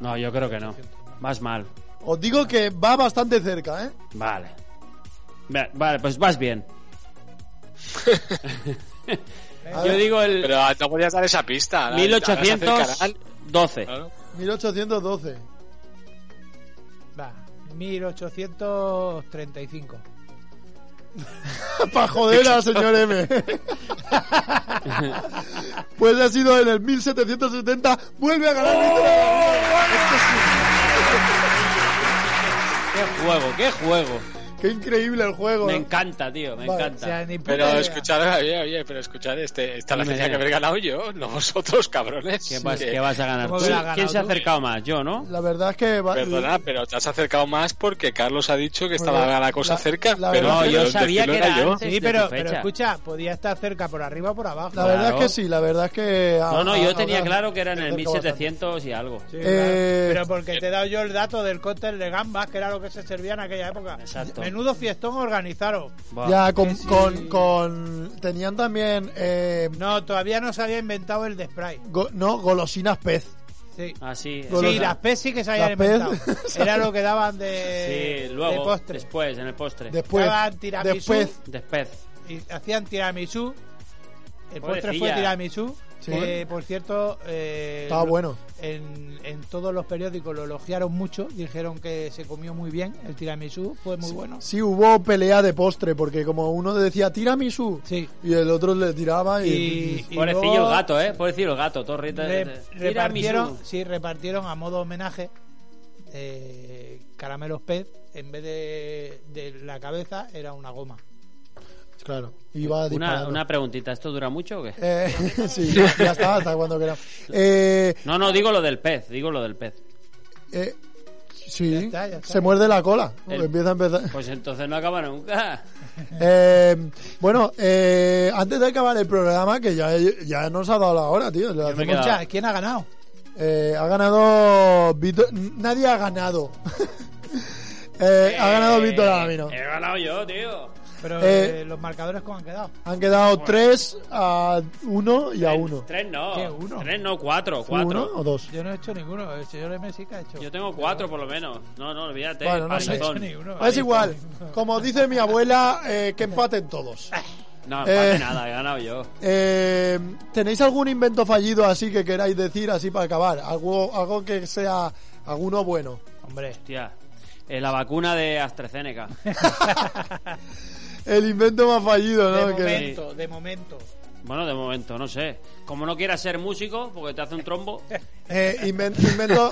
Speaker 6: No, yo creo que no. Vas mal.
Speaker 4: Os digo que va bastante cerca, ¿eh?
Speaker 6: Vale. Ve- Vale, pues vas bien. yo digo el
Speaker 7: Pero ah, no podías dar esa pista. ¿no? Ahora se acercarán,
Speaker 6: 1812.
Speaker 7: claro.
Speaker 4: 1812.
Speaker 5: Va. 1835.
Speaker 4: Para joder al señor M. pues ha sido en el 1770. Vuelve a ganar.
Speaker 6: ¡Qué juego, qué juego!
Speaker 4: ¡Qué increíble el juego!
Speaker 6: Me encanta, tío, me
Speaker 4: Vale,
Speaker 5: O
Speaker 6: encanta.
Speaker 5: sea, ni puta
Speaker 7: Pero
Speaker 5: idea.
Speaker 7: escuchad, oye, oye, pero escuchad, este, esta la
Speaker 6: Dime,
Speaker 7: tenía que
Speaker 6: dime.
Speaker 7: haber ganado yo, no vosotros, cabrones.
Speaker 6: ¿Qué, vas,
Speaker 7: Que-
Speaker 6: qué vas a ganar?
Speaker 5: ¿Cómo
Speaker 6: ¿Tú?
Speaker 5: que la has
Speaker 6: ¿Quién
Speaker 5: ganado
Speaker 6: se ha
Speaker 5: tú?
Speaker 6: acercado más? Yo, ¿no?
Speaker 4: La verdad es que va...
Speaker 7: Perdona, pero te has acercado más porque Carlos ha dicho que estaba
Speaker 4: Bueno,
Speaker 7: la cosa
Speaker 4: la-
Speaker 7: cerca.
Speaker 4: la
Speaker 7: pero
Speaker 4: verdad-
Speaker 6: No,
Speaker 7: pero
Speaker 6: yo
Speaker 7: el
Speaker 6: sabía
Speaker 7: destino
Speaker 6: que era
Speaker 7: yo.
Speaker 6: antes
Speaker 5: Sí,
Speaker 6: de
Speaker 5: pero,
Speaker 6: tu
Speaker 5: pero
Speaker 6: fecha.
Speaker 5: escucha, podía estar cerca por arriba o por abajo.
Speaker 4: La verdad
Speaker 6: Claro.
Speaker 4: es que sí, la verdad es que...
Speaker 6: No, no, yo
Speaker 4: ah,
Speaker 6: tenía
Speaker 4: ah,
Speaker 6: claro que era en el
Speaker 4: cerca bastante.
Speaker 6: 1700 y algo.
Speaker 5: Sí,
Speaker 4: Eh,
Speaker 5: claro. Pero porque te he dado yo el dato del cóctel de gambas, que era lo que se servía en aquella época.
Speaker 6: Exacto.
Speaker 5: Menudo fiestón organizaron.
Speaker 6: Buah.
Speaker 4: Ya, con,
Speaker 5: Que sí.
Speaker 4: con, con- Tenían también... eh,
Speaker 5: No, todavía no se había inventado el de spray.
Speaker 4: go- no, golosinas pez.
Speaker 5: Sí.
Speaker 6: Ah, sí. es
Speaker 4: Golosinas.
Speaker 5: Sí,
Speaker 6: verdad.
Speaker 5: las PES sí que se habían
Speaker 4: Las PES.
Speaker 5: inventado. Era lo que daban de,
Speaker 6: Sí,
Speaker 5: de
Speaker 6: luego,
Speaker 5: postre.
Speaker 6: después, en el postre.
Speaker 4: Después...
Speaker 5: Daban tiramisú.
Speaker 4: Después...
Speaker 6: Después.
Speaker 5: Y hacían tiramisú. El postre
Speaker 6: Pobrecilla.
Speaker 5: fue tiramisú.
Speaker 4: Sí.
Speaker 5: Que, por cierto, eh,
Speaker 4: Estaba
Speaker 5: lo-
Speaker 4: bueno.
Speaker 5: En, en todos los periódicos lo elogiaron mucho, dijeron que se comió muy bien el tiramisú, fue muy bueno.
Speaker 4: Sí, hubo pelea de postre, porque como uno decía tiramisú
Speaker 5: Sí.
Speaker 4: y el otro le tiraba y...
Speaker 5: Y- y
Speaker 6: Pobrecillo
Speaker 5: luego
Speaker 6: el gato, ¿eh? Pobrecillo el gato. Todo rita, eh,
Speaker 5: re-
Speaker 6: Mira,
Speaker 5: repartieron,
Speaker 6: Misu.
Speaker 5: sí, repartieron a modo homenaje eh, caramelos pez en vez de, de la cabeza era una goma.
Speaker 4: Claro, iba
Speaker 6: Una,
Speaker 4: disparando.
Speaker 6: una preguntita, ¿esto dura mucho o qué?
Speaker 4: Eh, sí, ya, ya está, hasta cuando quiera. Eh,
Speaker 6: No, no, digo lo del pez, digo lo del pez.
Speaker 4: eh, sí,
Speaker 5: Ya está, ya está.
Speaker 4: se muerde la cola.
Speaker 6: El-
Speaker 4: Empieza a empezar.
Speaker 6: Pues entonces no acaba nunca.
Speaker 4: Eh, bueno, eh, antes de acabar el programa, que ya, ya nos ha dado la hora, tío. le
Speaker 6: me he
Speaker 4: hacemos-
Speaker 6: quedado-
Speaker 5: Mucha, ¿quién ha ganado?
Speaker 4: Eh, ha ganado. Vito- nadie ha ganado. Eh, ha ganado Víctor Alamino.
Speaker 6: He ganado yo, tío.
Speaker 5: Pero
Speaker 4: Eh,
Speaker 5: eh, los marcadores cómo han quedado.
Speaker 4: Han quedado 3 a 1 y a 1.
Speaker 6: Tres no.
Speaker 5: ¿Qué, uno?
Speaker 6: Tres no, cuatro.
Speaker 4: ¿Uno
Speaker 6: Cuatro.
Speaker 4: o dos?
Speaker 5: Yo no he hecho ninguno, el señor Messi que ha hecho.
Speaker 6: Yo tengo cuatro por lo menos. No, no, olvídate.
Speaker 4: Bueno, no
Speaker 5: no he hecho
Speaker 6: panzón.
Speaker 5: ninguno.
Speaker 4: Pues Es igual, como dice mi abuela, eh, que empaten todos.
Speaker 6: No, empate
Speaker 4: Eh.
Speaker 6: nada, he ganado yo.
Speaker 4: Eh, ¿Tenéis algún invento fallido así que queráis decir así para acabar? Algo, algo que sea alguno bueno.
Speaker 5: Hombre,
Speaker 6: Hostia. Eh, la vacuna de AstraZeneca.
Speaker 4: El invento más fallido,
Speaker 5: de
Speaker 4: ¿no? Que-
Speaker 5: momento, de momento.
Speaker 6: Bueno, de momento, no sé. Como no quieras ser músico, porque te hace un trombo.
Speaker 4: Eh, inven- invento,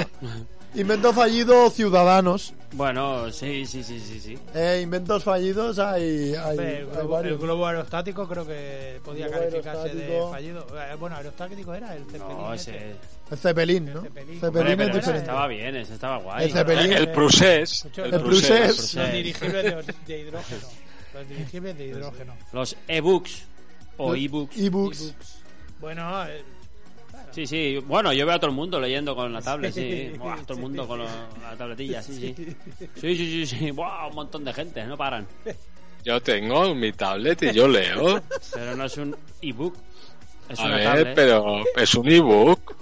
Speaker 4: invento fallido ciudadanos.
Speaker 6: Bueno, sí, sí, sí, sí, sí.
Speaker 4: Eh, inventos fallidos hay, hay,
Speaker 5: Hombre,
Speaker 4: hay
Speaker 5: el, globo,
Speaker 4: varios.
Speaker 5: el globo aerostático creo que podía
Speaker 4: Globo
Speaker 5: calificarse
Speaker 4: aerostático.
Speaker 5: de fallido. Eh, Bueno, aerostático era el Zeppelin este.
Speaker 6: No,
Speaker 5: ese.
Speaker 6: ese.
Speaker 4: El Zeppelin, ¿no?
Speaker 5: El Zeppelin.
Speaker 6: Hombre,
Speaker 4: Zeppelin
Speaker 6: pero
Speaker 4: es
Speaker 6: ese
Speaker 4: diferente.
Speaker 6: estaba bien, ese estaba guay.
Speaker 4: El Zeppelin.
Speaker 7: El Prusés.
Speaker 5: Mucho-
Speaker 7: El
Speaker 5: el
Speaker 7: Prusés.
Speaker 4: Prusés.
Speaker 5: Los dirigibles de, de hidrógeno. Los dirigibles de hidrógeno.
Speaker 6: Los ebooks. O ebooks.
Speaker 4: E-books.
Speaker 5: Bueno, eh,
Speaker 6: Sí, sí. Bueno, yo veo a todo el mundo leyendo con la tablet, sí.
Speaker 5: Sí.
Speaker 6: Buah, todo el mundo con lo- la tabletilla, sí, sí. Sí, sí, sí, sí. Buah, un montón de gente, no paran.
Speaker 7: Yo tengo mi tablet y yo leo.
Speaker 6: Pero no es un ebook. Es
Speaker 7: A
Speaker 6: una
Speaker 7: ver,
Speaker 6: tablet.
Speaker 7: pero es un ebook.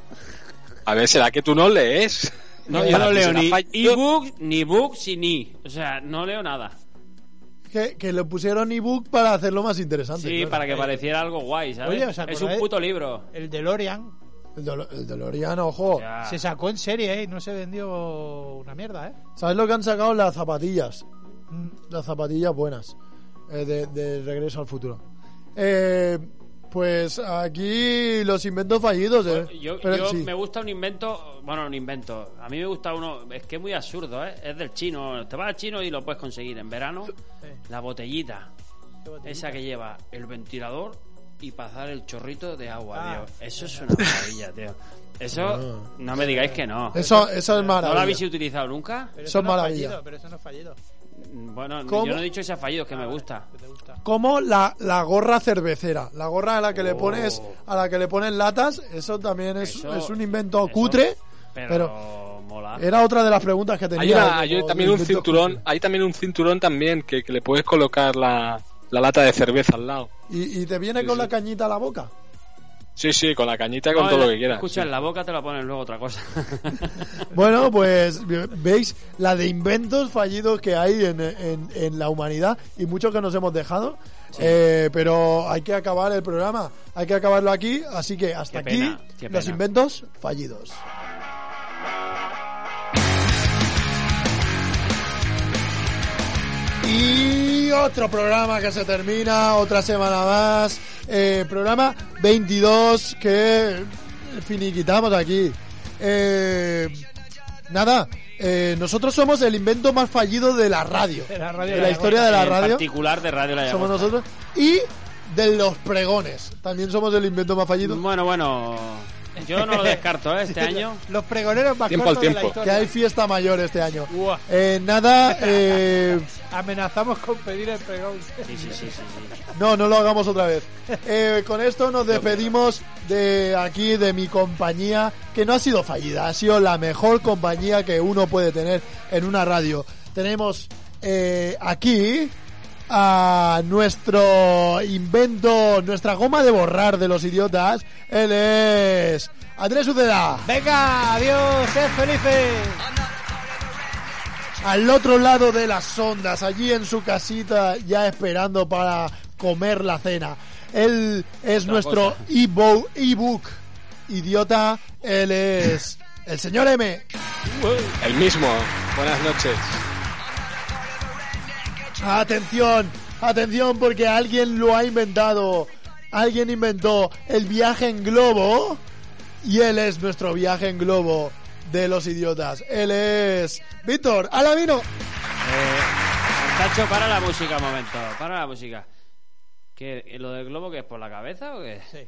Speaker 7: A ver, ¿será que tú no lees?
Speaker 6: No, yo no
Speaker 7: Para ti
Speaker 6: leo
Speaker 7: será
Speaker 6: ni
Speaker 7: fallido.
Speaker 6: ebooks, ni books y ni. O sea, no leo nada.
Speaker 4: Que, que lo pusieron ebook para hacerlo más interesante.
Speaker 6: Sí,
Speaker 4: claro.
Speaker 6: para que pareciera algo guay, ¿sabes?
Speaker 5: Oye, ¿os
Speaker 6: es un
Speaker 5: acordáis?
Speaker 6: puto libro.
Speaker 5: el DeLorean
Speaker 4: El, Dolo- el DeLorean, ojo.
Speaker 6: Ya.
Speaker 5: se sacó en serie eh, y no se vendió una mierda, ¿eh?
Speaker 4: ¿Sabes lo que han sacado? Las zapatillas.
Speaker 5: Mm,
Speaker 4: Las zapatillas buenas. eh, de, de Regreso al Futuro. Eh, pues aquí los inventos fallidos, ¿eh?
Speaker 6: Pues Yo,
Speaker 4: Pero
Speaker 6: yo
Speaker 4: sí.
Speaker 6: me gusta un invento, bueno, un invento. A mí me gusta uno, es que es muy absurdo, ¿eh? Es del chino. Te vas al chino y lo puedes conseguir en verano. La botellita,
Speaker 5: qué botellita.
Speaker 6: esa que lleva el ventilador y pasar el chorrito de agua,
Speaker 5: Ah.
Speaker 6: tío. Eso es una maravilla, tío. Eso, no me digáis que no.
Speaker 4: Eso, eso Ah. es
Speaker 6: ¿No
Speaker 4: maravilla.
Speaker 6: lo habéis utilizado nunca?
Speaker 5: Pero
Speaker 4: Son
Speaker 5: eso no es
Speaker 4: maravilla.
Speaker 5: fallido, pero eso no es fallido.
Speaker 6: Bueno,
Speaker 4: ¿Cómo? Ah,
Speaker 6: yo no he dicho que sea fallido, es que me gusta.
Speaker 5: que te gusta.
Speaker 4: Como la, la gorra cervecera, la gorra a la que le pones, a la que le pones latas, eso también es,
Speaker 6: Oh. Eso-
Speaker 4: es un invento
Speaker 6: eso-
Speaker 4: cutre,
Speaker 6: Pero,
Speaker 4: pero
Speaker 6: mola.
Speaker 4: era otra de las preguntas que tenía.
Speaker 7: Hay, una- hay
Speaker 4: como
Speaker 7: también
Speaker 4: de
Speaker 7: un
Speaker 4: inventos
Speaker 7: cinturón,
Speaker 4: cutre.
Speaker 7: hay también un cinturón también que, que le puedes colocar la, la lata de cerveza al lado.
Speaker 4: Y, y te viene
Speaker 7: Sí,
Speaker 4: con
Speaker 7: sí.
Speaker 4: la cañita a la boca.
Speaker 7: Sí, sí, con la cañita, con
Speaker 6: No,
Speaker 7: todo
Speaker 6: la-
Speaker 7: lo que quieras.
Speaker 6: Escucha, en la boca te la ponen luego otra cosa.
Speaker 4: Bueno, pues veis la de inventos fallidos que hay en, en- en la humanidad y muchos que nos hemos dejado. Eh, pero hay que acabar el programa, hay que acabarlo aquí, así que hasta
Speaker 6: Qué
Speaker 4: aquí
Speaker 6: pena, qué
Speaker 4: los
Speaker 6: pena.
Speaker 4: inventos fallidos. Y otro programa que se termina, otra semana más. Eh, programa 22 que finiquitamos aquí. Eh, nada, eh, nosotros somos el invento más fallido de la radio.
Speaker 5: De la radio,
Speaker 4: de
Speaker 5: de
Speaker 4: la
Speaker 5: la
Speaker 4: historia de la
Speaker 6: en
Speaker 4: radio.
Speaker 6: particular de Radio La
Speaker 4: Somos
Speaker 6: Llagosta.
Speaker 4: nosotros. Y de los pregones. También somos el invento más fallido.
Speaker 6: Bueno, bueno. Yo no lo descarto, ¿eh? Este año.
Speaker 5: Los pregoneros más
Speaker 7: Tiempo al
Speaker 5: cortos de la
Speaker 7: tiempo.
Speaker 4: Que
Speaker 5: historia.
Speaker 4: hay fiesta mayor este año.
Speaker 5: Buah.
Speaker 4: Eh, nada, eh,
Speaker 5: Amenazamos con pedir el pregón.
Speaker 6: Sí, sí, sí, sí, sí.
Speaker 4: No, no lo hagamos otra vez. Eh, con esto nos despedimos de aquí, de mi compañía, que no ha sido fallida, ha sido la mejor compañía que uno puede tener en una radio. Tenemos eh, aquí a nuestro invento, nuestra goma de borrar de los idiotas. Él es Andrés Uceda.
Speaker 5: Venga, adiós, sed felices.
Speaker 4: al otro lado de las ondas, allí en su casita, ya esperando para comer la cena. Él es
Speaker 6: Otra
Speaker 4: nuestro
Speaker 6: cosa.
Speaker 4: e-bo- e-book. Idiota, él es el señor M.
Speaker 7: El mismo. Buenas noches.
Speaker 4: Atención, atención porque alguien lo ha inventado. Alguien inventó el viaje en globo y él es nuestro viaje en globo de los idiotas. Él es Víctor Alavino.
Speaker 6: Tacho, para la música un momento, para la música. ¿Qué, ¿Lo del globo que es por la cabeza o qué?
Speaker 10: Sí.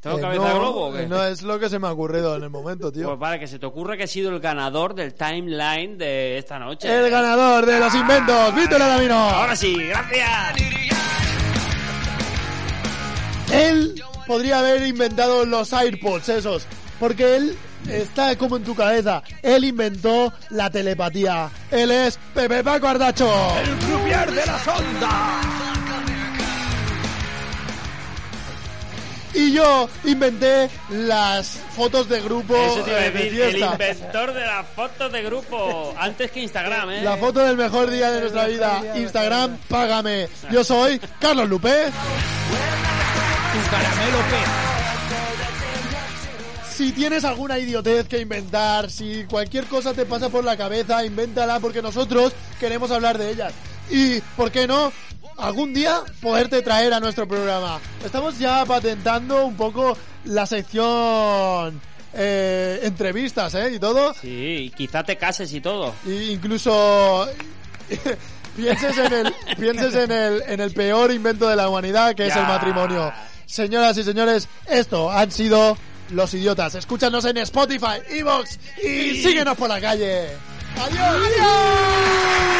Speaker 6: ¿Tengo
Speaker 4: Eh,
Speaker 6: cabeza
Speaker 4: no,
Speaker 6: de globo o qué?
Speaker 4: No es lo que se me ha ocurrido en el momento,
Speaker 6: Pues
Speaker 4: tío.
Speaker 6: para que se te ocurra que he sido el ganador del timeline de esta noche. ¿eh?
Speaker 4: El ganador de los inventos, Víctor Alavino.
Speaker 6: Ahora sí, gracias.
Speaker 4: Él podría haber inventado los AirPods, esos. Porque él está como en tu cabeza. Él inventó la telepatía. Él es Pepe Paco Ardacho. El de las ondas. Y yo inventé las fotos de grupo
Speaker 6: Eso te iba a
Speaker 4: eh, de
Speaker 6: decir, el
Speaker 4: fiesta.
Speaker 6: inventor de las fotos de grupo. Antes que Instagram, ¿eh?
Speaker 4: La foto del mejor día de nuestra vida. Instagram, págame. Yo soy Carlos Lupe.
Speaker 10: Tu caramelo qué.
Speaker 4: Si tienes alguna idiotez que inventar, si cualquier cosa te pasa por la cabeza, invéntala porque nosotros queremos hablar de ellas. Y, ¿por qué no? Algún día poderte traer a nuestro programa. Estamos ya patentando un poco la sección eh, entrevistas, ¿eh? Y todo.
Speaker 6: Sí, y quizá te cases y todo.
Speaker 4: Y incluso pienses en el pienses en el en el peor invento de la humanidad que es el
Speaker 6: Ya.
Speaker 4: matrimonio. Señoras y señores, esto han sido los idiotas. Escúchanos en Spotify, Evox y síguenos por la calle. ¡Adiós!
Speaker 8: oh, oh.